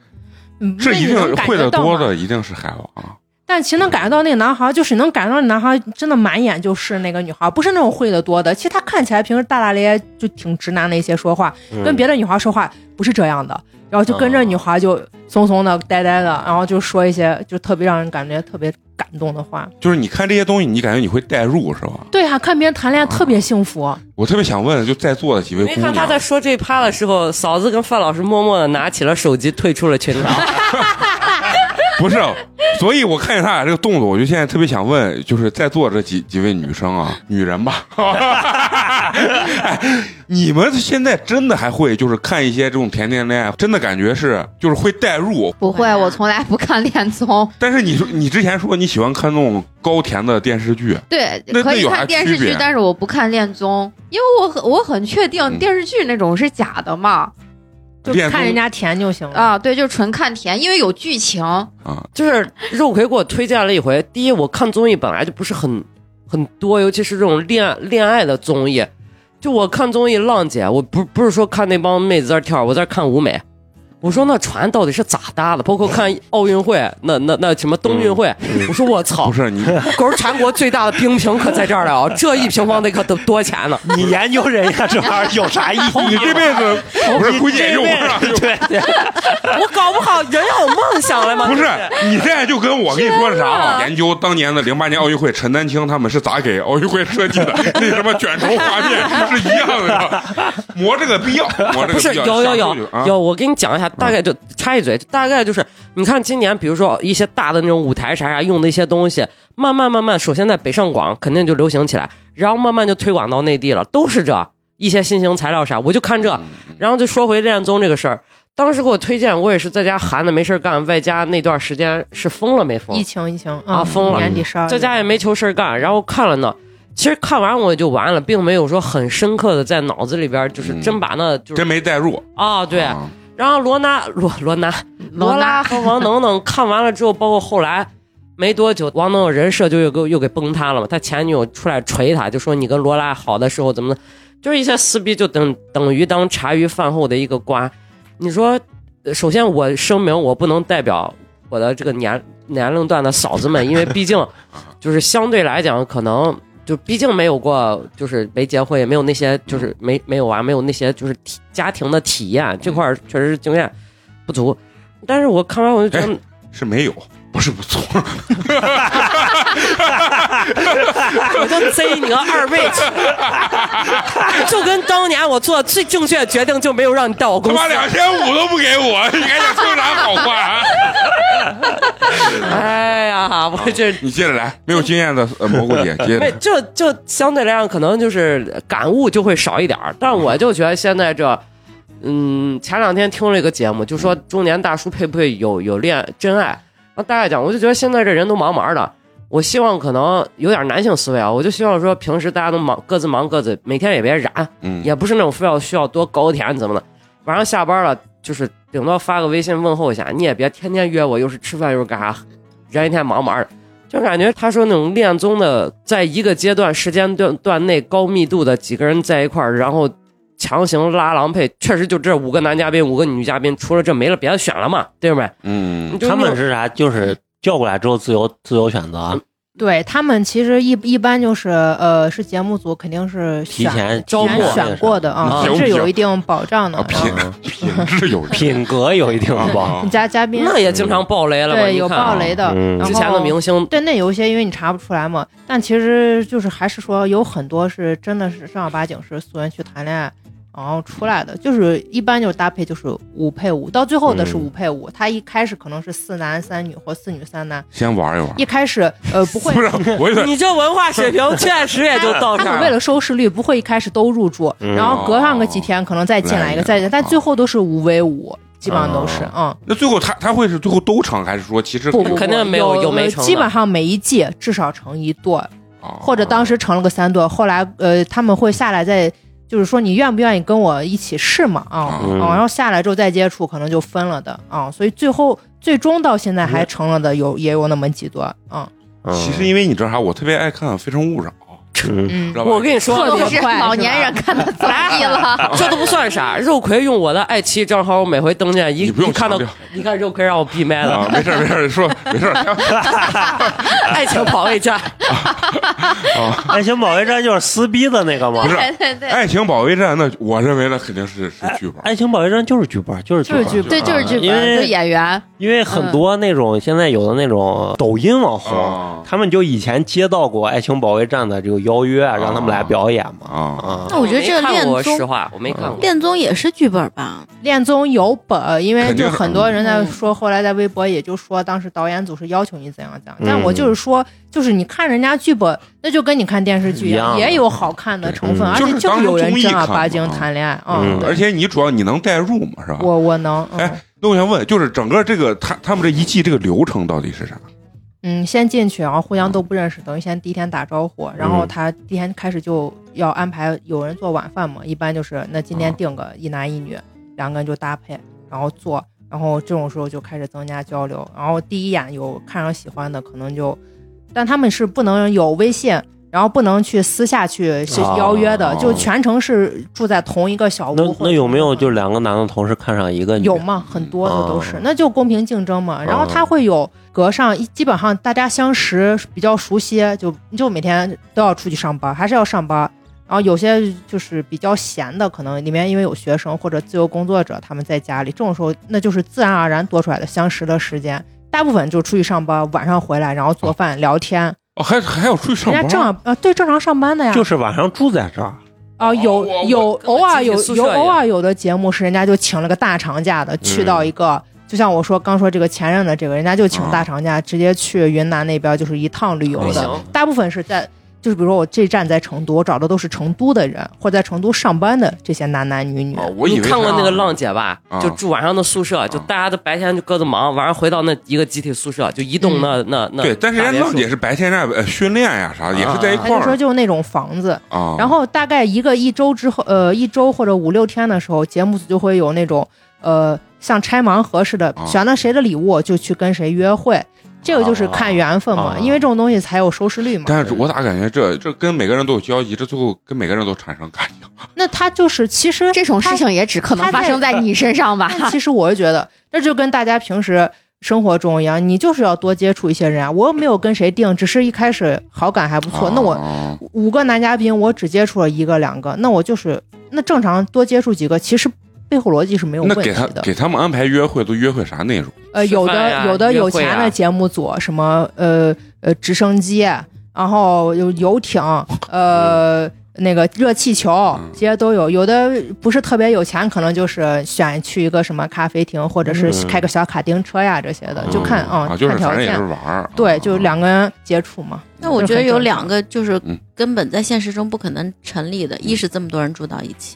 Speaker 3: 嗯
Speaker 1: 这
Speaker 3: 那
Speaker 1: 一
Speaker 3: 你能
Speaker 1: 定
Speaker 3: 感
Speaker 1: 会
Speaker 3: 觉
Speaker 1: 的
Speaker 3: 到
Speaker 1: 多
Speaker 3: 吗
Speaker 1: 的，一定是海王。啊
Speaker 3: 但其实能感觉到那个男孩，就是能感觉到那男孩真的满眼就是那个女孩，不是那种会的多的。其实他看起来平时大大咧咧，就挺直男的一些说话，
Speaker 1: 嗯
Speaker 3: 跟别的女孩说话不是这样的。然后就
Speaker 1: 哦
Speaker 3: 跟着女孩就怂怂的、呆呆的，然后就说一些就特别让人感觉特别感动的话。
Speaker 1: 就是你看这些东西，你感觉你会代入是吧？
Speaker 3: 对啊，看别人谈恋爱特别幸福。
Speaker 1: 我特别想问，就在座的几位
Speaker 2: 没
Speaker 1: 姑
Speaker 2: 看他在
Speaker 1: 娘，
Speaker 2: 说这趴 的时候，嫂子跟范老师默默的拿起了手机，退出了群聊。
Speaker 1: 不是，所以我看见他俩这个动作，我就现在特别想问，就是在座这几几位女生啊，女人吧， 哎你们现在真的还会就是看一些这种甜甜恋爱，真的感觉是就是会代入。
Speaker 4: 不会，我从来不看恋综。
Speaker 1: 但是你说你之前说你喜欢看那种高甜的电视剧，
Speaker 4: 对
Speaker 1: 那，
Speaker 4: 可
Speaker 1: 那
Speaker 4: 以
Speaker 1: 有啥
Speaker 4: 看电视
Speaker 1: 区别
Speaker 5: 啊
Speaker 4: 剧，但是我不看恋综，因为我很我很确定
Speaker 1: 嗯
Speaker 4: 电视剧那种是假的嘛。
Speaker 3: 就
Speaker 1: 恋
Speaker 3: 看
Speaker 1: 综
Speaker 3: 人家甜就
Speaker 1: 哦
Speaker 3: 行了。
Speaker 4: 啊，对，就纯看甜，因为有剧情。
Speaker 1: 啊，
Speaker 2: 就是肉葵给我推荐了一回。第一，我看综艺本来就不是很很多，尤其是这种恋恋爱的综艺。就我看综艺《浪姐》，我不不是说看那帮妹子在那跳，我在那看舞美。我说那船到底是咋搭的？包括看奥运会，那那那什么冬运会，我说我操
Speaker 1: 不，是你
Speaker 2: 狗是全国最大的冰瓶可在这儿了啊！这一平方得可得多钱呢？
Speaker 5: 你研究人家这玩意儿有啥意 义？
Speaker 1: 你这辈子
Speaker 3: 哦
Speaker 1: 不是估计也用不上，
Speaker 5: 对对对，
Speaker 2: 我搞不好人有梦想了吗？
Speaker 1: 不是，你现在就跟我跟你说啥啊？研究当年的零八年奥运会，陈丹青他们是咋给奥运会设计 的那什么卷轴画面是一样的，磨这个必 要，磨这个
Speaker 2: 不是
Speaker 1: 必要。
Speaker 2: 有有
Speaker 1: 想出
Speaker 2: 有
Speaker 1: 去啊
Speaker 2: 有，我给你讲一下，大概就插一嘴，大概就是你看今年，比如说一些大的那种舞台啥啥用的一些东西，慢慢慢慢，首先在北上广肯定就流行起来，然后慢慢就推广到内地了，都是这一些新型材料啥，我就看
Speaker 1: 嗯
Speaker 2: 这，然后就说回恋综这个事儿。当时给我推荐，我也是在家闲的没事儿干，外加那段时间是疯了没疯？
Speaker 3: 疫情疫情嗯
Speaker 2: 啊疯了
Speaker 3: 年底十二月
Speaker 2: 在家也没求事儿干，然后看了呢。其实看完我也就完了，并没有说很深刻的在脑子里边儿，就是
Speaker 1: 嗯
Speaker 2: 真把那就是
Speaker 1: 真没代入。
Speaker 2: 啊、对。
Speaker 1: 啊
Speaker 2: 然后罗娜罗罗娜罗拉和王能能看完了之后，包括后来没多久，王能能人设就又给又给崩塌了嘛。他前女友出来锤他，就说你跟罗拉好的时候怎么的，就是一些撕逼，就等等于当茶余饭后的一个瓜。你说，呃首先我声明，我不能代表我的这个年年龄段的嫂子们，因为 毕竟就是相对来讲，可能就毕竟没有过，就是没结婚，也没有那些就是没没有啊，没有那些就是体家庭的体验
Speaker 1: 嗯
Speaker 2: 这块儿，确实是经验不足。但是我看完我就觉 得，嗯
Speaker 1: 是没有，不是不错。
Speaker 2: 我就贼你个二位去， 就跟当年我做最正确的决定就没有让你到我
Speaker 1: 他
Speaker 2: 公司
Speaker 1: 妈，两千五都不给我，你还想说啥好话 啊？
Speaker 2: 哎呀，我这
Speaker 1: 你接着来，没有经验的呃蘑菇姐接
Speaker 2: 没
Speaker 1: 着。
Speaker 2: 就就相对来讲，可能就是感悟就会少一点儿。但我就觉得现在这，嗯，前两天听了一个节目，就说中年大叔配不配有有恋真爱？那大概讲，我就觉得现在这人都忙忙的。我希望可能有点男性思维啊，我就希望说平时大家都忙各自忙各自，每天也别染，
Speaker 1: 嗯，
Speaker 2: 也不是那种非要需要多高甜怎么的。晚上下班了，就是顶多发个微信问候一下，你也别天天约我，又是吃饭又是干啥，人一天忙忙的。就感觉他说那种恋综的，在一个阶段时间段段内高密度的几个人在一块儿，然后强行拉郎配，确实就这五个男嘉宾，五个女嘉宾，除了这没了别的选了嘛，对不对？
Speaker 1: 嗯，
Speaker 2: 就
Speaker 5: 他
Speaker 2: 那
Speaker 5: 们
Speaker 2: 种
Speaker 5: 是啥？就是叫过来之后自由自由选择，
Speaker 3: 对他们其实一一般就是呃是节目组肯定是
Speaker 5: 提
Speaker 3: 选
Speaker 5: 前
Speaker 2: 招
Speaker 3: 提前
Speaker 2: 募
Speaker 3: 选过的啊，
Speaker 1: 行
Speaker 3: 品
Speaker 1: 不
Speaker 3: 质
Speaker 1: 行
Speaker 3: 有一定保障的
Speaker 1: 啊。品
Speaker 3: 嗯
Speaker 1: 品质 有
Speaker 5: 品格有一定
Speaker 1: 啊
Speaker 5: 保。
Speaker 1: 啊
Speaker 3: 你加嘉宾
Speaker 2: 那也经常爆雷了吧？
Speaker 3: 对
Speaker 2: 你
Speaker 3: 有
Speaker 2: 看啊
Speaker 3: 爆雷的，
Speaker 5: 嗯
Speaker 3: 然
Speaker 2: 之
Speaker 3: 后
Speaker 2: 前的明 星，
Speaker 3: 对，那有一些因为你查不出来嘛，但其实就是还是说有很多是真的是正儿八经是素人去谈恋爱，然后出来的，就是一般就是搭配就是五配五，到最后的是
Speaker 5: 嗯
Speaker 3: 五配五，他一开始可能是四男三女或四女三男，
Speaker 1: 先玩一玩。
Speaker 3: 一开始呃不会
Speaker 1: 不。是，我就
Speaker 2: 你这文化水平确实也就到
Speaker 3: 他
Speaker 2: 这
Speaker 3: 们
Speaker 2: 儿
Speaker 3: 为
Speaker 2: 了。
Speaker 3: 了收视率，不会一开始都入驻，然后隔上个几天可能再进嗯哦来一个，
Speaker 1: 哦
Speaker 3: 再进来，但
Speaker 1: 哦
Speaker 3: 最后都是五 v 五，基本上都是，嗯，
Speaker 1: 那最后他他会是最后都成，还是说其实
Speaker 3: 不不不
Speaker 2: 肯定没有有
Speaker 3: 有呃
Speaker 2: 没成的
Speaker 3: 基本上每一季至少成一对，
Speaker 1: 啊
Speaker 3: 或者当时成了个三对，后来呃他们会下来再就是说你愿不愿意跟我一起试嘛啊、
Speaker 1: 嗯
Speaker 3: 啊，然后下来之后再接触，可能就分了的啊，所以最后最终到现在还成了的有也有那么几对啊，
Speaker 5: 嗯
Speaker 1: 其实因为你知道啥，我特别爱看《非诚勿扰》，
Speaker 5: 嗯
Speaker 3: 嗯
Speaker 1: 知，道吧？
Speaker 2: 我跟你
Speaker 4: 这
Speaker 2: 说，
Speaker 3: 特
Speaker 4: 都
Speaker 3: 别
Speaker 4: 是
Speaker 3: 快是吧
Speaker 4: 老年人看的综艺了，
Speaker 2: 这都不算啥。肉葵用我的爱奇艺账号，我每回登见一
Speaker 1: 你不用
Speaker 2: 一看到
Speaker 1: 强调，
Speaker 2: 一看肉葵让我闭麦了，
Speaker 1: 啊，没事儿没事儿，说没事儿。
Speaker 2: 爱情保 卫战。
Speaker 5: 爱情保卫战就是撕逼的那个 吗？
Speaker 1: 不是哎
Speaker 4: 对对对，
Speaker 1: 爱情保卫战，那我认为那肯定是是剧
Speaker 3: 哎
Speaker 1: 本。
Speaker 5: 爱情保卫战就是剧本，就是剧
Speaker 3: 就是剧
Speaker 5: 本。
Speaker 3: 本，嗯
Speaker 4: 对，
Speaker 1: 啊
Speaker 4: 就是剧
Speaker 5: 因
Speaker 4: 本，
Speaker 5: 为
Speaker 4: 就演员，
Speaker 5: 因为很多那呃种、现在有的那种抖音网红，
Speaker 1: 哦
Speaker 5: 他们就以前接到过《爱情保卫战》的这个有邀约，啊让他们来表演
Speaker 3: 哎
Speaker 5: 嘛。
Speaker 1: 啊，
Speaker 5: 啊，
Speaker 6: 那我觉得这个
Speaker 2: 没看过
Speaker 6: 恋综
Speaker 2: 实话我没看
Speaker 1: 嗯
Speaker 2: 过，
Speaker 6: 恋综也是剧本吧？
Speaker 3: 恋综有本，因为
Speaker 1: 肯定嗯
Speaker 3: 就是很多人在说，后来在微博也就说，当时导演组是要求你怎样讲，
Speaker 5: 嗯
Speaker 3: 但我就是说，就是你看人家剧本，那就跟你看电视剧一
Speaker 5: 一
Speaker 3: 样，
Speaker 5: 样
Speaker 3: 也有好看的成分，
Speaker 5: 嗯
Speaker 3: 而且
Speaker 1: 就是当
Speaker 3: 有人
Speaker 1: 综艺
Speaker 3: 正儿
Speaker 1: 看
Speaker 3: 八
Speaker 1: 嘛
Speaker 3: 经谈恋爱啊
Speaker 5: 嗯。
Speaker 3: 对
Speaker 1: 而且你主要你能代入嘛，是吧？
Speaker 3: 我我能，嗯
Speaker 1: 哎那我想问，就是整个这个他他们这一季这个流程到底是啥？
Speaker 3: 嗯，先进去，然后互相都不认识，等于先第一天打招呼，然
Speaker 5: 嗯
Speaker 3: 后他第一天开始就要安排有人做晚饭嘛，一般就是那今
Speaker 5: 啊
Speaker 3: 天定个一男一女，两个人就搭配，然后做，然后这种时候就开始增加交流，然后第一眼有看上喜欢的，可能就，但他们是不能有微信。然后不能去私下去是
Speaker 5: 哦
Speaker 3: 邀约的，就全程是住在同一个小屋
Speaker 5: 那
Speaker 3: 或者什么
Speaker 5: 那
Speaker 3: 的。
Speaker 5: 有没有就两个男的同时看上一个女的？
Speaker 3: 有吗？很多的都是，
Speaker 5: 哦
Speaker 3: 那就公平竞争嘛。然后他会有隔上，一基本上大家相识比较熟悉，就就每天都要出去上班，还是要上班。然后有些就是比较闲的，可能里面因为有学生或者自由工作者，他们在家里，这种时候那就是自然而然多出来的相识的时间。大部分就出去上班，晚上回来，然后做饭、聊天。
Speaker 1: 哦，还还要出去上
Speaker 3: 人家
Speaker 1: 班？
Speaker 3: 正常呃，对，正常上班的呀。
Speaker 5: 就是晚上住在这儿，
Speaker 3: 啊，有
Speaker 1: 我
Speaker 3: 有
Speaker 2: 哦跟我
Speaker 3: 偶尔
Speaker 2: 集体
Speaker 3: 有
Speaker 2: 宿
Speaker 3: 有
Speaker 2: 舍一
Speaker 3: 偶
Speaker 2: 样
Speaker 3: 尔有的节目是人家就请了个大长假的，去
Speaker 2: 嗯
Speaker 3: 到一个就像我说刚说这个前任的这个，人家就请
Speaker 1: 啊
Speaker 3: 大长假，直接去云南那边就是一趟旅游
Speaker 2: 旅
Speaker 3: 的
Speaker 2: 行，
Speaker 3: 大部分是在。就是比如说我这站在成都，我找的都是成都的人，或者在成都上班的这些男男女女。
Speaker 1: 哦，我以
Speaker 2: 你
Speaker 1: 为
Speaker 2: 看过
Speaker 1: 他
Speaker 2: 那个浪姐吧？
Speaker 1: 啊
Speaker 2: 就住晚上的宿舍，就大家都白天就各自忙，晚上回到那一个集体宿舍，就一栋那那那
Speaker 1: 嗯对，但是人家浪姐
Speaker 2: 是
Speaker 1: 是白天在呃训练呀啥，也是在一
Speaker 3: 啊他
Speaker 1: 块
Speaker 3: 就说
Speaker 1: 儿
Speaker 3: 就是那种房子，
Speaker 1: 啊。
Speaker 3: 然后大概一个一周之后，呃，一周或者五六天的时候，节目组就会有那种呃，像拆盲盒似的
Speaker 1: 啊，
Speaker 3: 选了谁的礼物就去跟谁约会，这个
Speaker 1: 哦
Speaker 3: 就是看缘分嘛
Speaker 5: 啊，
Speaker 3: 因为这种东西才有收视率嘛。
Speaker 1: 但是我咋感觉这这跟每个人都有交集，这最后跟每个人都产生感情？
Speaker 3: 那他就是其实
Speaker 4: 这种事情也只可能发生在你身上吧。
Speaker 3: 但其实我是觉得，这就跟大家平时生活中一样，你就是要多接触一些人啊。我又没有跟谁定，只是一开始好感还不错，那我
Speaker 1: 啊
Speaker 3: 五个男嘉宾我只接触了一个两个，那我就是那正常多接触几个，其实背后逻辑是没有
Speaker 1: 那
Speaker 3: 问
Speaker 1: 给
Speaker 3: 题
Speaker 1: 他
Speaker 3: 的。
Speaker 1: 给他们安排约会都约会啥内容？
Speaker 3: 呃，
Speaker 2: 吃
Speaker 3: 有
Speaker 2: 饭呀
Speaker 3: 的有的
Speaker 2: 约
Speaker 3: 有
Speaker 2: 会
Speaker 3: 钱
Speaker 2: 呀，
Speaker 3: 的节目组，什么呃呃直升机，然后有游艇，呃。那个热气球
Speaker 1: 嗯
Speaker 3: 这些都有，有的不是特别有钱，可能就是选去一个什么咖啡厅，或者是
Speaker 5: 嗯
Speaker 3: 开个小卡丁车呀这些的，就看
Speaker 1: 啊，
Speaker 3: 嗯
Speaker 1: 就是
Speaker 3: 看条
Speaker 1: 反正也
Speaker 3: 件
Speaker 1: 是。玩儿。
Speaker 3: 对，
Speaker 1: 啊
Speaker 3: 就两个人接触嘛。
Speaker 6: 那我觉得有两
Speaker 3: 个，
Speaker 6: 个就是
Speaker 1: 嗯
Speaker 6: 根本在现实中不可能成立的，一是这么多人住到一起，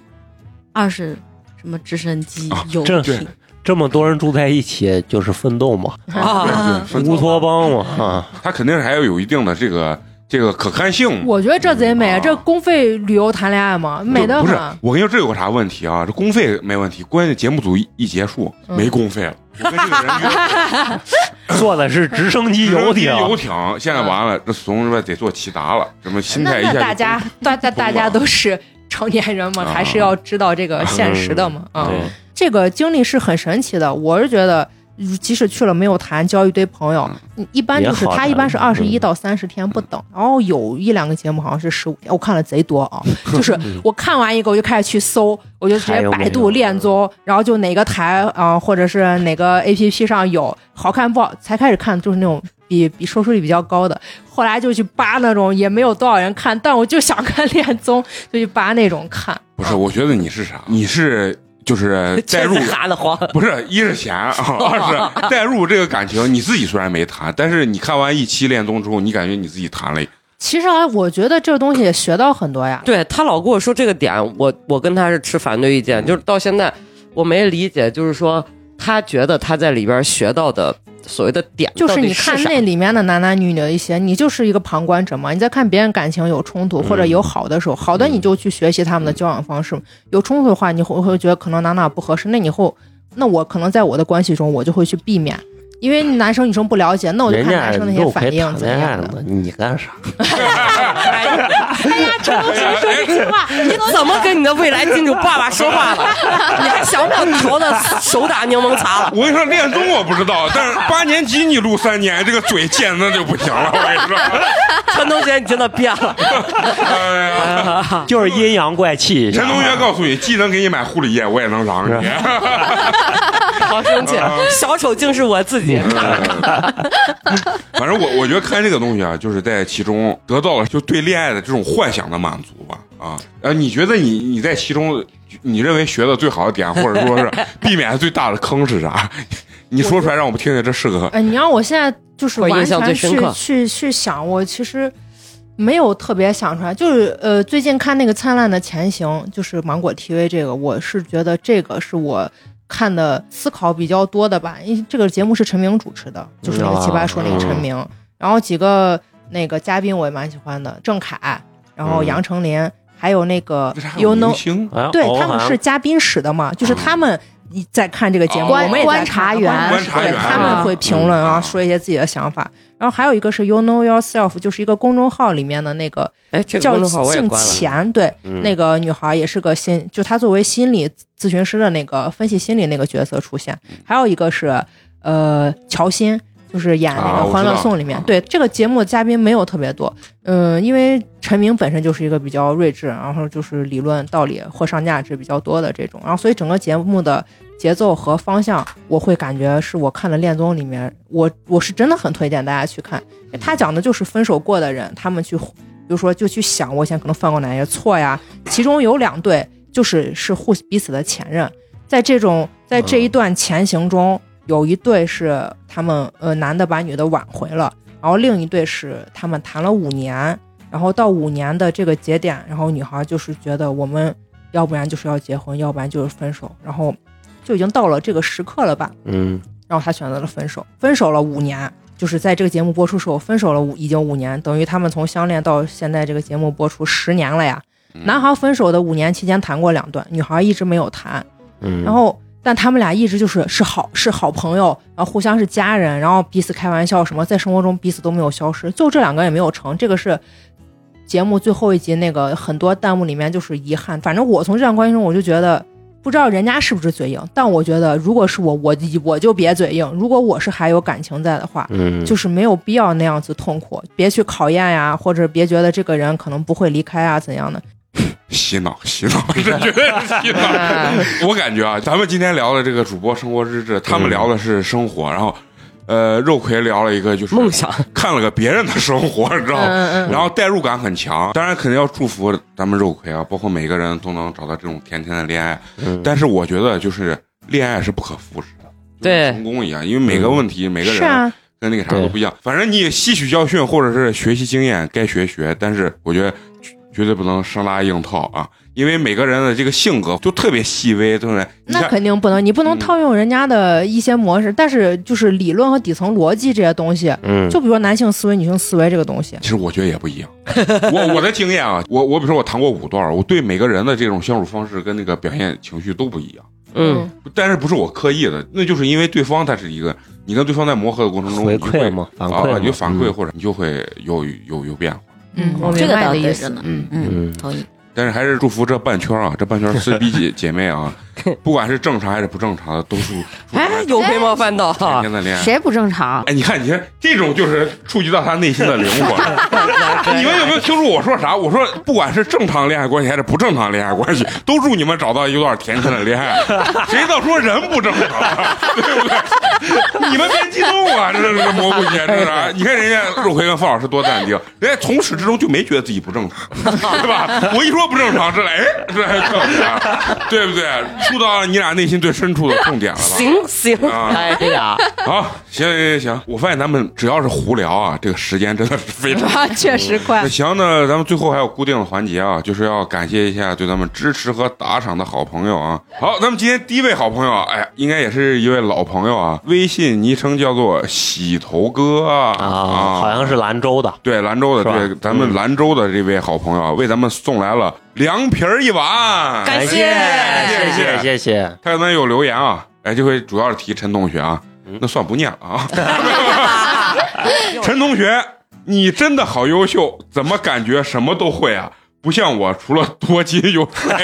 Speaker 6: 二是什么直升机
Speaker 1: 啊、
Speaker 6: 游
Speaker 5: 这
Speaker 6: 艇
Speaker 5: 这么多人住在一起就是奋斗嘛，
Speaker 1: 对
Speaker 6: 啊
Speaker 1: 对，分
Speaker 5: 乌托邦嘛，啊，
Speaker 1: 他肯定是还要有一定的这个这个可看性。
Speaker 3: 我觉得这贼美，
Speaker 1: 啊
Speaker 3: 这公费旅游谈恋爱嘛，美得
Speaker 1: 不是
Speaker 3: 很。，
Speaker 1: 我跟你说这有个啥问题啊？这公费没问题，关键节目组一一结束
Speaker 3: 嗯
Speaker 1: 没公费了。我跟这个人 约
Speaker 5: 坐的是直升机游艇，
Speaker 1: 游艇，现在完了，这怂是吧？得做骐达了，什么心
Speaker 3: 那
Speaker 1: 态一下
Speaker 3: 那
Speaker 1: 就
Speaker 3: 大家大大大家都是成年人嘛，
Speaker 1: 啊嗯
Speaker 3: 还是要知道这个现实的嘛啊。
Speaker 5: 对，
Speaker 3: 这个经历是很神奇的，我是觉得。嗯即使去了没有谈，交一堆朋友，你一般就是
Speaker 5: 嗯也好
Speaker 3: 他
Speaker 5: 谈
Speaker 3: 一般是二十一
Speaker 5: 嗯
Speaker 3: 到三十天不等，然后有一两个节目好像是十五天，我看了贼多啊， 就是我看完一个我就开始去搜，我就直
Speaker 5: 还
Speaker 3: 接
Speaker 5: 嗯有没
Speaker 3: 百
Speaker 5: 有
Speaker 3: 度恋综，然后就哪个台啊、或者是哪个 A P P 上有好看不好，才开始看就是那种比比收视率比较高的，后来就去扒那种也没有多少人看，但我就想看恋综，就去扒那种看，
Speaker 1: 不是，我觉得你是啥？你是就是 代入
Speaker 2: 哈的慌。
Speaker 1: 不是一是闲啊，二是代入这个感情。你自己虽然没谈，但是你看完一期恋综之后，你感觉你自己谈了一，
Speaker 3: 其实啊，我觉得这东西也学到很多呀。
Speaker 2: 对他老跟我说这个点，我我跟他是持反对意
Speaker 1: 嗯
Speaker 2: 见，就是到现在我没理解，就是说他觉得他在里边学到的所谓的点，
Speaker 3: 就是你
Speaker 2: 是
Speaker 3: 看
Speaker 2: 啥
Speaker 3: 那里面的男男女女的一些，你就是一个旁观者嘛。你在看别人感情有冲突
Speaker 5: 嗯
Speaker 3: 或者有好的时候，好的你就去学习他们的交往方式。有冲突的话，你会会觉得可能哪哪不合适，那你后那我可能在我的关系中，我就会去避免，因为男生女生不了解， 那我就
Speaker 5: 人
Speaker 3: 看
Speaker 5: 家
Speaker 3: 男生那些
Speaker 5: 又可
Speaker 3: 反
Speaker 5: 以
Speaker 3: 应
Speaker 5: 谈
Speaker 3: 怎
Speaker 5: 恋
Speaker 3: 么
Speaker 5: 爱
Speaker 3: 样
Speaker 5: 了
Speaker 3: 的。
Speaker 5: 呢，你干啥？
Speaker 1: 哎
Speaker 2: 怎么跟你的未来金主爸爸说话 了？你还想不想调的手打柠檬茶了？
Speaker 1: 我跟你说，恋综我不知道，但是八年级你录三年，这个嘴贱的就不行了。我跟你说，
Speaker 2: 陈同学，你真的变了。
Speaker 1: 哎呀，
Speaker 3: 啊
Speaker 5: 就是阴阳怪气一下。
Speaker 1: 陈同学告诉你，既能给你买护理液，我也能嚷你。
Speaker 2: 好生气
Speaker 1: 啊，
Speaker 2: 小丑竟是我自己。
Speaker 1: 反正我我觉得看这个东西啊，就是在其中得到了就对恋爱的这种幻想的满足吧。啊，呃，你觉得你你在其中，你认为学的最好的点，或者说 是避免最大的坑是啥？ 你说出来让我们听听，这是个
Speaker 3: 哎，你让我现在就是
Speaker 2: 我印
Speaker 3: 完
Speaker 2: 象最
Speaker 3: 全
Speaker 2: 深
Speaker 3: 去
Speaker 2: 刻
Speaker 3: 去去想，我其实没有特别想出来。就是呃，最近看那个《灿烂的前行》，就是芒果 TV 这个，我是觉得这个是我看的思考比较多的吧，因为这个节目是陈明主持的，就是那个
Speaker 2: 啊
Speaker 3: 奇葩说
Speaker 2: 嗯
Speaker 3: 那个陈明，然后几个那个嘉宾我也蛮喜欢的，郑恺，然后
Speaker 5: 嗯
Speaker 3: 杨丞琳，还有那个
Speaker 1: 这啥
Speaker 3: You
Speaker 1: 有
Speaker 3: Know
Speaker 1: 明星
Speaker 2: 啊
Speaker 5: 哎
Speaker 3: 对
Speaker 2: 哦
Speaker 5: 我
Speaker 3: 他们
Speaker 5: 好像
Speaker 3: 是嘉宾使的嘛，
Speaker 2: 嗯
Speaker 3: 就是他们一在看这个节目，
Speaker 1: 观
Speaker 3: 我们也在
Speaker 4: 观
Speaker 3: 看
Speaker 4: 察
Speaker 3: 啊
Speaker 4: 员
Speaker 1: 观察
Speaker 3: 对
Speaker 1: 员
Speaker 3: 他们会评论啊，
Speaker 1: 嗯
Speaker 3: 说一些自己的想法。然后还有一个是 You Know Yourself，就是一个公众号里面的那个
Speaker 2: 哎，这个
Speaker 3: 叫
Speaker 2: 公众号我也
Speaker 3: 姓
Speaker 2: 关了。
Speaker 3: 钱，对，
Speaker 5: 嗯
Speaker 3: 那个女孩也是个心，就她作为心理咨询师的那个分析心理那个角色出现。
Speaker 1: 嗯
Speaker 3: 还有一个是呃乔欣，就是演那
Speaker 1: 啊
Speaker 3: 个
Speaker 1: 我
Speaker 3: 《
Speaker 1: 知
Speaker 3: 欢乐
Speaker 1: 道
Speaker 3: 颂》里面。
Speaker 1: 嗯
Speaker 3: 对这个节目的嘉宾没有特别多，嗯、因为陈明本身就是一个比较睿智，然后就是理论道理或上价值比较多的这种，然后所以整个节目的节奏和方向，我会感觉是我看的《恋综》里面，我我是真的很推荐大家去看。因为他讲的就是分手过的人，他们去，比如说就去想我以前可能犯过哪些错呀。其中有两对就是是互彼此的前任，在这种在这一段前行中，有一对是他们呃男的把女的挽回了，然后另一对是他们谈了五年，然后到五年的这个节点，然后女孩就是觉得我们要不然就是要结婚，要不然就是分手，然后就已经到了这个时刻了吧。
Speaker 5: 嗯，
Speaker 3: 然后他选择了分手，分手了五年，就是在这个节目播出时候分手了五，已经五年，等于他们从相恋到现在这个节目播出十年了呀。男孩分手的五年期间谈过两段，女孩一直没有谈，
Speaker 5: 嗯，
Speaker 3: 然后但他们俩一直就是是好是好朋友，然后互相是家人，然后彼此开玩笑什么，在生活中彼此都没有消失，就这两个也没有成，这个是。节目最后一集那个很多弹幕里面就是遗憾，反正我从这段关系中我就觉得不知道人家是不是嘴硬，但我觉得如果是我，我我就别嘴硬。如果我是还有感情在的话，
Speaker 5: 嗯，
Speaker 3: 就是没有必要那样子痛苦，别去考验呀，或者别觉得这个人可能不会离开啊怎样的。
Speaker 1: 洗脑洗 脑，这绝对是洗脑。我感觉啊，咱们今天聊的这个主播生活日志，他们聊的是生活，然后呃，肉葵聊了一个就是
Speaker 2: 梦想，
Speaker 1: 看了个别人的生活，你知道吗？
Speaker 3: 嗯嗯
Speaker 1: 然后代入感很强，当然肯定要祝福咱们肉葵啊，包括每个人都能找到这种甜甜的恋爱。
Speaker 3: 嗯
Speaker 5: 嗯
Speaker 1: 但是我觉得就是恋爱是不可复制的，就
Speaker 2: 对
Speaker 1: 跟成功一样，因为每个问题、每
Speaker 3: 嗯，
Speaker 1: 个
Speaker 3: 是
Speaker 1: 人
Speaker 3: 啊，
Speaker 1: 跟那个啥都不一样。反正你吸取教训或者是学习经验，该学学，但是我觉得绝绝对不能生拉硬套啊，因为每个人的这个性格就特别细微，对不对？你
Speaker 3: 那
Speaker 1: 看，
Speaker 3: 肯定不能，你不能
Speaker 1: 嗯
Speaker 3: 套用人家的一些模式，但是就是理论和底层逻辑这些东西，
Speaker 5: 嗯，
Speaker 3: 就比如说男性思维、女性思维这个东西，
Speaker 1: 其实我觉得也不 一样。我我的经验啊，我我比如说我谈过五段，我对每个人的这种相处方式跟那个表现情绪都不一样。
Speaker 2: 嗯，
Speaker 1: 但是不是我刻意的，那就是因为对方他是一个，你跟对方在磨合的过程中，
Speaker 5: 回
Speaker 1: 你就会
Speaker 5: 馈嘛，反馈
Speaker 1: 啊，
Speaker 5: 嘛
Speaker 1: 你就反馈
Speaker 5: 嗯
Speaker 1: 或者你就会有有有变化。
Speaker 3: 嗯我
Speaker 6: 这
Speaker 3: 明
Speaker 6: 个
Speaker 3: 白
Speaker 6: 倒
Speaker 3: 你的
Speaker 6: 对
Speaker 3: 意思
Speaker 6: 着。呢，
Speaker 1: 嗯
Speaker 6: 嗯
Speaker 5: 嗯
Speaker 6: 同意。
Speaker 1: 但是还是祝福这半圈啊，这半圈撕逼姐 姐妹 啊，不管是正常还是不正常的，都是
Speaker 2: 哎，有被冒犯到
Speaker 1: 天
Speaker 2: 哈，
Speaker 1: 天的恋爱。
Speaker 4: 谁不正常？
Speaker 1: 哎，你看，你看，这种就是触及到他内心的灵魂。你们有没有听出我说啥？我说，不管是正常恋爱关系还是不正常恋爱关系，都祝你们找到一段甜甜的恋爱。谁到说人不正常、啊，对不对？你们别激动啊，这是蘑菇姐，这是啊。你看人家肉葵跟范老师多淡定，人家从始至终就没觉得自己不正常，对吧？我一说不正常，这哎，这还正常，对不对？触到了你俩内心最深处的痛点了吧？
Speaker 2: 行行，
Speaker 1: 啊
Speaker 5: 哎呀，
Speaker 1: 好，行行行行，我发现咱们只要是胡聊啊，这个时间真的是非 常。
Speaker 4: 啊，确实快
Speaker 1: 那。行，那咱们最后还有固定的环节啊，就是要感谢一下对咱们支持和打赏的好朋友啊。好，咱们今天第一位好朋友，哎，应该也是一位老朋友啊，微信昵称叫做洗头哥啊，
Speaker 5: 啊，好像是兰州的，
Speaker 1: 对兰州的，
Speaker 5: 是吧嗯
Speaker 1: 对咱们兰州的这位好朋友啊，为咱们送来了凉皮儿一碗，
Speaker 2: 感谢
Speaker 1: 哎谢
Speaker 5: 谢谢
Speaker 1: 谢
Speaker 5: 谢谢，
Speaker 1: 他们有留言啊，哎，这回主要是提陈同学啊，那算不念了啊。陈同学，你真的好优秀，怎么感觉什么都会啊？不像我，除了多金有帅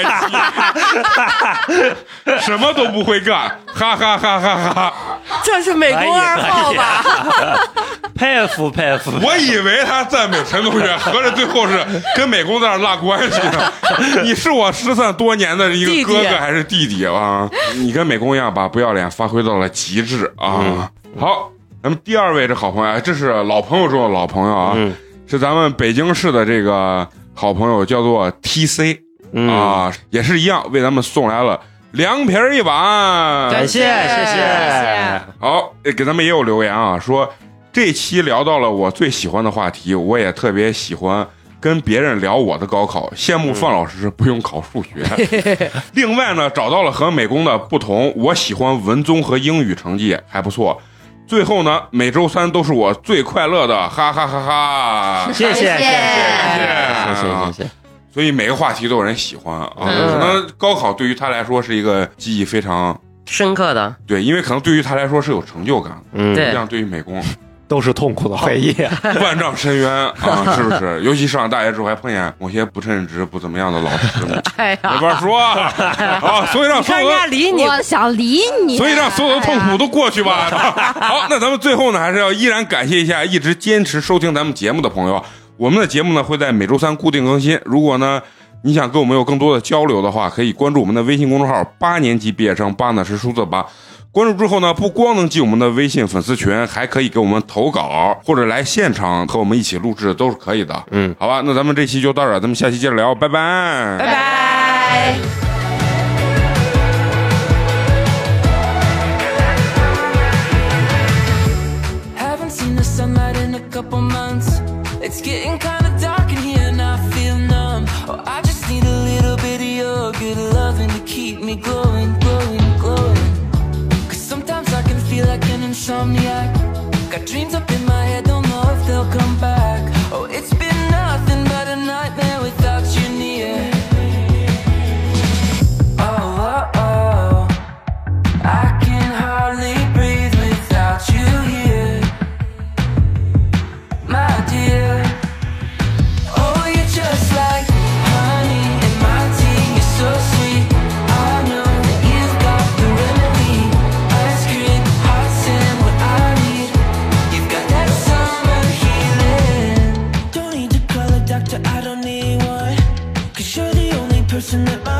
Speaker 1: 气，什么都不会干，哈哈哈哈哈！
Speaker 2: 这是美工二号吧？
Speaker 5: 佩服佩服，
Speaker 1: 我以为他赞美陈同学，合着最后是跟美工在那儿拉关系 呢。你是我失散多年的一个哥
Speaker 2: 弟弟
Speaker 1: 哥还是弟弟啊？你跟美工一样，把不要脸发挥到了极致啊！好，咱们第二位这好朋友，哎这是老朋友中的老朋友啊，
Speaker 5: 嗯
Speaker 1: 是咱们北京市的这个好朋友，叫做 T C
Speaker 5: 嗯，
Speaker 1: 啊，也是一样为咱们送来了凉皮儿一碗，
Speaker 5: 感谢谢
Speaker 4: 谢
Speaker 5: 谢，
Speaker 1: 好，呃给咱们也有留言啊，说这期聊到了我最喜欢的话题，我也特别喜欢跟别人聊我的高考，羡慕范老师不用考数学。另外呢，找到了和美工的不同，我喜欢文综和英语成绩还不错。最后呢，每周三都是我最快乐的，哈哈哈哈！
Speaker 5: 谢谢谢谢
Speaker 4: 谢
Speaker 5: 谢谢谢谢，
Speaker 1: 所以每个话题都有人喜欢啊，
Speaker 2: 嗯
Speaker 1: 可能高考对于他来说是一个记忆非常
Speaker 2: 深刻的，
Speaker 1: 对，因为可能对于他来说是有成就感的，
Speaker 5: 嗯，
Speaker 1: 不
Speaker 2: 对
Speaker 1: 像对于美工。
Speaker 5: 都是痛苦的回忆，啊
Speaker 1: 万丈深渊啊，是不 是？尤其上大学之后，还碰见某些不称职、不怎么样的老师，没
Speaker 2: 哎呀，
Speaker 1: 法说 啊。啊所以让
Speaker 2: 你
Speaker 1: 所
Speaker 2: 看
Speaker 1: 有
Speaker 2: 人家
Speaker 1: 的，
Speaker 2: 理你，
Speaker 4: 我想理你，
Speaker 1: 所以让所有的痛
Speaker 4: 哎
Speaker 1: 苦
Speaker 4: 呀
Speaker 1: 都过去 吧。好，那咱们最后呢，还是要依然感谢一下一直坚持收听咱们节目的朋友。我们的节目呢会在每周三固定更新。如果呢你想跟我们有更多的交流的话，可以关注我们的微信公众号“八年级毕业生”，八呢是数字八。关注之后呢，不光能进我们的微信粉丝群，还可以给我们投稿，或者来现场和我们一起录制都是可以的。
Speaker 5: 嗯，
Speaker 1: 好吧，那咱们这期就到这儿，咱们下期接着聊，拜拜
Speaker 2: 拜拜。
Speaker 7: Haven't seen the sunlight in a couple months. It's getting kinda dark in here and I feel numb. Oh, I just need a little bit of your good loving to keep me glowing, glowing, glowing. Cause sometimes I can feel like an insomniac. Got dreams up in my head, don't know if they'll come back. Oh, it's been nothing but a nightmare without you near. Oh, oh, oh. I can hardly breathe without you here, my dear. Oh, you're just like honey in my tea. You're so sweet. I know that you've got the remedy. Ice cream, hot sand, what I need. You've got that summer healing. Don't need to call a doctor. I don't need one. 'Cause you're the only person that my Oh, Oh, Oh, Oh,